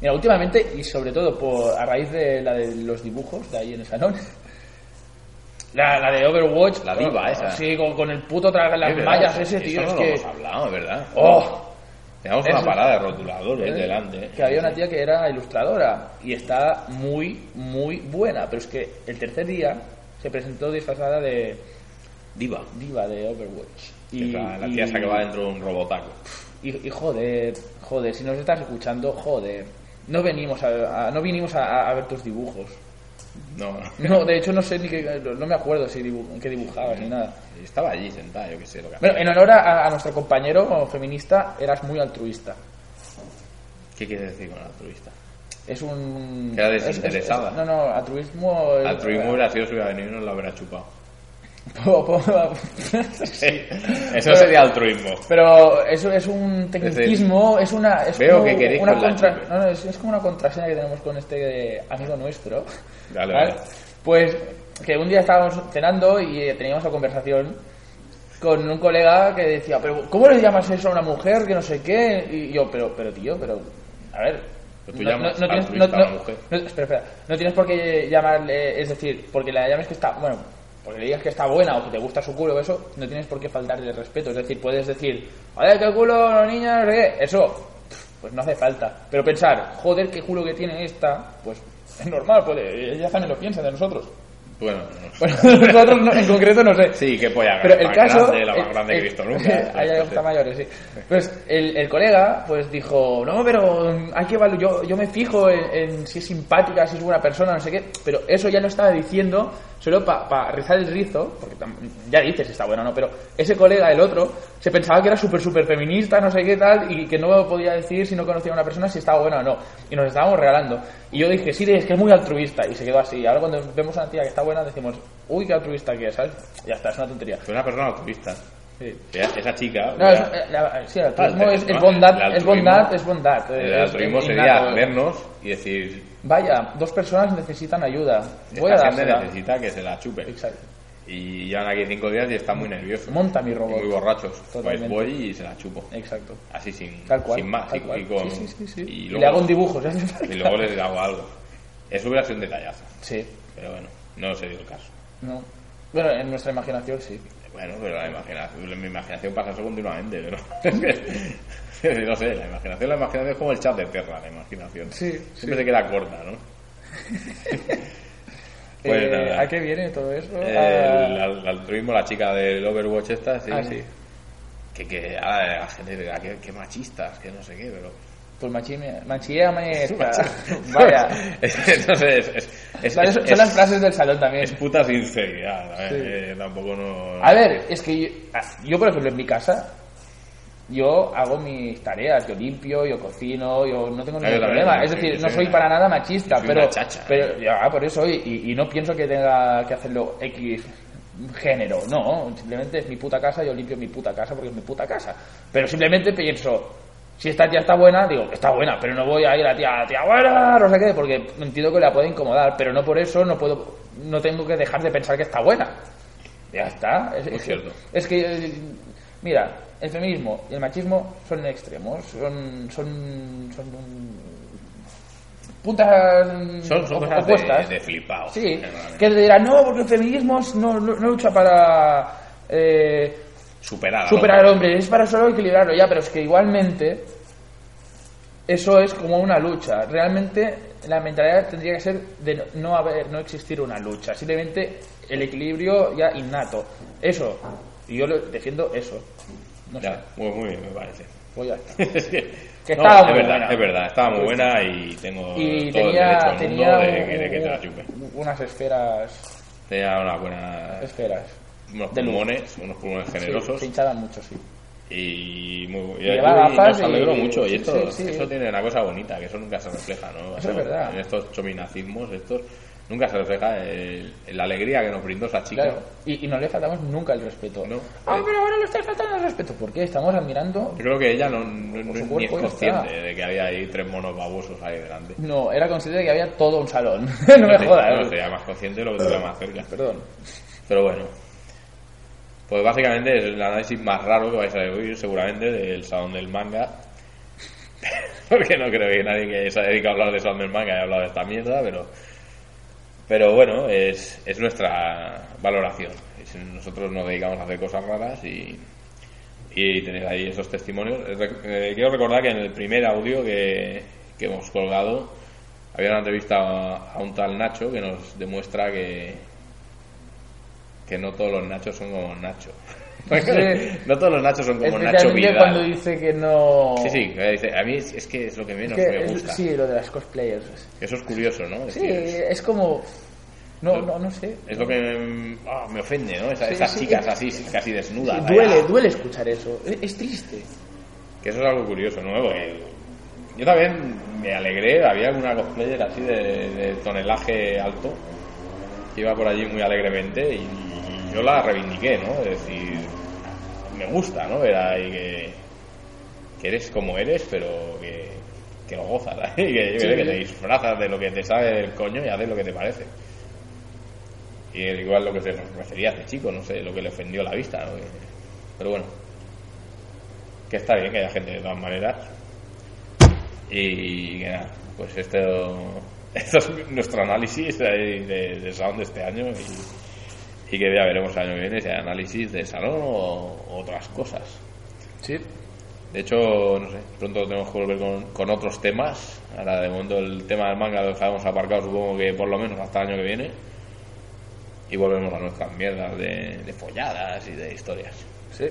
Speaker 2: Mira, últimamente, y sobre todo por, a raíz de la de los dibujos de ahí en el salón, la, la de Overwatch.
Speaker 1: La diva esa.
Speaker 2: Sí, con, con el puto traga las
Speaker 1: Es verdad,
Speaker 2: mallas
Speaker 1: eso-
Speaker 2: ese, tío. es
Speaker 1: eso no
Speaker 2: que.
Speaker 1: lo hemos hablado, es verdad.
Speaker 2: ¡Oh!
Speaker 1: Teníamos
Speaker 2: Eso-
Speaker 1: una parada de rotuladores
Speaker 2: ¿eh?
Speaker 1: delante. ¿eh?
Speaker 2: Que había una tía que era ilustradora y está muy, muy buena. Pero es que el tercer día se presentó disfrazada de
Speaker 1: Diva.
Speaker 2: diva de Overwatch.
Speaker 1: Y, la, la tía esa que va dentro de un robotaco.
Speaker 2: Y, y joder, joder, si nos estás escuchando, joder. No venimos a, a- no vinimos a, a ver tus dibujos.
Speaker 1: No, no.
Speaker 2: No, de hecho no sé ni qué, no me acuerdo si dibu- qué dibujabas ni nada.
Speaker 1: Estaba allí sentada, yo qué sé lo que
Speaker 2: Bueno,
Speaker 1: hacía.
Speaker 2: en honor a, a nuestro compañero feminista, eras muy altruista.
Speaker 1: ¿Qué quieres decir con altruista?
Speaker 2: Es un...
Speaker 1: Era
Speaker 2: es- es-
Speaker 1: desinteresada.
Speaker 2: no, no, altruismo... es-
Speaker 1: Altruismo hubiera sido si hubiera venido y nos lo hubiera chupado.
Speaker 2: Po- po-
Speaker 1: Eso sería altruismo.
Speaker 2: Pero eso es un tecnicismo, es una... Es
Speaker 1: Veo
Speaker 2: como
Speaker 1: que queréis
Speaker 2: una
Speaker 1: con la
Speaker 2: contra-
Speaker 1: chupe.
Speaker 2: no, no, es, es como una contraseña que tenemos con este amigo nuestro.
Speaker 1: Dale,
Speaker 2: ¿vale?
Speaker 1: dale.
Speaker 2: Pues que un día estábamos cenando y eh, teníamos la conversación con un colega que decía, pero ¿cómo le llamas eso a una mujer que no sé qué? Y yo, pero, pero tío, pero... A ver...
Speaker 1: Pero tú llamas altruista
Speaker 2: no-
Speaker 1: a una
Speaker 2: no-
Speaker 1: mujer.
Speaker 2: no, espera, espera. No tienes por qué llamarle, es decir, porque la llames que está, bueno, porque le digas que está buena o que te gusta su culo o eso, no tienes por qué faltarle el respeto. Es decir, puedes decir, oye, qué culo, no, niña, no sé qué, eso, pues no hace falta. Pero pensar, joder, qué culo que tiene esta, pues es normal, pues ella también lo piensa de nosotros.
Speaker 1: Bueno, no.
Speaker 2: Bueno, nosotros no- en concreto no sé.
Speaker 1: sí, qué polla
Speaker 2: Pero
Speaker 1: grande,
Speaker 2: el
Speaker 1: más
Speaker 2: caso.
Speaker 1: grande, la más
Speaker 2: el-
Speaker 1: grande que he
Speaker 2: el-
Speaker 1: visto nunca.
Speaker 2: Ahí hay hasta mayores, sí. Pues el, el colega pues dijo, no, pero hay que evalu- yo, yo me fijo en, en si es simpática, si es buena persona, no sé qué. Pero eso ya lo estaba diciendo solo para rizar el rizo, porque tam- ya dices si está bueno o no, pero ese colega, el otro, se pensaba que era súper, súper feminista, no sé qué tal, y que no podía decir si no conocía a una persona si estaba buena o no. Y nos estábamos regalando. Y yo dije, sí, es que es muy altruista, y se quedó así. Ahora cuando vemos a una tía que está buena decimos, uy, qué altruista que es, ¿sabes? Ya está, es una tontería.
Speaker 1: Soy una persona altruista.
Speaker 2: Sí.
Speaker 1: Esa, esa chica.
Speaker 2: No, es,
Speaker 1: hubiera-
Speaker 2: eh, la- sí, el altruismo
Speaker 1: Ah, el-
Speaker 2: es, es
Speaker 1: no,
Speaker 2: bondad,
Speaker 1: el
Speaker 2: es bondad,
Speaker 1: altruismo-
Speaker 2: es bondad. eh,
Speaker 1: el
Speaker 2: es
Speaker 1: altruismo sería
Speaker 2: innato.
Speaker 1: vernos y decir.
Speaker 2: Vaya, dos personas necesitan ayuda. Voy a
Speaker 1: Esta gente
Speaker 2: dársela.
Speaker 1: necesita que se la chupe.
Speaker 2: Exacto.
Speaker 1: Y llevan aquí cinco días y están muy nerviosos.
Speaker 2: Monta mi
Speaker 1: y
Speaker 2: robot.
Speaker 1: muy borrachos.
Speaker 2: Totalmente.
Speaker 1: Pues voy y se la chupo.
Speaker 2: Exacto.
Speaker 1: Así sin,
Speaker 2: Tal cual.
Speaker 1: sin más.
Speaker 2: tal
Speaker 1: y-
Speaker 2: cual.
Speaker 1: y con-
Speaker 2: Sí, sí, sí, sí.
Speaker 1: y
Speaker 2: Y
Speaker 1: luego-
Speaker 2: le hago un dibujo. si hace
Speaker 1: Y
Speaker 2: falta.
Speaker 1: luego les hago algo. Eso hubiera sido un detallazo.
Speaker 2: Sí.
Speaker 1: Pero bueno, no se dio el caso.
Speaker 2: No. Bueno, en nuestra imaginación sí.
Speaker 1: Bueno, pero la imaginación, mi imaginación pasa eso continuamente, pero... no sé, la imaginación, la imaginación es como el chat de Terra, la imaginación.
Speaker 2: Sí,
Speaker 1: Siempre se queda corta, ¿no? Pues
Speaker 2: Eh,
Speaker 1: nada.
Speaker 2: ¿A qué viene todo eso?
Speaker 1: El,
Speaker 2: Ah,
Speaker 1: al- altruismo, la chica del Overwatch esta, sí,
Speaker 2: Ah,
Speaker 1: sí.
Speaker 2: sí.
Speaker 1: Que, que ah, la gente diga, que, que machistas, que no sé qué, pero...
Speaker 2: Pues machime, machillame esta. Vaya.
Speaker 1: Entonces, es, es,
Speaker 2: Son-
Speaker 1: es,
Speaker 2: son
Speaker 1: es-
Speaker 2: las frases del salón también.
Speaker 1: es puta sinceridad, a ver,
Speaker 2: Sí.
Speaker 1: eh, tampoco no...
Speaker 2: A ver, es que yo, ah, yo, por ejemplo, en mi casa, yo hago mis tareas, yo limpio, yo cocino, yo no tengo
Speaker 1: Ah,
Speaker 2: ningún
Speaker 1: yo también,
Speaker 2: problema.
Speaker 1: yo
Speaker 2: Es
Speaker 1: soy-
Speaker 2: decir,
Speaker 1: yo
Speaker 2: no
Speaker 1: soy
Speaker 2: soy
Speaker 1: una-
Speaker 2: para nada machista,
Speaker 1: yo soy
Speaker 2: pero,
Speaker 1: una chacha.
Speaker 2: pero ya, ah, por eso, y, y no pienso que tenga que hacerlo X género, no, simplemente es mi puta casa, yo limpio mi puta casa porque es mi puta casa. Pero simplemente pienso, si esta tía está buena, digo, está buena, pero no voy a ir a tía, tía buena, no sé qué, porque entiendo que la puede incomodar, pero no por eso no puedo, no tengo que dejar de pensar que está buena. Ya está. Es,
Speaker 1: Muy
Speaker 2: es-
Speaker 1: cierto.
Speaker 2: Es que, eh, mira, el feminismo y el machismo son extremos, son. son. son. un- puntas mm,
Speaker 1: Son, son
Speaker 2: op-
Speaker 1: cosas
Speaker 2: opuestas.
Speaker 1: de, eh, de flipado.
Speaker 2: sí, que te dirán, no, porque el feminismo es- no, no, no lucha para. eh,
Speaker 1: Superar al
Speaker 2: superar al
Speaker 1: hombre.
Speaker 2: hombre, es para solo equilibrarlo ya, pero es que igualmente. Eso es como una lucha. Realmente la mentalidad tendría que ser de no- no haber, no existir una lucha. Simplemente el equilibrio ya innato. Eso. Y yo lo defiendo eso. No sé.
Speaker 1: Ya, muy, muy bien, me parece.
Speaker 2: Pues ya está.
Speaker 1: Es que,
Speaker 2: Que estaba
Speaker 1: es
Speaker 2: muy
Speaker 1: verdad,
Speaker 2: buena.
Speaker 1: es verdad, estaba muy buena y tengo
Speaker 2: Y
Speaker 1: todo
Speaker 2: tenía,
Speaker 1: el derecho al
Speaker 2: tenía
Speaker 1: mundo de, que- de que te la chupe.
Speaker 2: un- unas esferas.
Speaker 1: Tenía una buena,
Speaker 2: esferas.
Speaker 1: unos
Speaker 2: de luz.
Speaker 1: pulmones, unos pulmones
Speaker 2: Sí,
Speaker 1: generosos
Speaker 2: se hinchaban mucho, sí.
Speaker 1: y muy bu- y,
Speaker 2: Y llevaba
Speaker 1: y
Speaker 2: gafas
Speaker 1: nos alegró
Speaker 2: y-
Speaker 1: mucho y
Speaker 2: sí,
Speaker 1: esto,
Speaker 2: sí, sí.
Speaker 1: esto tiene una cosa bonita que eso nunca se refleja, ¿no?
Speaker 2: Eso es verdad.
Speaker 1: En estos chominacismos, estos nunca se refleja el- la alegría que nos brindó esa chica.
Speaker 2: Claro. Y, y no le faltamos nunca el respeto.
Speaker 1: No.
Speaker 2: Ah, pero ahora le estáis faltando el respeto. ¿Por qué? Estamos admirando.
Speaker 1: Yo creo que ella no, no-
Speaker 2: Por
Speaker 1: no-
Speaker 2: su
Speaker 1: ni es
Speaker 2: cuerpo, ya
Speaker 1: consciente
Speaker 2: está.
Speaker 1: de que había ahí tres monos babosos ahí delante.
Speaker 2: No, era consciente de que había todo un salón. no me
Speaker 1: sé,
Speaker 2: jodas.
Speaker 1: No, sería más consciente de lo que tuviera más cerca.
Speaker 2: Perdón.
Speaker 1: Pero bueno. Pues básicamente es el análisis más raro que vais a oír seguramente del salón del manga. Porque no creo que nadie que se dedica a hablar de salón del manga haya hablado de esta mierda, pero... Pero bueno, es, es nuestra valoración. Es- Nosotros nos dedicamos a hacer cosas raras y, y tener ahí esos testimonios. Rec- eh, quiero recordar que en el primer audio que, que hemos colgado había una entrevista a- a un tal Nacho que nos demuestra que, que no todos los nachos son como Nacho.
Speaker 2: Sí.
Speaker 1: no todos los nachos son como Nacho
Speaker 2: Especialmente
Speaker 1: Vidal.
Speaker 2: cuando dice que no.
Speaker 1: Sí, sí, que dice, a mí es, es que es lo que menos
Speaker 2: Que
Speaker 1: me
Speaker 2: es-
Speaker 1: gusta.
Speaker 2: sí, lo de las cosplayers.
Speaker 1: Eso es curioso, ¿no? Es
Speaker 2: Sí,
Speaker 1: decir, es-
Speaker 2: es como. No, no, no sé.
Speaker 1: Es lo que mm, ah, me ofende, ¿no? Esa-
Speaker 2: Sí,
Speaker 1: esas
Speaker 2: sí.
Speaker 1: chicas así, casi desnudas.
Speaker 2: Sí, duele,
Speaker 1: vaya.
Speaker 2: duele escuchar eso. Es, es triste.
Speaker 1: Que eso es algo curioso, ¿no? Porque yo también me alegré, había alguna cosplayer así de, de tonelaje alto que iba por allí muy alegremente y, y yo la reivindiqué, ¿no? Es decir, me gusta, ¿no? Ver ahí que, que eres como eres, pero que, que lo gozas, ¿eh? Y que, yo creo que te disfrazas de lo que te sabe del coño y haces lo que te parece. Y igual lo que se nos refería a este chico, no sé, lo que le ofendió la vista, ¿no? Pero bueno que está bien que haya gente de todas maneras y que nada pues esto esto es nuestro análisis de, de- de Sound de este año y, y que ya veremos el año que viene si hay análisis de Salón o, o otras cosas
Speaker 2: Sí.
Speaker 1: de hecho no sé pronto tenemos que volver con, con otros temas ahora de momento el tema del manga lo dejamos aparcado supongo que por lo menos hasta el año que viene y volvemos a nuestras mierdas de, de folladas y de historias
Speaker 2: Sí.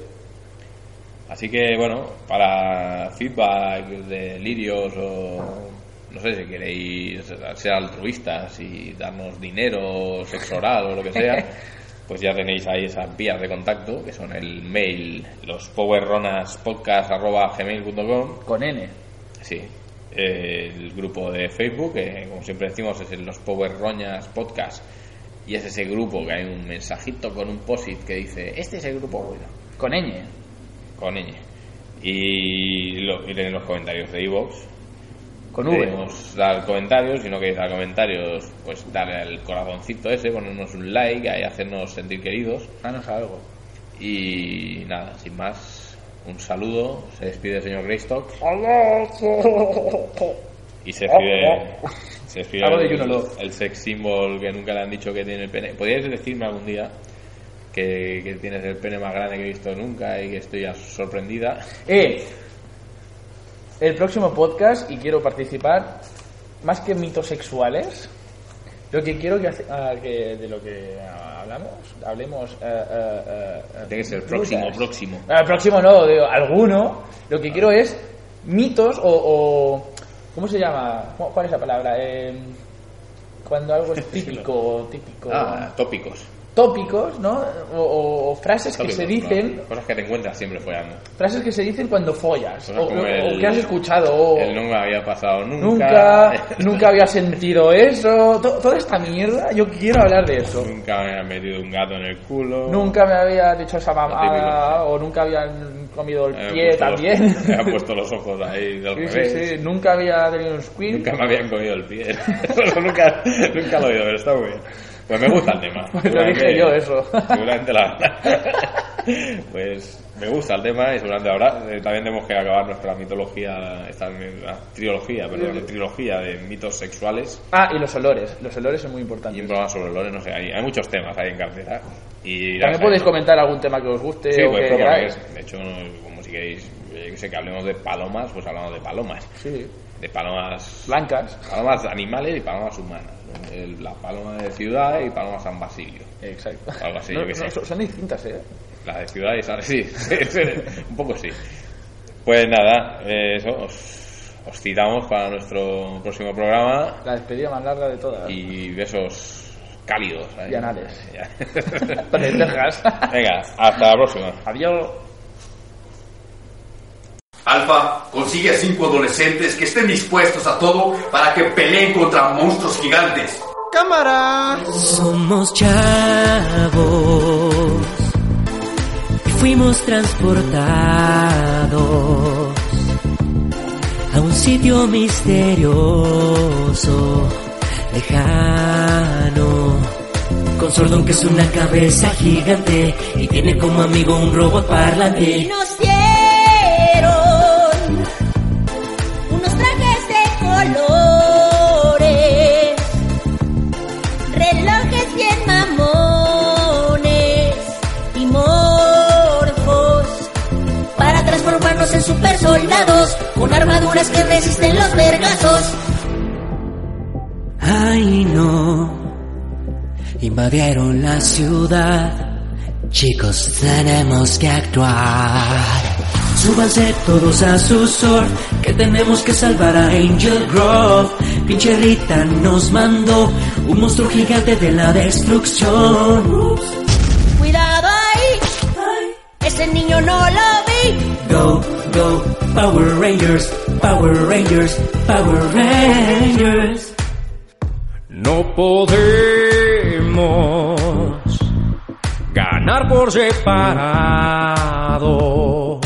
Speaker 1: Así que bueno, para feedback de lirios o no sé si queréis ser altruistas y darnos dinero, sexo oral o lo que sea, pues ya tenéis ahí esas vías de contacto que son el mail, los powerronaspodcast.gmail.com
Speaker 2: Con N.
Speaker 1: Sí. Eh, el grupo de Facebook, que como siempre decimos es el Los Power Roñas Podcast. Y es ese grupo que hay un mensajito con un post-it que dice, este es el grupo bueno
Speaker 2: Con ñ.
Speaker 1: con ñ. Y, lo, y tenéis los comentarios de iVoox.
Speaker 2: Con V.
Speaker 1: Podemos dar comentarios, si no queréis dar comentarios, pues darle al corazoncito ese, ponernos un like, ahí hacernos sentir queridos.
Speaker 2: Danos algo.
Speaker 1: Y nada, sin más, un saludo. Se despide el señor Greystock. y se escribe, se escribe
Speaker 2: Oh, Algo de
Speaker 1: el,
Speaker 2: Juno Love.
Speaker 1: el sex symbol que nunca le han dicho que tiene el pene. ¿Podrías decirme algún día que, que tienes el pene más grande que he visto nunca y que estoy sorprendida?
Speaker 2: Eh, el próximo podcast, y quiero participar, más que mitos sexuales, lo que quiero que, hace- ah, que- de lo que ah, hablamos, hablemos... eh, eh, eh, eh,
Speaker 1: Tiene que ser próximo,
Speaker 2: frutas.
Speaker 1: próximo.
Speaker 2: Ah, próximo no, digo, alguno. Lo que quiero es mitos o... o- ¿Cómo se llama? ¿Cu- ¿Cuál es la palabra? Eh, cuando algo es típico, típico...
Speaker 1: Ah, tópicos.
Speaker 2: Tópicos, ¿no? O, o- o frases que
Speaker 1: Tópicos,
Speaker 2: se dicen...
Speaker 1: claro. Cosas que te encuentras siempre follando.
Speaker 2: Frases que se dicen cuando follas,
Speaker 1: Cosas
Speaker 2: o,
Speaker 1: como
Speaker 2: o-
Speaker 1: el-
Speaker 2: o que has escuchado, o
Speaker 1: Él nunca había pasado nunca.
Speaker 2: nunca, nunca había sentido eso, to- toda esta mierda, yo quiero hablar de eso.
Speaker 1: Nunca me han metido un gato en el culo.
Speaker 2: Nunca me había dicho esa
Speaker 1: Lo
Speaker 2: mamada, o nunca habían comido
Speaker 1: Me
Speaker 2: el
Speaker 1: han
Speaker 2: pie
Speaker 1: puesto los-
Speaker 2: también.
Speaker 1: Eh, pues me han puesto los ojos ahí del
Speaker 2: Sí, sí,
Speaker 1: revés.
Speaker 2: sí, nunca había tenido un squid.
Speaker 1: Nunca me habían comido el pie. Eso nunca, nunca lo he oído, pero está muy bien. Pues me gusta el tema.
Speaker 2: Lo dije
Speaker 1: Seguramente-
Speaker 2: yo, eso.
Speaker 1: Seguramente la Pues me gusta el tema y seguramente ahora eh, también tenemos que acabar nuestra mitología, esta la trilogía, perdón, trilogía de mitos sexuales
Speaker 2: Ah, y los olores, los olores son muy
Speaker 1: y un
Speaker 2: importantes.
Speaker 1: programa sobre olores, no sé, hay, hay muchos temas ahí en cartera. Y
Speaker 2: También podéis comentar algún tema que os guste
Speaker 1: Sí,
Speaker 2: o
Speaker 1: pues
Speaker 2: que
Speaker 1: proponer.
Speaker 2: queráis.
Speaker 1: De hecho, como si queréis, eh, yo sé que hablemos de palomas, pues hablamos de palomas.
Speaker 2: Sí,
Speaker 1: De palomas
Speaker 2: blancas.
Speaker 1: Palomas animales y palomas humanas. ¿no? El- la paloma de ciudad y paloma San Basilio.
Speaker 2: Exacto.
Speaker 1: Algo así,
Speaker 2: No,
Speaker 1: yo qué
Speaker 2: no,
Speaker 1: sé.
Speaker 2: son- son distintas, eh.
Speaker 1: La de ciudad y San sí, sí, sí, un poco sí. Pues nada, eh, eso, os, os citamos para nuestro próximo programa
Speaker 2: La despedida más larga de todas.
Speaker 1: y besos cálidos. ¿eh?
Speaker 2: Y anales.
Speaker 1: Ya.
Speaker 2: Pendejas.
Speaker 1: Venga, hasta la próxima.
Speaker 2: Adiós.
Speaker 10: Alfa, consigue a cinco adolescentes que estén dispuestos a todo para que peleen contra monstruos gigantes.
Speaker 11: Somos chavos y fuimos transportados a un sitio misterioso, lejano. Con Sordón que es una cabeza gigante y tiene como amigo un robot parlante.
Speaker 8: Y nos dieron unos trajes de colores, relojes bien mamones y morfos para transformarnos en super soldados con armaduras que resisten los vergazos.
Speaker 11: Ay no, invadieron la ciudad. Chicos, tenemos que actuar. Súbanse todos a su surf, que tenemos que salvar a Angel Grove. Pinche Rita nos mandó un monstruo gigante de la destrucción. Ups.
Speaker 8: Cuidado ahí, ese niño no lo vi.
Speaker 11: Go, go, Power Rangers, Power Rangers, Power Rangers.
Speaker 12: No podemos ganar por separado.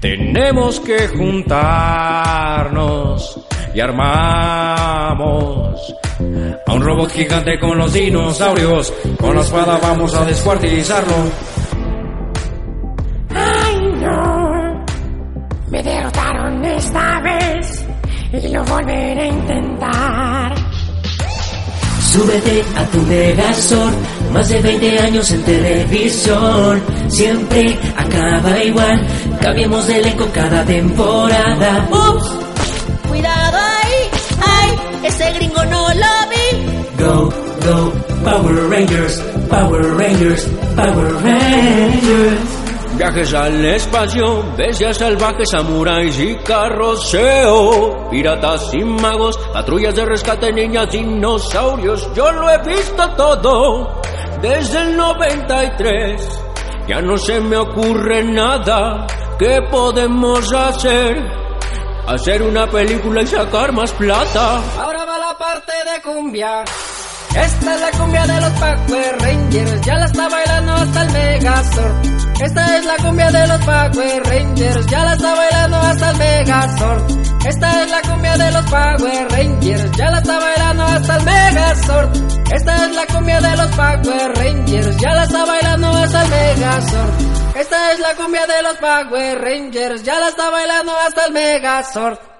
Speaker 12: Tenemos que juntarnos y armamos a un robot gigante con los dinosaurios. Con la espada vamos a descuartizarlo.
Speaker 8: Ay no, me derrotaron esta vez y lo volveré a intentar.
Speaker 11: Súbete a tu Megazord, más de 20 años en televisión, siempre acaba igual, cambiemos de elenco cada temporada. Ups,
Speaker 8: Cuidado ahí, ay, ese gringo no lo vi.
Speaker 11: go, go, Power Rangers, Power Rangers, Power Rangers.
Speaker 12: Viajes al espacio, bestias salvajes, samuráis y carroceo. Piratas y magos, patrullas de rescate, niñas, dinosaurios. Yo lo he visto todo desde el 93. Ya no se me ocurre nada que podemos hacer. Hacer una película y sacar más plata.
Speaker 11: Ahora va la parte de cumbia. Esta es la cumbia de los Power Rangers, ya la está bailando hasta el Megazord. Esta es la cumbia de los Power Rangers, ya la está bailando hasta el Megazord. Esta es la cumbia de los Power Rangers, ya la está bailando hasta el Megazord. Esta es la cumbia de los Power Rangers, ya la está bailando hasta el Megazord. Esta es la cumbia de los Power Rangers, ya la está bailando hasta el Megazord.